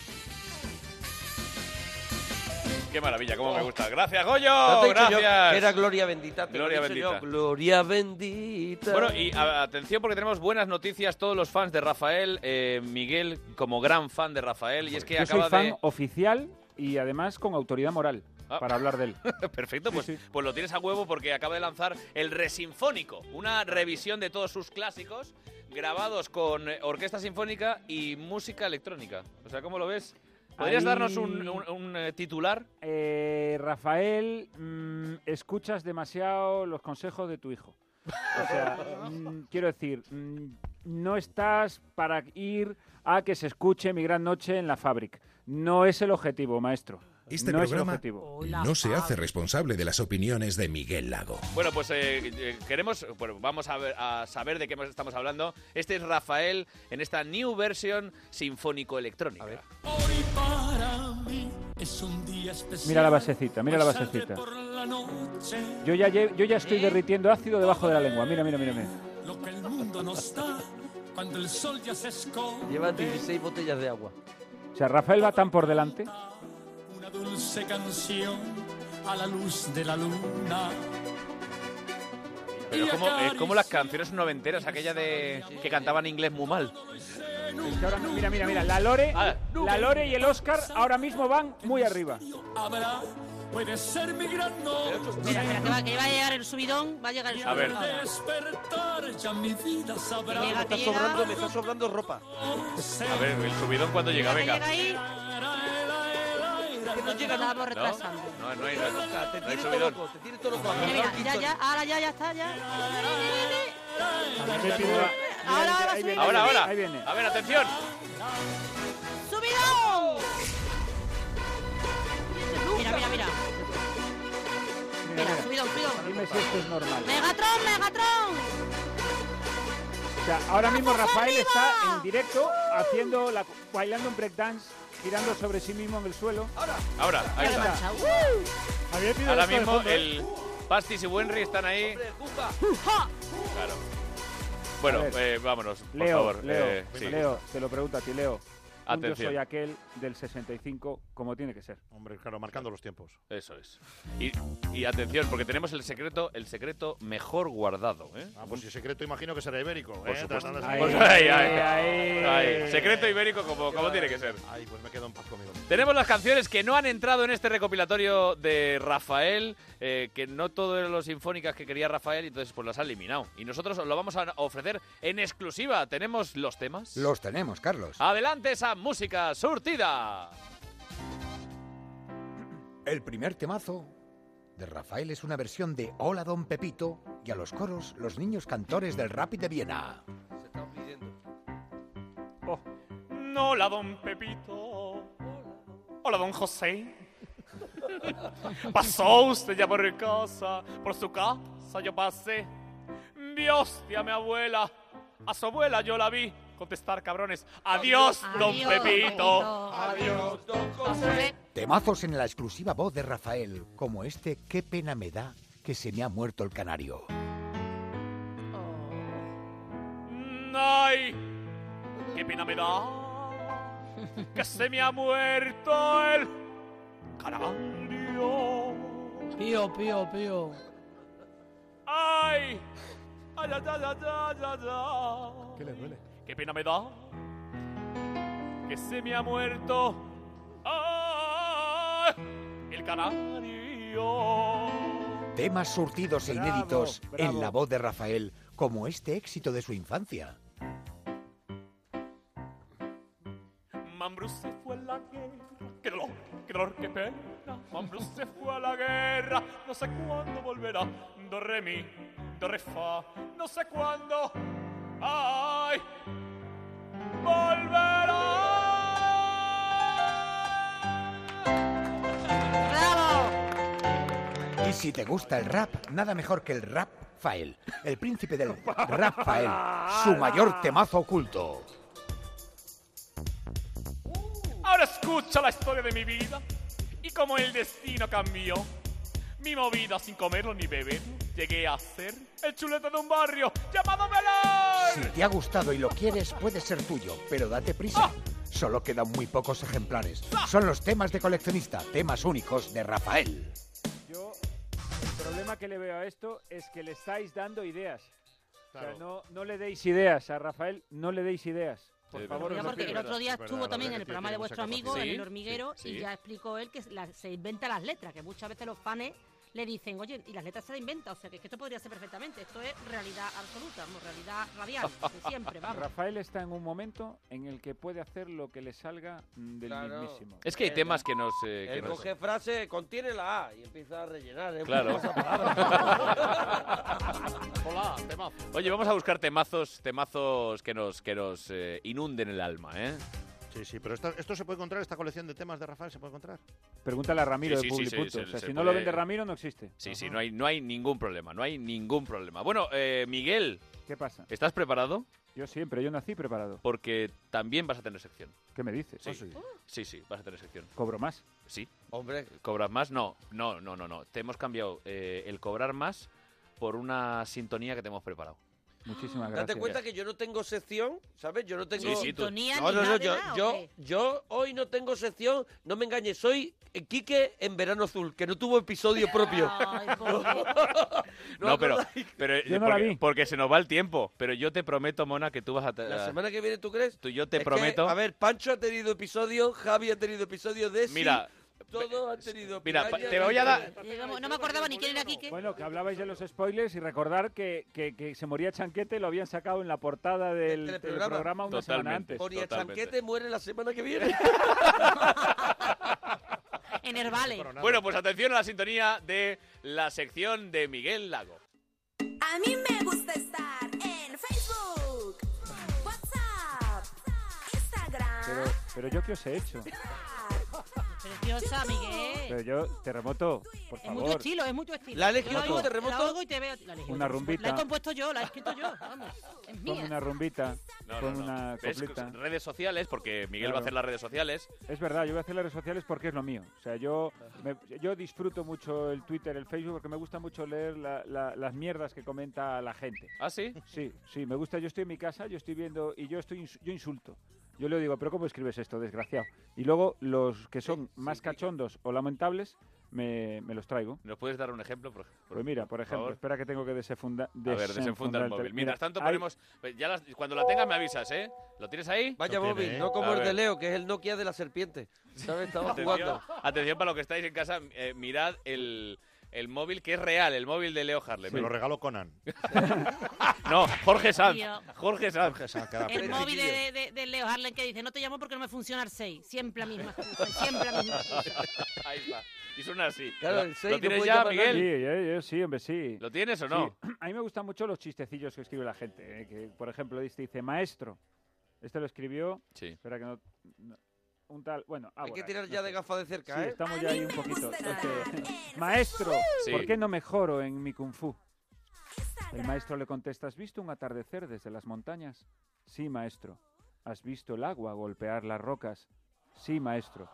Speaker 1: Qué maravilla, cómo me gusta. Gracias, Goyo.
Speaker 8: ¿No te he dicho yo
Speaker 1: gracias.
Speaker 8: que era Gloria Bendita? Te lo
Speaker 1: Gloria
Speaker 8: he dicho
Speaker 1: Bendita.
Speaker 8: yo, Gloria Bendita.
Speaker 1: Bueno, y a- atención porque tenemos buenas noticias todos los fans de Rafael. Eh, Miguel, como gran fan de Rafael, y es que
Speaker 6: Yo soy
Speaker 1: acaba
Speaker 6: fan
Speaker 1: de...
Speaker 6: oficial y además con autoridad moral
Speaker 1: Ah.
Speaker 6: para hablar de
Speaker 1: [laughs]
Speaker 6: él.
Speaker 1: Perfecto, pues, pues lo tienes a huevo porque acaba de lanzar el Resinfónico, una revisión de todos sus clásicos grabados con eh, orquesta sinfónica y música electrónica. O sea, ¿cómo lo ves? ¿Podrías
Speaker 6: Ahí-
Speaker 1: darnos un, un- un, eh, titular?
Speaker 6: Eh, Rafael, mm, escuchas demasiado los consejos de tu hijo. O
Speaker 1: [laughs]
Speaker 6: sea, mm, quiero decir, mm, no estás para ir a que se escuche mi gran noche en la fábrica. No es el objetivo, maestro.
Speaker 9: Este
Speaker 6: no es el
Speaker 9: programa
Speaker 6: objetivo.
Speaker 9: No se hace responsable de las opiniones de Miguel Lago.
Speaker 1: Bueno, pues eh, eh, queremos, bueno, vamos a, ver- a saber de qué más estamos hablando. Este es Rafael en esta new version sinfónico-electrónica.
Speaker 26: Para mí es un día especial.
Speaker 6: Mira la basecita, mira la
Speaker 26: Hoy saldré
Speaker 6: basecita.
Speaker 26: por la noche,
Speaker 6: Yo ya, lle- yo ya estoy derritiendo ácido debajo de la lengua. Mira, mira, mira. mira.
Speaker 26: lo que el mundo nos da cuando el sol ya se esconde.
Speaker 8: Lleva 16 botellas de agua.
Speaker 6: O sea, Rafael va tan por delante.
Speaker 26: Una dulce canción a la luz de la luna.
Speaker 1: Pero es como, es como las canciones noventeras, aquella de que cantaban inglés muy mal.
Speaker 6: Es que ahora- mira, mira, mira. La Lore, la Lore y el Oscar ahora mismo van muy arriba.
Speaker 26: Habrá, puede ser mi gran noche.
Speaker 7: Espera, espera, que va, que va a llegar el subidón, va a llegar el
Speaker 26: A ver.
Speaker 7: subidón.
Speaker 26: Despertar ya mi vida sabrá.
Speaker 7: Llega, que Está llega. sobrando- me
Speaker 8: está sobrando ropa.
Speaker 1: A ver, el subidón cuando llega, venga.
Speaker 7: ahí.
Speaker 8: Que no llega
Speaker 7: Estábamos
Speaker 8: nunca.
Speaker 7: retrasando.
Speaker 1: No, no hay, no hay-
Speaker 8: Te
Speaker 1: no hay
Speaker 8: tiene todo
Speaker 1: subidón.
Speaker 8: loco, te tiene todo loco.
Speaker 7: Mira, mira, ya, ya, ahora ya, ya está, ya. Ahora va a subir.
Speaker 1: Ahora, ahora.
Speaker 6: Ahí viene.
Speaker 1: A ver, atención.
Speaker 7: ¡Subidón! Mira, mira, mira.
Speaker 6: Mira, mira.
Speaker 7: Subidón, subidón.
Speaker 6: Dime si esto es normal.
Speaker 7: ¡Megatron, Megatron!
Speaker 6: O sea, ahora mismo Rafael está en directo haciendo la, bailando un breakdance, girando sobre sí mismo en el suelo.
Speaker 1: Ahora, ahí está.
Speaker 6: Pido
Speaker 1: Ahora
Speaker 6: esto de
Speaker 1: mismo
Speaker 6: fondo, ¿eh?
Speaker 1: el Pastis y Wenry están ahí. Claro. Bueno,
Speaker 6: A ver.
Speaker 1: eh, vámonos, por
Speaker 6: Leo,
Speaker 1: favor.
Speaker 6: Leo, pues
Speaker 1: eh, sí.
Speaker 6: Leo, te lo pregunto a ti, Leo. Un
Speaker 1: Atención.
Speaker 6: Yo soy aquel del 65, como tiene que ser.
Speaker 5: Hombre, claro, marcando los tiempos.
Speaker 1: Eso es. Y, y atención, porque tenemos el secreto, el secreto mejor guardado, ¿eh?
Speaker 5: Ah, pues si es secreto, imagino que será ibérico.
Speaker 1: Por
Speaker 5: ¿eh?
Speaker 1: supuesto.
Speaker 5: Tratando de-
Speaker 1: Ahí, Ahí, ahí, ahí. ahí. Secreto ibérico como- como tiene que ser.
Speaker 5: Ay, pues me quedo en paz conmigo.
Speaker 1: Tenemos las canciones que no han entrado en este recopilatorio de Rafael, eh, que no todo eran los sinfónicas que quería Rafael, y entonces pues las ha eliminado. Y nosotros os lo vamos a ofrecer en exclusiva. Tenemos los temas.
Speaker 3: Los tenemos, Carlos.
Speaker 1: Adelante esa música surtida.
Speaker 3: El primer temazo de Rafael es una versión de Hola Don Pepito y a los coros los niños cantores del rap de Viena.
Speaker 26: Oh. Hola, don Pepito. Hola, don José. Pasó usted ya por mi casa, por su casa yo pasé. Vi hostia a mi abuela, a su abuela yo la vi contestar, cabrones. Adiós, don
Speaker 3: Adiós,
Speaker 26: Pepito.
Speaker 3: Pepito.
Speaker 26: Adiós, don José.
Speaker 3: Temazos en la exclusiva voz de Rafael, como este Qué pena me da que se me ha muerto el canario.
Speaker 26: Ay, qué pena me da que se me ha muerto el canario.
Speaker 32: Pío, pío, pío.
Speaker 26: Ay, ay, ay, ay, ay, ay, ay, ay.
Speaker 33: ¿Qué le duele?
Speaker 26: Qué pena me da que se me ha muerto ¡Ay! el canario.
Speaker 3: Temas surtidos e
Speaker 26: Bravo,
Speaker 3: inéditos
Speaker 26: bravo.
Speaker 3: en la voz de Rafael, como este éxito de su infancia.
Speaker 26: Mambrú se fue a la guerra. Qué dolor, qué dolor, qué pena. Mambrú se fue a la guerra. No sé cuándo volverá. Do re mi, do re fa. No sé cuándo. Ay, volverá.
Speaker 3: Y si te gusta el rap, nada mejor que el rap Fael, el príncipe del rap Fael, su mayor temazo oculto.
Speaker 26: Ahora escucha la historia de mi vida y cómo el destino cambió. Mi movida sin comerlo ni beberlo, llegué a ser el chuleta de un barrio llamado Melón.
Speaker 3: Si te ha gustado y lo quieres, puede ser tuyo, pero date prisa. Solo quedan muy pocos ejemplares. Son los temas de coleccionista, temas únicos de Rafael.
Speaker 6: Yo, el problema que le veo a esto es que le estáis dando ideas. O
Speaker 34: Claro.
Speaker 6: sea, no, no le deis ideas a Rafael, no le deis ideas. Por
Speaker 7: Eh,
Speaker 34: Sí,
Speaker 6: favor,
Speaker 34: verdad.
Speaker 6: os lo
Speaker 34: Porque
Speaker 6: pido.
Speaker 7: El otro día
Speaker 34: Es verdad,
Speaker 7: estuvo
Speaker 34: la
Speaker 7: también
Speaker 34: verdad
Speaker 7: en
Speaker 34: que
Speaker 7: el
Speaker 34: tiene-
Speaker 7: programa de
Speaker 34: tiene
Speaker 7: vuestro
Speaker 34: mucha
Speaker 7: amigo,
Speaker 34: capacidad.
Speaker 7: en el
Speaker 34: Sí,
Speaker 7: hormiguero,
Speaker 34: sí, sí.
Speaker 7: y ya explicó él que la- se inventa las letras, que muchas veces los fans le dicen, oye, y las letras se las inventa, o sea, que, que esto podría ser perfectamente, esto es realidad absoluta, vamos, realidad
Speaker 6: [laughs]
Speaker 7: radial, de siempre, vamos.
Speaker 6: Rafael está en un momento en el que puede hacer lo que le salga mm, del
Speaker 8: Claro.
Speaker 6: mismísimo.
Speaker 1: Es que hay
Speaker 8: Él-
Speaker 1: temas que nos... eh, que
Speaker 8: Él
Speaker 1: nos-
Speaker 8: coge frase, contiene la A y empieza a rellenar. ¿eh?
Speaker 1: Claro.
Speaker 8: Muchas
Speaker 1: [laughs]
Speaker 8: palabras.
Speaker 5: Hola, temazo.
Speaker 1: Oye, vamos a buscar temazos, temazos que nos, que nos eh, inunden el alma, ¿eh?
Speaker 5: Sí, sí, pero esta- esto se puede encontrar, esta colección de temas de Rafael se puede encontrar.
Speaker 6: Pregúntale a Ramiro
Speaker 1: Sí, sí,
Speaker 6: de
Speaker 1: sí,
Speaker 6: Publipunto.
Speaker 1: sí,
Speaker 6: o
Speaker 1: se-
Speaker 6: sea, si
Speaker 1: se
Speaker 6: no lo
Speaker 1: puede-
Speaker 6: vende Ramiro, no existe.
Speaker 1: Sí, sí, no hay, no hay ningún problema, no hay ningún problema. Bueno, eh, Miguel.
Speaker 6: ¿Qué pasa?
Speaker 1: ¿Estás preparado?
Speaker 6: Yo siempre, yo nací preparado.
Speaker 1: Porque también vas a tener sección.
Speaker 6: ¿Qué me dices? Ah,
Speaker 1: Sí, sí, sí, vas a tener sección.
Speaker 6: ¿Cobro más?
Speaker 1: Sí. Hombre. ¿Cobras más? No, no, no, no, no. Te hemos cambiado eh, el cobrar más por una sintonía que te hemos preparado. Ah,
Speaker 6: Muchísimas
Speaker 8: Date cuenta que yo no tengo sección, ¿sabes? Yo no tengo
Speaker 1: Sí, sí, tú. Sintonía
Speaker 8: No,
Speaker 1: ni
Speaker 8: no, no,
Speaker 1: nada de
Speaker 8: yo,
Speaker 1: nada, ¿o
Speaker 8: yo,
Speaker 1: qué?
Speaker 8: yo hoy no tengo sección, no me engañes, soy eh, Quique en Verano Azul, que no tuvo episodio propio. [laughs]
Speaker 1: No, pero, pero eh,
Speaker 8: Yo no la
Speaker 1: porque,
Speaker 8: vi.
Speaker 1: porque se nos va el tiempo. Pero yo te prometo, Mona, que tú vas a... te-
Speaker 8: La semana que viene, ¿tú crees?
Speaker 1: tú- yo te
Speaker 8: Es que,
Speaker 1: prometo...
Speaker 8: a ver, Pancho ha tenido episodio, Javi ha tenido episodio, Desi...
Speaker 1: Mira,
Speaker 8: [laughs] Todos han tenido
Speaker 1: mira, pa-
Speaker 8: Piraña,
Speaker 1: [gasps] te voy a dar-
Speaker 7: Digamos, Eh, No me acordaba ni quién era Quique.
Speaker 6: Bueno, que hablabais de los spoilers y recordar que, que- que se moría Chanquete, lo habían sacado en la portada del
Speaker 8: teleprograma.
Speaker 6: programa una semana antes.
Speaker 8: Ponía Chanquete muere la semana que
Speaker 1: [laughs]
Speaker 8: viene.
Speaker 7: En Herbales.
Speaker 1: Bueno, pues atención a la sintonía de la sección de Miguel Lago.
Speaker 2: A mí me gusta estar en Facebook, WhatsApp,
Speaker 6: Pero,
Speaker 2: Instagram.
Speaker 6: pero yo qué os he
Speaker 7: [laughs]
Speaker 6: hecho.
Speaker 7: Preciosa, Miguel.
Speaker 6: Pero yo, terremoto, por
Speaker 7: Es mucho
Speaker 6: favor.
Speaker 7: estilo, es mucho estilo.
Speaker 6: La he elegido
Speaker 7: Yo
Speaker 6: tú,
Speaker 7: oigo-
Speaker 6: terremoto.
Speaker 7: la oigo y te veo. La he elegido
Speaker 6: Una
Speaker 7: yo.
Speaker 6: rumbita.
Speaker 7: La he compuesto yo, la he escrito yo. Vamos, es
Speaker 6: Pon
Speaker 7: mía.
Speaker 6: una rumbita,
Speaker 1: No,
Speaker 6: pon
Speaker 1: no, no.
Speaker 6: una
Speaker 1: ¿Ves?
Speaker 6: copleta.
Speaker 1: Redes sociales, porque Miguel va
Speaker 6: Claro.
Speaker 1: a hacer las redes sociales.
Speaker 6: Es verdad, yo voy a hacer las redes sociales porque es lo mío. O sea, yo, me- yo disfruto mucho el Twitter, el Facebook, porque me gusta mucho leer la- la- las mierdas que comenta la gente.
Speaker 1: ¿Ah, sí?
Speaker 6: Sí, sí, me gusta. Yo estoy en mi casa, yo estoy viendo y yo, estoy ins- yo insulto. Yo le digo, pero ¿cómo escribes esto, desgraciado? Y luego los que son más cachondos o lamentables, me, me los traigo.
Speaker 1: ¿Nos puedes dar un ejemplo? Por, por-
Speaker 6: Pues mira, por ejemplo,
Speaker 1: favor?
Speaker 6: espera que tengo que desenfunda,
Speaker 1: A ver, desenfunda el
Speaker 6: tel-
Speaker 1: móvil. Mientras tanto
Speaker 6: hay-
Speaker 1: ponemos... pues, Ya las- cuando la tengas me avisas, ¿eh? ¿Lo tienes ahí?
Speaker 8: Vaya móvil, no como el de Leo, que es el Nokia de la serpiente. ¿Sabes? Estaba
Speaker 1: Atención,
Speaker 8: jugando.
Speaker 1: atención para los que estáis en casa, eh, mirad el, el móvil que es real, el móvil de Leo Harlem.
Speaker 5: Me lo regaló Conan. [laughs]
Speaker 1: No, Jorge Sanz.
Speaker 7: Tío.
Speaker 1: Jorge Sanz.
Speaker 5: Jorge Sanz, que era
Speaker 7: El móvil de, de- de Leo Harlan que dice, no te llamo porque no me funciona el 6. Siempre la misma excusa, siempre la misma
Speaker 1: [laughs]
Speaker 7: excusa.
Speaker 1: [laughs] Ahí está. Y suena así.
Speaker 6: Claro,
Speaker 1: ¿Lo- ¿Lo tienes ya, Miguel?
Speaker 6: Sí, yo-
Speaker 3: eh,
Speaker 6: yo sí, hombre, sí.
Speaker 1: ¿Lo tienes o no?
Speaker 6: Sí. [clears throat] A mí me gustan mucho los chistecillos que escribe la gente. ¿eh? Que, por ejemplo, este dice, maestro. Este lo escribió...
Speaker 1: Sí.
Speaker 6: Espera que no... no- un tal... Bueno, ah,
Speaker 8: Hay que
Speaker 6: bueno,
Speaker 8: tirar
Speaker 6: no
Speaker 8: ya
Speaker 6: sé.
Speaker 8: de gafas de cerca,
Speaker 6: Sí,
Speaker 8: ¿eh?
Speaker 6: estamos ya ahí un poquito. [laughs] Este, maestro,
Speaker 8: Sí.
Speaker 6: ¿por qué no mejoro en mi kung fu? El maestro le contesta, ¿has visto un atardecer desde las montañas? Sí, maestro. ¿Has visto el agua golpear las rocas? Sí, maestro.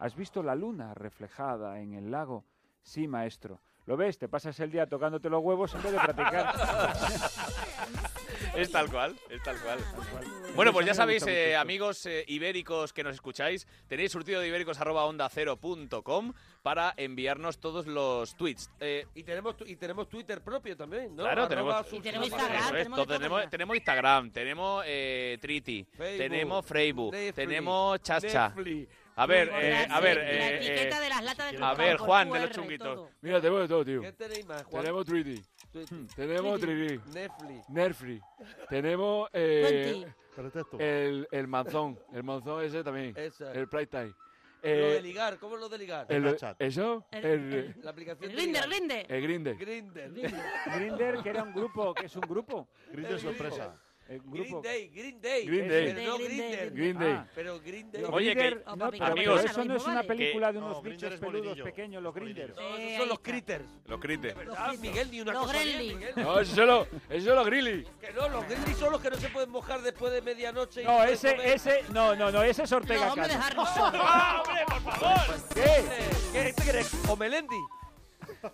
Speaker 6: ¿Has visto la luna reflejada en el lago? Sí, maestro. ¿Lo ves? Te pasas el día tocándote los huevos en vez de practicar.
Speaker 1: Es tal cual, es tal cual.
Speaker 8: Ah,
Speaker 1: Bueno, pues ya sabéis, eh, amigos eh, ibéricos que nos escucháis, tenéis surtido de ibéricos arroba onda cero punto com para enviarnos todos los tweets. Eh,
Speaker 8: Y tenemos, tu- y tenemos Twitter propio también, ¿no?
Speaker 1: Claro,
Speaker 8: Arroba
Speaker 1: tenemos,
Speaker 8: sus-
Speaker 1: Eso es, todo, tenemos, tenemos Instagram, tenemos eh, Triti, tenemos Facebook,
Speaker 8: Netflix,
Speaker 1: tenemos Chacha.
Speaker 8: Netflix.
Speaker 1: A ver,
Speaker 8: Google
Speaker 1: eh, a
Speaker 8: Drive,
Speaker 1: ver,
Speaker 8: la
Speaker 1: eh,
Speaker 8: etiqueta
Speaker 1: eh,
Speaker 8: de las latas del
Speaker 1: a ver,
Speaker 8: mercado
Speaker 1: Juan
Speaker 8: por
Speaker 1: de los
Speaker 8: QR,
Speaker 1: chunguitos.
Speaker 8: todo.
Speaker 3: Mira, tenemos de todo, tío.
Speaker 8: ¿Qué tenéis más, Juan?
Speaker 3: Tenemos 3D.
Speaker 8: Twitter.
Speaker 3: Hmm, Tenemos
Speaker 8: 3D.
Speaker 3: 3D.
Speaker 8: Netflix.
Speaker 3: Netflix. Tenemos eh,
Speaker 8: 20.
Speaker 3: el, el manzón. El manzón ese también.
Speaker 8: Esa.
Speaker 3: El Prime Time.
Speaker 8: lo
Speaker 3: Eh,
Speaker 8: de ligar, ¿cómo es lo de ligar?
Speaker 3: el- ¿Eso?
Speaker 8: El-
Speaker 3: el-
Speaker 8: la aplicación de
Speaker 7: Grindr,
Speaker 8: ligar.
Speaker 7: Grindr.
Speaker 3: El Grindr.
Speaker 8: Grindr.
Speaker 6: Grinder, que era un grupo, que es un grupo.
Speaker 8: Grindr es sorpresa.
Speaker 6: El
Speaker 8: Green
Speaker 6: grupo.
Speaker 8: Day, Green Day.
Speaker 3: Green Day.
Speaker 8: Pero no
Speaker 3: Green Day,
Speaker 8: Grindr.
Speaker 3: Green Day.
Speaker 8: Ah, Pero Green Day.
Speaker 3: Oye, que-
Speaker 6: Grindr, no, pero,
Speaker 3: amigos,
Speaker 6: pero eso no es una
Speaker 3: vale.
Speaker 6: película
Speaker 3: que-
Speaker 6: de unos
Speaker 3: no, Grindr
Speaker 6: bichos
Speaker 3: es
Speaker 6: peludos
Speaker 3: molinillo,
Speaker 6: pequeños, los grinders.
Speaker 8: No, esos son los critters.
Speaker 3: eh,
Speaker 1: Los critters.
Speaker 8: Ah, Miguel, ni una
Speaker 3: Los
Speaker 8: cosa bien,
Speaker 3: Gremlins.
Speaker 8: Miguel.
Speaker 3: No, eso solo, eso solo Grilly.
Speaker 8: Que no, los Grindr son los que no se pueden mojar después de medianoche. y
Speaker 6: No,
Speaker 8: pueden comer.
Speaker 6: ese, ese, no, no, no, ese es Ortega
Speaker 8: No, hombre,
Speaker 6: Cano.
Speaker 8: dejarlo. [laughs]
Speaker 6: [laughs]
Speaker 8: ¡Ah, hombre, por favor!
Speaker 6: ¿Qué?
Speaker 8: ¿Qué este te crees? ¿O Melendi?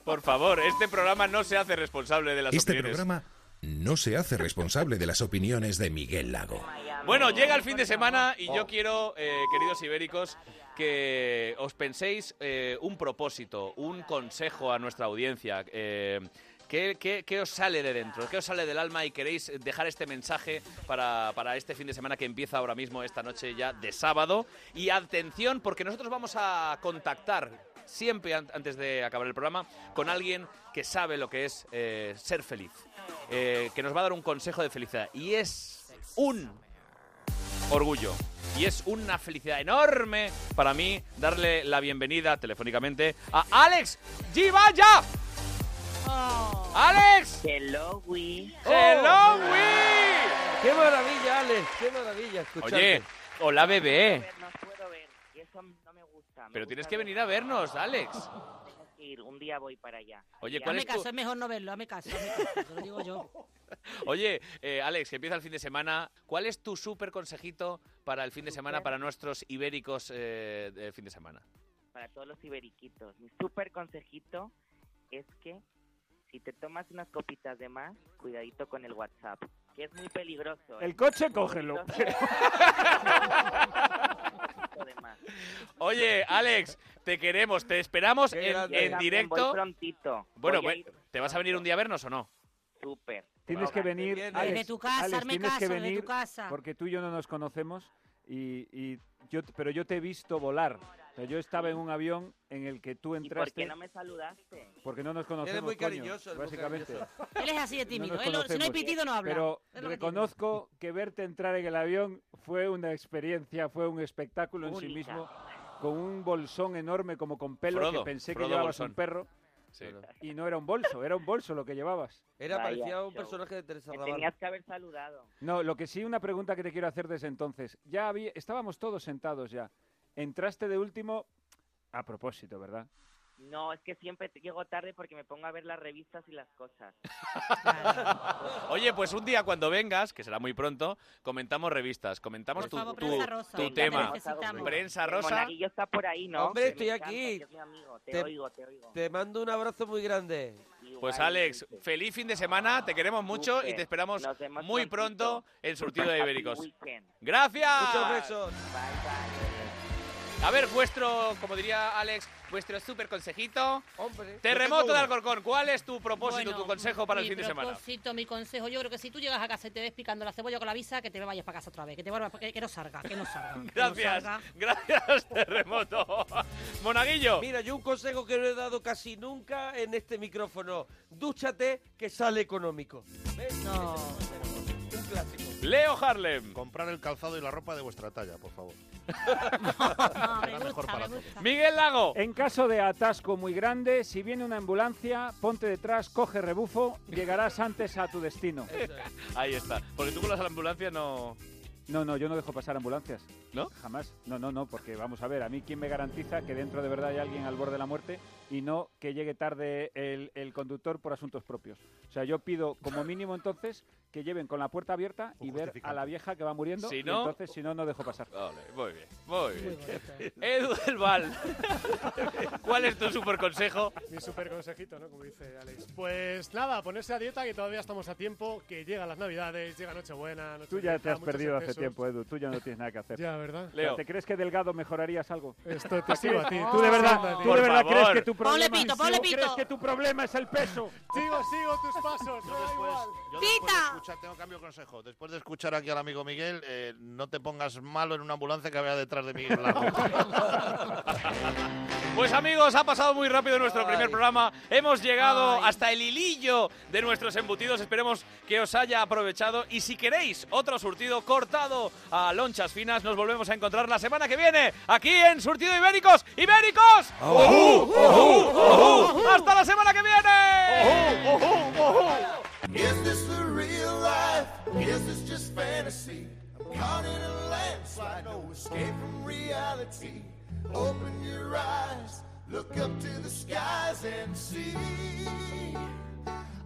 Speaker 1: Por favor, este programa no se hace responsable de las
Speaker 19: Este
Speaker 1: opiniones.
Speaker 19: programa no se hace responsable de las opiniones de Miguel Lago.
Speaker 1: Bueno, llega el fin de semana y yo quiero, eh, queridos ibéricos, que os penséis eh, un propósito, un consejo a nuestra audiencia. eh, ¿Qué, qué- qué os sale de dentro? ¿Qué os sale del alma y queréis dejar este mensaje para, para este fin de semana que empieza ahora mismo, esta noche ya de sábado? Y atención, porque nosotros vamos a contactar siempre an- antes de acabar el programa con alguien que sabe lo que es eh, ser feliz, eh, que nos va a dar un consejo de felicidad. Y es un orgullo. Y es una felicidad enorme para mí darle la bienvenida telefónicamente a Alex Givaya. ¡Alex!
Speaker 11: ¡Hello, Wii!
Speaker 1: ¡Hello,
Speaker 8: Oh.
Speaker 1: Wii!
Speaker 8: ¡Qué maravilla, Alex! ¡Qué maravilla! escucharte.
Speaker 1: Oye, hola bebé.
Speaker 11: No puedo ver, y eso no me gusta. me
Speaker 1: Eh. Pero tienes
Speaker 11: gusta
Speaker 1: que
Speaker 11: ver-
Speaker 1: venir a vernos, Alex.
Speaker 11: Tengo que ir, un día voy para allá.
Speaker 1: Oye,
Speaker 11: Ya.
Speaker 1: ¿cuál
Speaker 7: hazme
Speaker 1: es tu-
Speaker 7: caso, es mejor no verlo, hazme caso, hazme caso, te lo digo
Speaker 1: [laughs]
Speaker 7: yo.
Speaker 1: Oye, eh, Alex, que empieza el fin de semana. ¿Cuál es tu súper consejito para el fin de semana, para nuestros ibéricos eh, de fin de semana?
Speaker 11: Para todos los iberiquitos, mi súper consejito es que si te tomas unas copitas de más, cuidadito con el WhatsApp, que es muy peligroso.
Speaker 6: El
Speaker 11: ¿eh?
Speaker 6: coche, cógelo.
Speaker 11: [laughs]
Speaker 1: Oye, Alex, te queremos, te esperamos en,
Speaker 11: Yo
Speaker 1: en
Speaker 11: también
Speaker 1: directo.
Speaker 11: Voy prontito.
Speaker 1: Bueno,
Speaker 11: Voy a
Speaker 1: bueno, ¿te vas a venir un día a vernos o no?
Speaker 11: Súper.
Speaker 6: Tienes que venir,
Speaker 11: viene.
Speaker 6: Alex,
Speaker 11: Desde tu casa,
Speaker 6: Alex,
Speaker 11: hazme
Speaker 6: tienes que
Speaker 11: caso, desde
Speaker 6: venir
Speaker 11: tu casa.
Speaker 6: porque tú y yo no nos conocemos y, y yo, t- pero yo te he visto volar. O sea, yo estaba en un avión en el que tú
Speaker 11: ¿Y por
Speaker 6: entraste
Speaker 11: qué no me saludaste?
Speaker 6: porque no nos conocemos.
Speaker 11: muy
Speaker 6: coño,
Speaker 11: cariñoso, él muy
Speaker 6: básicamente.
Speaker 11: cariñoso.
Speaker 7: Él es así de tímido,
Speaker 6: nos
Speaker 7: él no- si no hay
Speaker 6: conocemos.
Speaker 7: pitido, no habla.
Speaker 6: Pero
Speaker 7: Es lo que
Speaker 6: reconozco que verte entrar en el avión fue una experiencia, fue un espectáculo en sí
Speaker 11: Única.
Speaker 6: mismo, con un bolsón enorme como con pelo
Speaker 1: Frodo,
Speaker 6: que pensé
Speaker 1: Frodo
Speaker 6: que llevabas
Speaker 1: bolsón.
Speaker 6: un perro
Speaker 1: Sí.
Speaker 6: y no era un bolso, era un bolso lo que llevabas.
Speaker 8: Era
Speaker 11: Vaya
Speaker 8: parecía un
Speaker 11: show.
Speaker 8: personaje de Teresa
Speaker 11: Me
Speaker 8: Raval.
Speaker 11: tenías que haber saludado.
Speaker 6: No, lo que sí, una pregunta que te quiero hacer desde entonces. Ya había, estábamos todos sentados ya. Entraste de último a propósito, ¿verdad?
Speaker 7: [laughs]
Speaker 11: No, es que siempre te- llego tarde porque me pongo a ver las revistas y las cosas. [laughs]
Speaker 1: Oye, pues un día cuando vengas, que será muy pronto, comentamos revistas, comentamos
Speaker 11: Por
Speaker 1: tu,
Speaker 11: favor,
Speaker 1: tu-
Speaker 11: Prensa Rosa.
Speaker 1: tu
Speaker 11: Venga,
Speaker 1: tema.
Speaker 11: te necesitamos.
Speaker 1: Prensa
Speaker 11: El
Speaker 1: rosa.
Speaker 11: monaguillo está por ahí, ¿no?
Speaker 8: Hombre,
Speaker 11: Que
Speaker 8: estoy
Speaker 11: me encanta,
Speaker 8: aquí.
Speaker 11: que es mi amigo. Te,
Speaker 8: Te-
Speaker 11: oigo, te oigo.
Speaker 8: Te mando un abrazo muy grande.
Speaker 1: Pues Alex, feliz fin de semana, te queremos mucho y te esperamos muy pronto
Speaker 11: [laughs]
Speaker 1: en Surtido de Ibéricos. ¡Gracias!
Speaker 8: Muchos besos.
Speaker 1: A ver, vuestro, como diría Alex, vuestro súper consejito.
Speaker 8: Hombre.
Speaker 1: Terremoto de Alcorcón, ¿cuál es tu propósito,
Speaker 7: Bueno,
Speaker 1: tu consejo para el
Speaker 7: mi
Speaker 1: fin de semana?
Speaker 7: propósito, mi consejo, yo creo que si tú llegas a casa y te ves picando la cebolla con la visa, que te vayas para casa otra vez, que te vuelvas, que, que no salga, que no salga. que no
Speaker 1: Gracias,
Speaker 7: salga.
Speaker 1: gracias, Terremoto. Monaguillo.
Speaker 8: Mira, yo un consejo que no he dado casi nunca en este micrófono. Dúchate que sale económico.
Speaker 7: No.
Speaker 8: Un clásico.
Speaker 1: Leo Harlem.
Speaker 5: Comprar el calzado y la ropa de vuestra talla, por favor. Será mejor para todos.
Speaker 1: Miguel Lago.
Speaker 6: En caso de atasco muy grande, si viene una ambulancia, ponte detrás, coge rebufo, llegarás antes a
Speaker 1: [laughs]
Speaker 6: tu destino.
Speaker 1: [laughs] Ahí está. Porque tú con las ambulancias no.
Speaker 6: No, no, yo no dejo pasar ambulancias.
Speaker 1: ¿No?
Speaker 6: Jamás. No, no, no, porque vamos a ver, a mí quién me garantiza que dentro de verdad hay alguien al borde de la muerte y no que llegue tarde el, el conductor por asuntos propios. O sea, yo pido como mínimo entonces que lleven con la puerta abierta y ver a la vieja que va muriendo.
Speaker 1: Si
Speaker 6: y
Speaker 1: no-
Speaker 6: entonces, si no, no dejo pasar.
Speaker 1: Vale, muy bien, muy bien. Edu del Val,
Speaker 32: [laughs]
Speaker 1: ¿cuál es tu super consejo?
Speaker 12: Mi super consejito, ¿no? Como dice Alex. Pues nada, ponerse a dieta, que todavía estamos a tiempo, que llegan las navidades, llega Nochebuena.
Speaker 6: Tú ya
Speaker 12: Nochevieja,
Speaker 6: te has
Speaker 12: muchos
Speaker 6: perdido hace
Speaker 12: excesos.
Speaker 6: tiempo, Edu. Tú ya no tienes nada que hacer.
Speaker 12: Ya,
Speaker 6: O
Speaker 12: ¿verdad?
Speaker 6: sea,
Speaker 12: Leo.
Speaker 6: ¿Te crees que delgado mejorarías algo? Ah,
Speaker 12: Esto te sigo a ti,
Speaker 6: Tú
Speaker 12: te
Speaker 6: de
Speaker 12: sigo
Speaker 6: verdad,
Speaker 12: a
Speaker 6: tú
Speaker 12: ti.
Speaker 6: de
Speaker 12: Por
Speaker 6: verdad crees
Speaker 12: favor.
Speaker 6: que tu problema.
Speaker 12: Ponle pito, ponle
Speaker 6: ¿Crees
Speaker 12: pito.
Speaker 6: que tu problema es el peso?
Speaker 12: Sigo, sigo tus pasos. No da igual.
Speaker 5: Yo después de escuchar, tengo cambio de consejo. Después de escuchar aquí al amigo Miguel, eh, no te pongas malo en una ambulancia que había detrás de Miguel
Speaker 1: Pues amigos, ha pasado muy rápido nuestro primer programa. Hemos llegado hasta el hilillo de nuestros embutidos. Esperemos que os haya aprovechado. Y si queréis otro surtido cortado a lonchas finas, nos volvemos a encontrar la semana que viene aquí en Surtido Ibéricos. ¡Ibéricos! ¡Ojú! ¡Ojú! ¡Ojú! ¡Uh! ¡Hasta la semana que viene!
Speaker 16: Is this the real life? Is this just fantasy? I'm caught in a landslide, no escape from reality. Open your eyes, look up to the skies and see.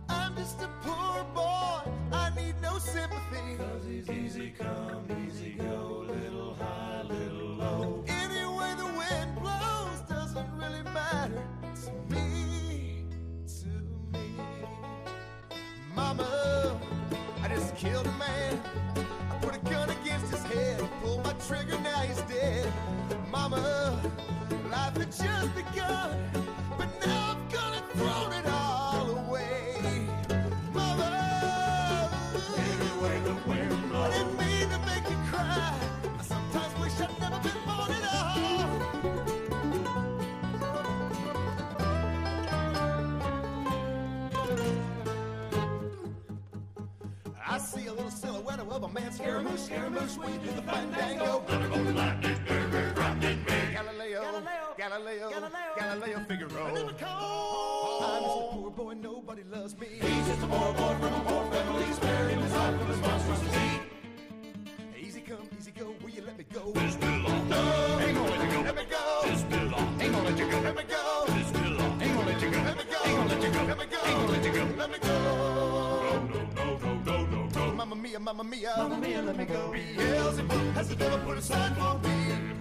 Speaker 16: I'm just a poor boy, I need no sympathy. Cause he's easy come, easy go, little high, little low. Any way the wind blows doesn't really matter to me, to me. Mama, I just killed a man. I put a gun against his head, pulled my trigger, now he's dead. Mama, life had just begun, but now I've gone and thrown it all away. Mama, anyway, the wind blows. I didn't mean to make you cry. I sometimes wish I'd never been born at all. I see a little silhouette of a man Scaramouche, Scaramouche, we do the fandango. Gonna go to lightning, baby, lightning, baby. Galileo, Galileo, Galileo, Galileo, Figaro. I never called. I'm just a poor boy, nobody loves me. He's just a poor boy from a poor family. He's buried in his life with his monstrosity. Easy come, easy go, will you let me go? This belongs. No, ain't gonna let you go. Let me go. This belongs. Ain't gonna let you go. Let me go. This belongs. Ain't gonna let you go. Let me go. Ain't gonna let you go. Let me go. Ain't gonna let you go. Let me go. Mamma mia, mamma mia, mamma mia, let me go. Beelzebub has the devil put aside for me.